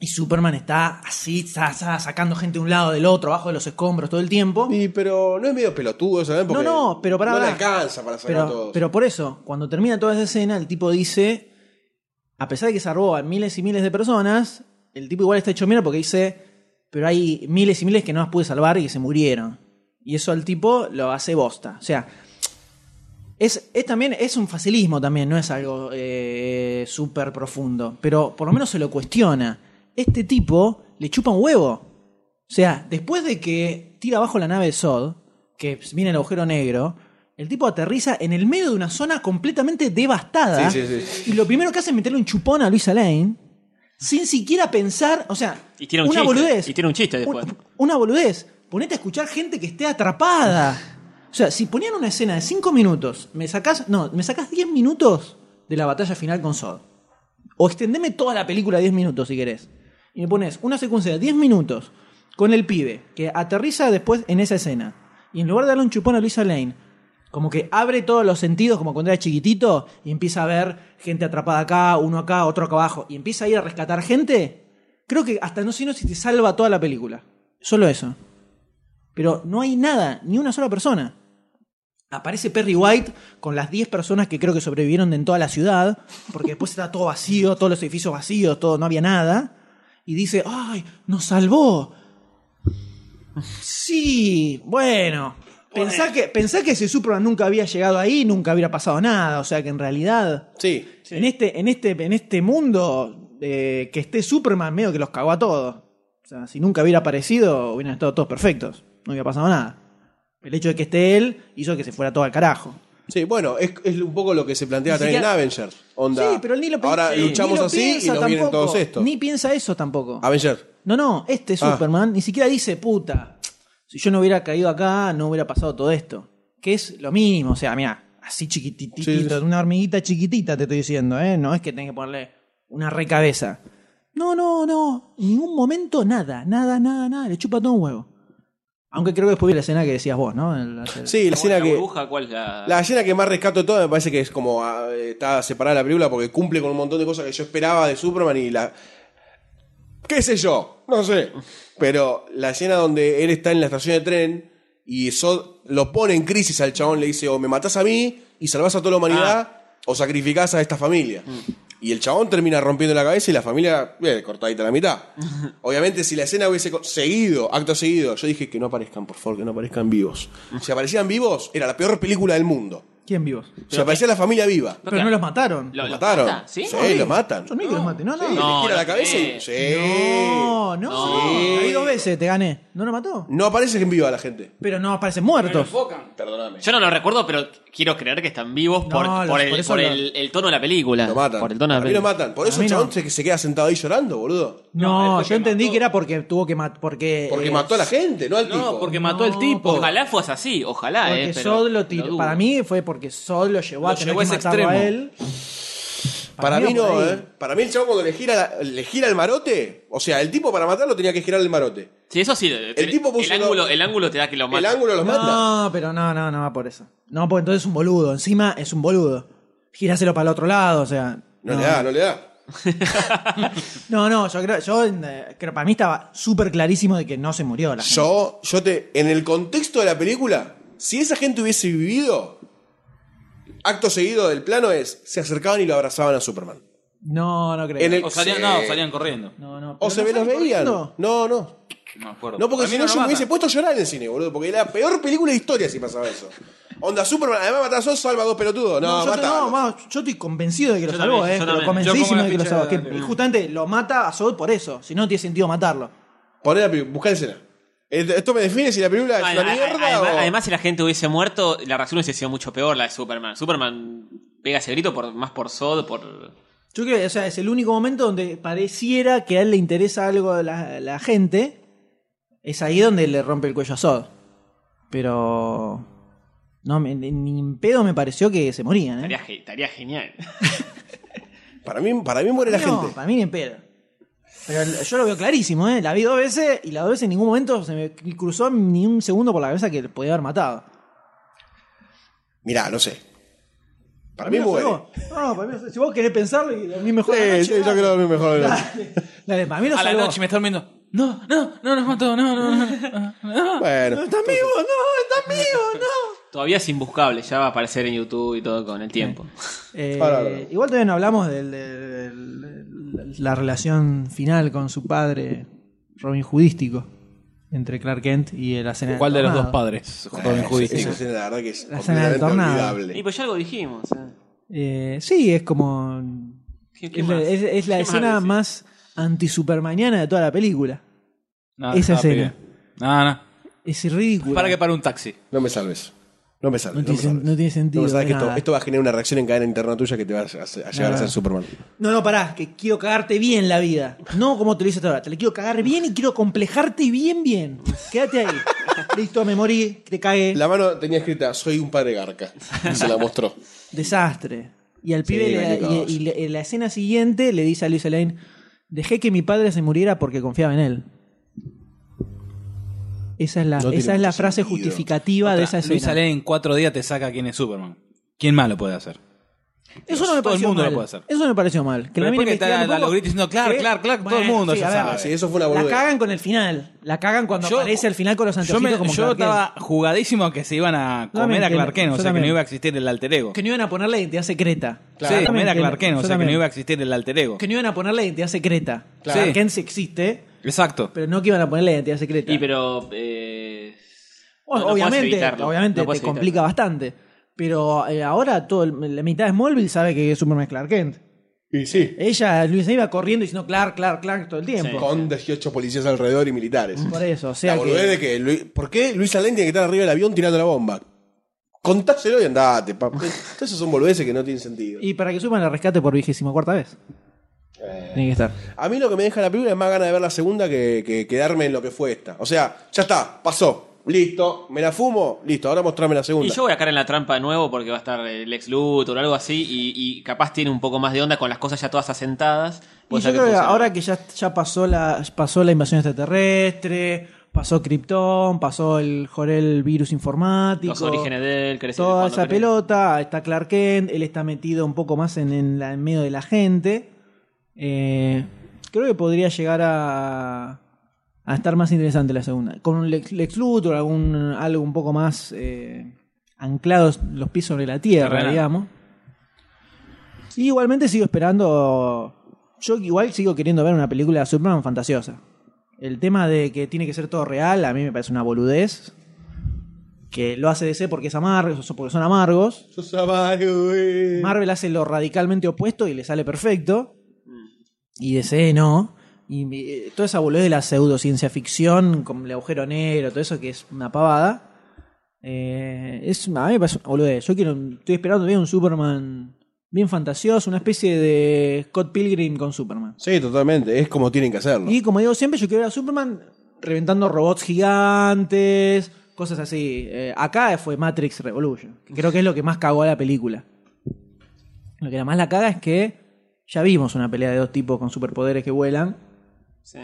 Y Superman está así, sa- sa- sacando gente de un lado, del otro, abajo de los escombros todo el tiempo. Y, pero no es medio pelotudo, ¿sabes? Porque no, no, pero pará, No pará. le alcanza para sacar Pero, a todos. pero por eso, cuando termina toda esa escena, el tipo dice, a pesar de que salvó a miles y miles de personas, el tipo igual está hecho mierda porque dice, pero hay miles y miles que no las pude salvar y que se murieron. Y eso al tipo lo hace bosta. O sea, es, es también es un facilismo también, no es algo eh, súper profundo, pero por lo menos se lo cuestiona. Este tipo le chupa un huevo. O sea, después de que tira abajo la nave de Sod, que viene el agujero negro, el tipo aterriza en el medio de una zona completamente devastada. Sí, sí, sí. Y lo primero que hace es meterle un chupón a Luisa Lane sin siquiera pensar, o sea, Y tiene un una chiste. boludez. Y tiene un chiste Un- después. una boludez. Ponete a escuchar gente que esté atrapada. O sea, si ponían una escena de 5 minutos, me sacás, no, me sacás 10 minutos de la batalla final con Sod. O extendeme toda la película a 10 minutos si querés. Y me pones una secuencia de 10 minutos con el pibe que aterriza después en esa escena. Y en lugar de darle un chupón a Luisa Lane, como que abre todos los sentidos, como cuando era chiquitito, y empieza a ver gente atrapada acá, uno acá, otro acá abajo, y empieza a ir a rescatar gente. Creo que hasta no sé no, si te salva toda la película. Solo eso. Pero no hay nada, ni una sola persona. Aparece Perry White con las 10 personas que creo que sobrevivieron en toda la ciudad, porque después está todo vacío, todos los edificios vacíos, todo, no había nada. Y dice, ¡ay, nos salvó! Sí, bueno. Pensá que, pensá que si Superman nunca había llegado ahí, nunca hubiera pasado nada. O sea que en realidad, Sí. en, este, en, este, en este mundo, eh, que esté Superman medio que los cagó a todos. O sea, si nunca hubiera aparecido, hubieran estado todos perfectos. No hubiera pasado nada. El hecho de que esté él hizo que se fuera todo al carajo. Sí, bueno, es, es un poco lo que se plantea Ni también en siquiera- Avengers. Onda. Sí, pero él ni lo pi- Ahora sí, luchamos ni lo así y piensa nos vienen tampoco. todos estos. Ni piensa eso tampoco. Avengers. No, no, este Ah. Superman ni siquiera dice, puta, si yo no hubiera caído acá, no hubiera pasado todo esto. Que es lo mínimo, o sea, mira, así chiquititito, Sí, sí. una hormiguita chiquitita te estoy diciendo, ¿eh? No es que tenés que ponerle una recabeza. No, no, no, en ningún momento nada, nada, nada, nada, le chupa todo un huevo. Aunque creo que después vi la escena que decías vos, ¿no? El- el- Sí, la escena la que. burbuja, ¿cuál es la- La escena que más rescato de todo me parece que es como ah, eh, está separada la película porque cumple con un montón de cosas que yo esperaba de Superman y la. ¿Qué sé yo? No sé. Pero la escena donde él está en la estación de tren y Zod lo pone en crisis al chabón, le dice: o me matás a mí y salvás a toda la humanidad Ah. o sacrificás a esta familia. Mm. Y el chabón termina rompiendo la cabeza y la familia, eh, cortadita a la mitad. Obviamente, si la escena hubiese co- seguido, acto seguido, yo dije que no aparezcan, por favor, que no aparezcan vivos. Si aparecían vivos, era la peor película del mundo. ¿Quién vivos? O sea, aparecía la familia viva. Pero no los mataron. Lo- Lo lo mataron. mata, ¿sí? Sí, lo matan. Yo no vi que los maté, no, no. Sí, No, le gira no la cabeza y. Sí. sé. No, no, Sí. la vi dos veces, te gané. ¿No lo mató? No aparece en viva la gente. Pero no aparecen muertos. enfocan. Perdóname. Yo no lo recuerdo, pero quiero creer que están vivos por, No, los- por el, por eso por lo- el- el tono de la película. Lo matan. Ah, Por el tono de A la mí lo película. matan. Por eso A mí el chabón no. se, que se queda sentado ahí llorando, boludo. No, No, es porque yo entendí mató- que era porque tuvo que matar. Porque, Porque eh, mató a la gente, no al tipo. No, porque mató al tipo. Ojalá fuese así, ojalá, Porque eh. pero Sod lo dudo. tiró. Para mí fue porque Sod lo llevó a Lo tener llevó que a ese matarlo a extremo. él. Para, mí, va por no, ahí. ¿eh? Para mí el chabón cuando le gira, la- le gira el marote, o sea, el tipo para matarlo tenía que girar el marote. Sí, eso sí. eh, El, tipo puso una- ángulo, el ángulo te da que lo mata. El ángulo los mata. No, pero no, no, no va por eso. No, porque entonces es un boludo. Encima es un boludo. Giráselo para el otro lado, o sea. No, le da, no le da. No, no, yo creo, yo eh, creo- para mí estaba súper clarísimo de que no se murió la gente. Yo, yo te. En el contexto de la película, si esa gente hubiese vivido, acto seguido del plano es, se acercaban y lo abrazaban a Superman. No, no creo. En el- O salían, Sí. no, salían corriendo. No, no, O pero se no ve- los sale veían. corriendo. No, no. No me acuerdo. No, porque A mí si no, yo me lo hubiese matan. puesto a llorar en el cine, boludo. Porque era la peor película de historia si pasaba eso. Onda Superman, además matar a Sol, salva a dos pelotudos. No, No, yo, te- mata. no, ma, yo estoy convencido de que lo Yo salvó, también, eh, yo pero también. Yo pongo convencidísimo la de que lo ficha salvó. Que de- y justamente lo mata a Sod por eso, si no, no tiene sentido matarlo. Poné la película, buscá la escena. Eh, Esto me define si la película es Ah, una ah, mierda ah, además, o... además, si la gente hubiese muerto, la reacción hubiese sido mucho peor la de Superman. Superman pega ese grito por, más por Sod, por. Yo creo que o sea, es el único momento donde pareciera que a él le interesa algo a la, la gente. Es ahí donde le rompe el cuello a Sod. Pero. No, me- ni ni en pedo me pareció que se morían, Estaría, ¿eh? ge- estaría genial. Para mí, para mí muere la no, gente. para mí ni en pedo. Pero el- yo lo veo clarísimo, ¿eh? La vi dos veces y las dos veces en ningún momento se me cruzó ni un segundo por la cabeza que le podía haber matado. Mirá, no sé. Para mí no muere. salvó. No, no, para mí no. Si vos querés pensarlo y dormir mejor. a la Sí, noche, sí, yo dale. creo que es mejor. ¿no? Dale, para mí no A la salvó. noche me está durmiendo. No, no, no nos mató, no, no, no. No, Bueno. está vivo, no, está vivo, no. Todavía es imbuscable, ya va a aparecer en YouTube y todo con el tiempo. Eh, Ahora hablamos. igual todavía no hablamos del- del- del- la relación final con su padre, Robin Judístico, entre Clark Kent y la escena del ¿Cuál de los dos tornado. padres? Robin Eh, Hood. Esa escena, la verdad que es La escena del completamente tornado. olvidable. Y pues ya algo dijimos. eh. Eh, sí, es como. ¿Qué- qué Es la, más? es- es la ¿Qué escena decir? más anti-supermaniana de toda la película. No, Esa estaba escena. pidiendo. No, no. Es ridículo. Para que para un taxi. No me salves. No me salves. No tiene me sen- salves. no tiene sentido me salves de que esto, nada. esto va a generar una reacción en cadena interna tuya que te va a, a- a llevar a Nada. ser Superman. No, no, pará, que quiero cagarte bien la vida. No como te lo hice hasta ahora. Te la quiero cagar bien y quiero complejarte bien, bien. Quédate ahí. Listo, me morí, te cagué. La mano tenía escrita, soy un padre garca. Y se la mostró. Desastre. Y al pibe, le- cualquier y, cosa. y le- en la escena siguiente le dice a Luis Lane, dejé que mi padre se muriera porque confiaba en él. Esa es la, No tiene esa es la mucho frase sentido. justificativa de esa Luis escena. Alén en cuatro días te saca quién es Superman. ¿Quién más lo puede hacer? Eso no me Todo el pareció mundo lo mal. puede hacer. Eso no me pareció mal. Que Pero la mina después que está investigando la- un poco, la grita diciendo, "Clark, que- Clark, Clark", todo el mundo ya a ver, sabe. Sí, eso fue una La boludez. cagan con el final. La cagan cuando Yo- aparece al final con los Yo, anteojitos me- como yo Clark Kent. estaba jugadísimo que se iban a Yo también, comer a que- Clark Kent, yo o sea que no también. iba a existir el alter ego. Que no iban a poner la identidad secreta. Sí, comer a Claramente, Clark Kent, o yo sea que no también. iba a existir el alter ego. Que no iban a poner la identidad secreta. Claro. Clark Kent sí existe, Exacto. pero no que iban a poner la identidad secreta. Y pero. eh, O- no- no puedes obviamente, evitarlo, obviamente no puedes te complica evitarlo. bastante. Pero eh, ahora todo el- la mitad de Smallville sabe que Superman es Clark Kent. Y sí. Ella, Luis, iba corriendo diciendo Clark, Clark, Clark todo el tiempo. Con 18 policías alrededor y militares. Por eso, o La sea boludez que... de que. Lu- ¿Por qué Luis Alain tiene que estar arriba del avión tirando la bomba? Contáselo y andate, papá. Todos esos son boludeces que no tienen sentido. Y para que Superman la rescate por vigésima cuarta vez. Tiene que estar. A mí lo que me deja la película es más ganas de ver la segunda que, que quedarme en lo que fue esta. O sea, ya está, pasó. Listo, me la fumo, listo, ahora mostrame la Y segunda. yo voy a caer en la trampa de nuevo porque va a estar el ex Luthor o algo así y, y capaz tiene un poco más de onda con las cosas ya todas asentadas. Y Puede yo ser creo que funcione. ahora que ya, ya pasó la pasó la invasión extraterrestre, pasó Krypton, pasó el Jorel virus informático. Los orígenes de él, crecer toda cuando esa crece. pelota, está Clark Kent, él está metido un poco más en, en la- en medio de la gente. Eh, creo que podría llegar a, a estar más interesante la segunda. Con un Lex, Lex Luthor, algún, algo un poco más eh, anclados los pies sobre la tierra, Terrenal. digamos. Y igualmente sigo esperando. Yo igual sigo queriendo ver una película de Superman fantasiosa. El tema de que tiene que ser todo real, a mí me parece una boludez que lo hace DC porque es amargo, so- porque son amargos. Sos avaro, eh. Marvel hace lo radicalmente opuesto y le sale perfecto. Y DC no. Y mi- eh, toda esa boludez de la pseudociencia ficción, con el agujero negro, todo eso que es una pavada. Eh, es, a mí me parece una boludez. Yo quiero, estoy esperando bien un Superman bien fantasioso, una especie de Scott Pilgrim con Superman. Sí, totalmente, es como tienen que hacerlo. Y como digo siempre, yo quiero ver a Superman reventando robots gigantes, cosas así. Eh, acá fue Matrix Revolution. que Creo que es lo que más cagó a la película. Lo que más la caga es que ya vimos una pelea de dos tipos con superpoderes que vuelan. Sí.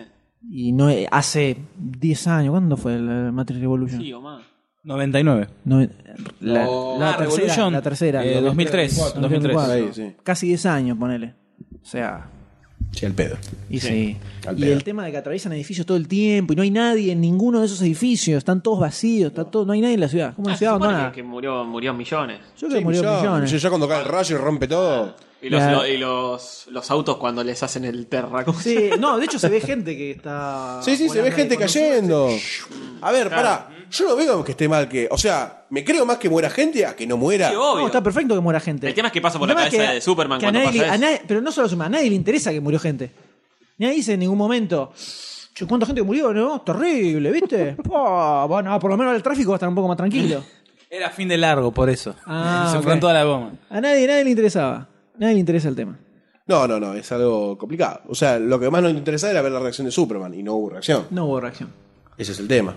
Y no eh, hace 10 años, ¿cuándo fue la Matrix Revolution? Sí, o más. 99. No, eh, la, No, la ah, tercera, Revolution, la tercera. eh, la- 2003, 2003. Ahí, sí. Casi 10 años, ponele. O sea, Sí, el pedo. y sí. Al Y pedo. el tema de que atraviesan edificios todo el tiempo y no hay nadie en ninguno de esos edificios, están todos vacíos, está todo, no hay nadie en la ciudad. ¿Cómo Ah, la se ciudad supone abandonada? que, que murió, murió millones. Yo creo que murió ya, millones. ya- ya cuando cae el rayo y rompe todo. Y los, La- lo- y los, los autos cuando les hacen el terra. ¿cómo Sí, se- no, de hecho se ve gente que está. Sí, sí, se ve volando gente ahí con un- cayendo. A ver, pará. Yo no veo que esté mal que. O sea, me creo más que muera gente a que no muera. Sí, obvio. No, está perfecto que muera gente. El tema es que pasa por El la tema es cabeza de Superman que cuando a nadie pasa le- a eso. nadie- pero no solo a Superman, a nadie le interesa que murió gente. Nadie dice en ningún momento. "Che, ¿Cuánta gente murió? No, terrible, ¿viste? Pa, bueno, por lo menos el tráfico va a estar un poco más tranquilo. Era fin de largo, por eso. Ah, se ok. fueron toda la goma. A nadie, nadie le interesaba. Nadie le interesa el tema. No, no, no, es algo complicado. O sea, lo que más nos interesaba era ver la reacción de Superman y no hubo reacción. No hubo reacción. Ese es el tema.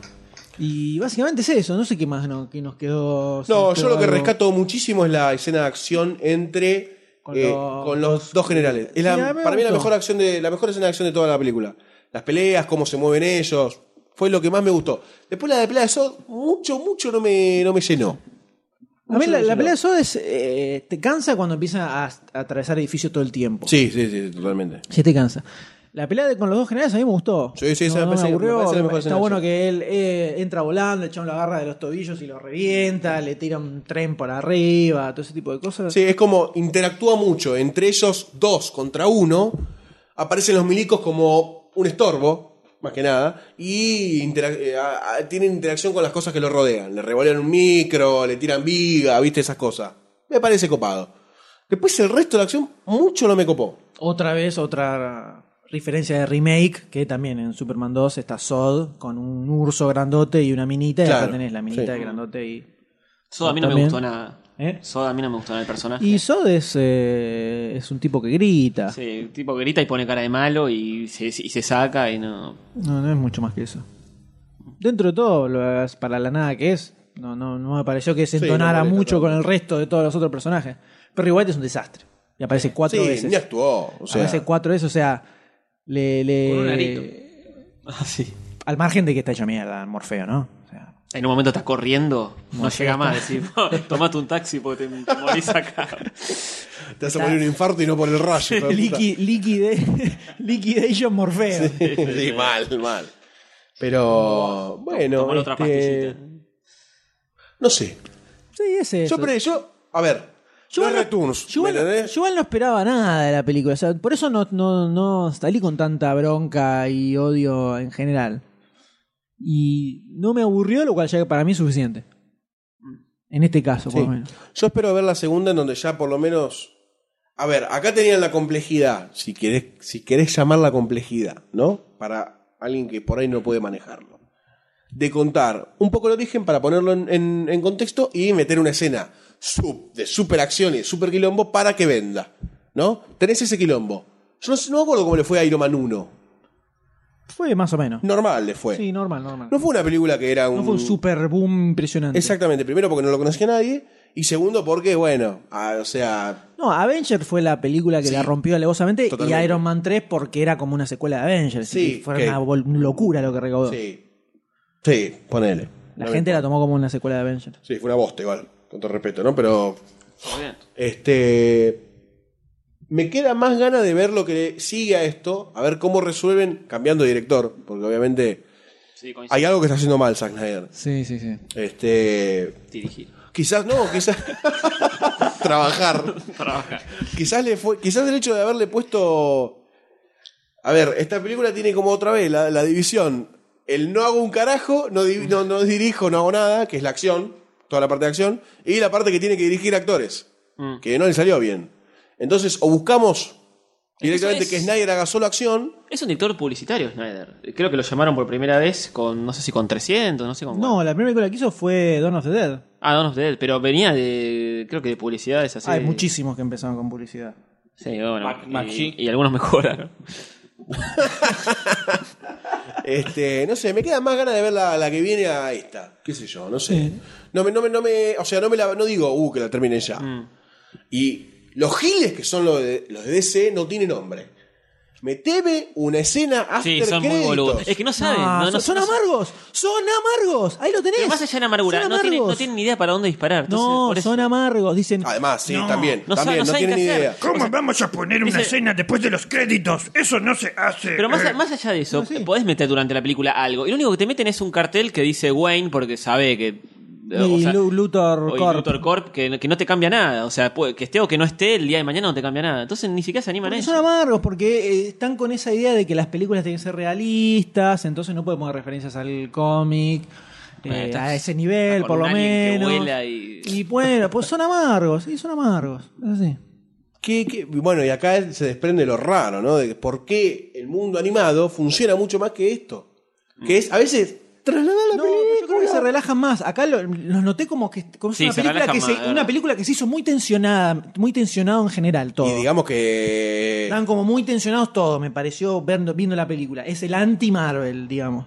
Y básicamente es eso, no sé qué más no, que nos quedó. sin No, quedó yo lo que algo. rescato muchísimo es la escena de acción entre Con eh, los- con los dos generales. Es la- Sí, a mí me para mí la gustó. mejor acción de la mejor escena de acción de toda la película. Las peleas, cómo se mueven ellos, fue lo que más me gustó. Después la de pelea de Zod, mucho, mucho no me, no me llenó. A mí la, Mucho la no pelea me de llenó. Soda es, eh, te cansa cuando empieza a, a atravesar edificios todo el tiempo. Sí, sí, sí, totalmente. Sí, te cansa. La pelea de- con los dos generales a mí me gustó. Sí, sí, No- esa me no parece- me aburrió. parece la mejor Está escena. bueno que él eh, entra volando, el chabón lo agarra de los tobillos y lo revienta, le tira un tren por arriba, todo ese tipo de cosas. Sí, es como interactúa mucho entre ellos dos contra uno. Aparecen los milicos como un estorbo, más que nada, y intera- eh, a- a- tienen interacción con las cosas que los rodean. Le revolean un micro, le tiran viga, viste esas cosas. Me parece copado. Después el resto de la acción mucho no me copó. Otra vez, otra referencia de remake, que también en Superman 2 está Sod con un urso grandote y una minita, y Claro, acá tenés la minita sí. grandote y... Soda a mí no También. me gustó nada. ¿Eh? Soda a mí no me gustó nada el personaje. Y Sod es, eh, es un tipo que grita. Sí, el tipo grita y pone cara de malo y se, y se saca y no. No, no es mucho más que eso. Dentro de todo, lo- para la nada que es, no, no, no me pareció que se Sí, entonara no molesta mucho tanto. con el resto de todos los otros personajes. Pero White es un desastre. Y aparece cuatro Sí, veces. ni actuó. O sea, aparece cuatro veces, o sea, le, le- Con un arito. Ah, sí. al margen de que está hecho mierda Morfeo, ¿no? O sea, En un momento estás corriendo, no llega más. Decís, tomate un taxi porque te, te morís acá. te hace morir un infarto y no por el rayo. hijo de puta. liqui- liquide- liquidation Morfeo. sí, mal, mal. Pero bueno. tomar otra este, pastillita. No sé. Sí, es eso. Yo, pre- yo, a ver. Yo igual no- Returns. yo igual ¿me no- entendés? yo igual no esperaba nada de la película. o sea, por eso no, no, no salí con tanta bronca y odio en general. Y no me aburrió, lo cual ya para mí es suficiente. En este caso, por Sí. lo menos. Yo espero ver la segunda en donde ya por lo menos. A ver, acá tenían la complejidad, si querés, si querés llamar la complejidad, ¿no? Para alguien que por ahí no puede manejarlo. De contar un poco el origen para ponerlo en, en- en contexto y meter una escena sub- de super acción y de super quilombo para que venda, ¿no? Tenés ese quilombo. Yo no, sé- no me acuerdo cómo le fue a Iron Man 1. Fue más o menos. Normal le fue. Sí, normal, normal. No fue una película que era un. No fue un super boom impresionante. Exactamente, primero porque no lo conocía nadie y segundo porque, bueno, ah, o sea, No, Avenger fue la película que la rompió alevosamente totalmente. y Iron Man 3 porque era como una secuela de Avengers. Sí, y fue que- una vol- locura lo que recaudó. sí. Sí, ponele. La No gente me- la tomó como una secuela de Avengers. Sí, fue una bosta igual, con todo respeto, ¿no? Pero, Está bien. este... Me queda más gana de ver lo que sigue a esto, a ver cómo resuelven cambiando de director, porque obviamente Sí, coincido. hay algo que está haciendo mal Zack Snyder. Sí, sí, sí. Este... Dirigir. Quizás no, quizás... Trabajar. Trabajar. Quizás le fue. Quizás el hecho de haberle puesto. A ver, esta película tiene como otra vez la, la división. El no hago un carajo, no, di- no, no dirijo, no hago nada, que es la acción, toda la parte de acción, y la parte que tiene que dirigir actores, Mm. que no le salió bien. Entonces, o buscamos directamente Eso que es- Snyder haga solo acción. Es un director publicitario, Snyder. Creo que lo llamaron por primera vez con, no sé si con 300, no sé con. No, la primera película que hizo fue Dawn of the Dead. Ah, Dawn of the Dead, pero venía de. Creo que de publicidades así. Hay muchísimos que empezaron con publicidad. Sí, bueno. Mac- y- Maggi. y, algunos mejoraron. Este, no sé, me queda más ganas de ver la, la que viene a esta. Qué sé Mm. yo, no sé. No me, no me, no me, o sea, no me la, no digo, uh, que la terminen ya. Y Los giles que son los de, los de DC no tienen nombre. Meteme una escena after Sí, son muy créditos. boludos. Es que no saben. Ah, No, no, son, no- amargos, son amargos. Ahí lo tenés. Pero más allá de la amargura, Son no tienen, no amargos. tienen ni idea para dónde disparar. Entonces, No, por eso- Ah, son amargos. Dicen, Además, sí, también, también, no saben- no, no saben tienen ni qué hacer. idea. ¿Cómo vamos a poner una dice- escena después de los créditos? Eso no se hace. Pero más, Eh, a- más allá de eso, No, sí. podés meter durante la película algo. Y lo único que te meten es un cartel que dice Wayne porque sabe que. o y sea, Lu- Luthor o y Corp. Luthor Corp, que, que no te cambia nada. O sea, puede- que esté o que no esté, el día de mañana no te cambia nada. Entonces ni siquiera se animan a Porque eso. son amargos porque eh, están con esa idea de que las películas tienen que ser realistas, entonces no podemos poner referencias al cómic Bueno, eh, estás a ese nivel, con por lo un alien que menos. vuela y- bueno, pues son amargos, sí, son amargos. Es así. ¿Qué- qué? Y Bueno, y acá se desprende lo raro, ¿no? De por qué el mundo animado funciona mucho más que esto. Mm. Que es, a veces, trasladar la No, película. pero yo creo que se relajan más. Acá lo- los noté como que como es Sí, una, se película relajan que más, eh. se, es una verdad. película que se hizo muy tensionada, muy tensionado en general todo. Y digamos que. Estaban como muy tensionados todos, me pareció viendo, viendo la película. Es el anti-Marvel, digamos.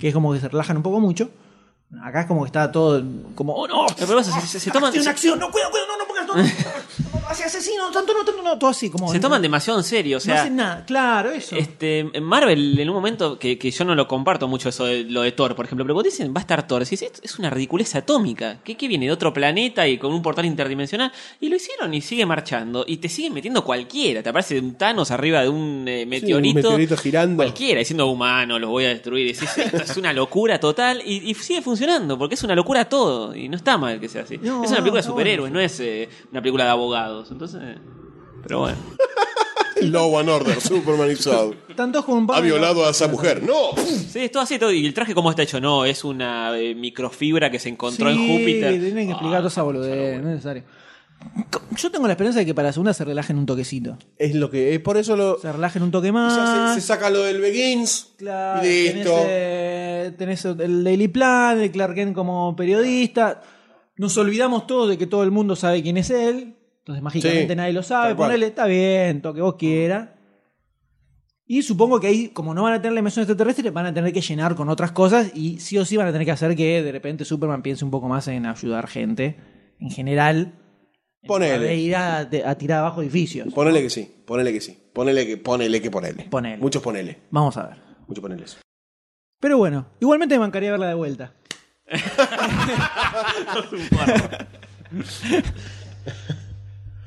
Que es como que se relajan un poco mucho. Acá es como que está todo como, oh no, Pero pasa, se, se- se toman, acción, se- acción, no, cuidado, cuidado, no, no, porque no, no, hacia asesino, tanto no, tanto no, todo así, como. se toman demasiado en serio. O no sea, hacen nada, claro, eso. Este, en Marvel, en un momento que, que yo no lo comparto mucho, eso de lo de Thor, por ejemplo, pero cuando dicen va a estar Thor, decís, "Esto es una ridiculez atómica. ¿Qué, qué viene de otro planeta y con un portal interdimensional? Y lo hicieron y sigue marchando. Y te siguen metiendo cualquiera. Te aparece un Thanos arriba de un eh, meteorito. meteorito girando. Cualquiera, diciendo humano, los voy a destruir. Y decís, "Esto es una locura total. Y, y sigue funcionando, porque es una locura todo. Y no está mal que sea así. No, es una película de no, bueno. superhéroes, no es eh, una película de abogados. Entonces. eh, Pero bueno. Law and Order, Superman is out. Están todos con un par Ha de- violado a esa mujer. ¡No! Sí, es todo así. todo- Y el traje, ¿cómo está hecho? No, es una eh, microfibra que se encontró en Sí, Júpiter. Tienen que explicar Ah, toda esa boludez, no es necesario. Yo tengo la esperanza de que para la segunda se relajen un toquecito. Es lo que. Es por eso lo. Se relajen un toque ya más. se, se saca lo del Begins. Claro, y listo. Tenés, eh, tenés el Daily Plan, el Clark Kent como periodista. Nos olvidamos todos de que todo el mundo sabe quién es él. Entonces, mágicamente Sí, nadie lo sabe. tal cual. Ponele, está bien, toque vos quieras. Y supongo que ahí, como no van a tener la dimensión extraterrestre, van a tener que llenar con otras cosas. Y sí o sí van a tener que hacer que de repente Superman piense un poco más en ayudar gente en general. en Ponele. lugar De ir a, a tirar abajo edificios. Ponele que sí, ponele que sí. Ponele que, ponele que ponele. Ponele. Muchos ponele. Vamos a ver. Muchos poneles. Pero bueno, igualmente me bancaría verla de vuelta.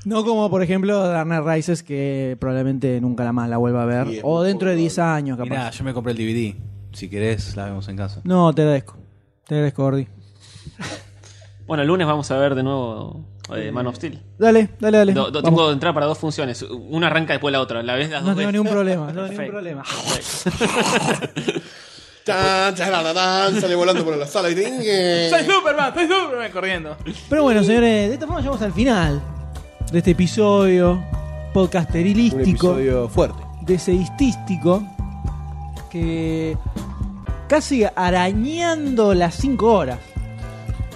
no como, por ejemplo, Dark Knight Rises, que probablemente nunca la más la vuelva a ver. Sí, es o muy dentro de poco 10 años, capaz. Mirá, yo me compré el DVD. Si querés, la vemos en casa. No, te agradezco. Te agradezco, Gordy. Ah. Bueno, el lunes vamos a ver de nuevo eh, Man of Steel. Dale, dale, dale. Do- do- Vamos. tengo que entrar para dos funciones. Una arranca después la otra. La ves las No dos tengo veces. ningún problema, no tengo ningún Perfecto. problema. Tan, tan, tan, tan, sale volando por la sala y te- ¡Soy Superman! ¡Soy Superman! Corriendo. Pero bueno, señores, de esta forma llegamos al final de este episodio Un podcasterilístico. episodio fuerte. deseistístico que casi arañando las 5 horas.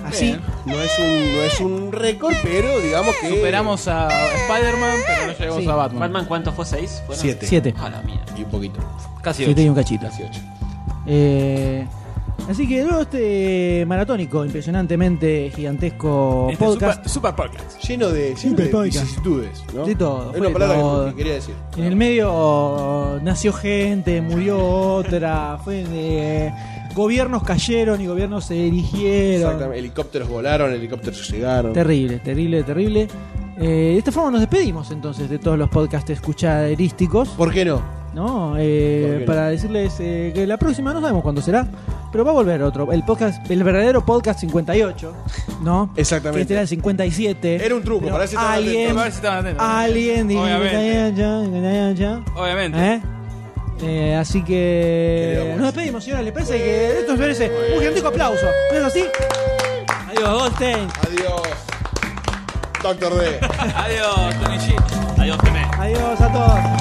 Así. No es un, no es un récord, pero digamos que. Superamos a Spider-Man, pero no llegamos Sí. a Batman. Batman, ¿cuánto fue? ¿Seis? ¿Fueron? Siete. 7. A la mierda. Y un poquito. Casi 7 ocho. y un cachito. Casi ocho. Eh, así que luego este maratónico, impresionantemente gigantesco Este podcast. Super, super podcast. Lleno de, siempre de Podcast. vicisitudes, ¿no? De todo, Es fue una de palabra que- todo. que quería decir. En el medio nació gente, murió otra, fue de- gobiernos cayeron y gobiernos se erigieron. Exactamente. Helicópteros volaron, helicópteros llegaron. Terrible, terrible, terrible. Eh, de esta forma nos despedimos entonces de todos los podcasts escuchaderísticos, ¿Por qué no? ¿no? Eh, ¿Por qué no? para decirles eh, que la próxima no sabemos cuándo será, pero va a volver otro, el podcast, el verdadero podcast 58, ¿no? Que este Exactamente. era el 57. Era un truco, pero para eso estaban alguien, atentos. Para eso estaban atentos. alguien dijo, Obviamente. "Ya, ya, ya, ya". Obviamente. ¿Eh? Eh, así que Querido, nos despedimos, señores. Les parece que esto merece un gigantesco aplauso. ¿No es así? Adiós, Goldstein. Adiós. Doctor D. Adiós, Tony G. Adiós, Jiménez. Adiós a todos.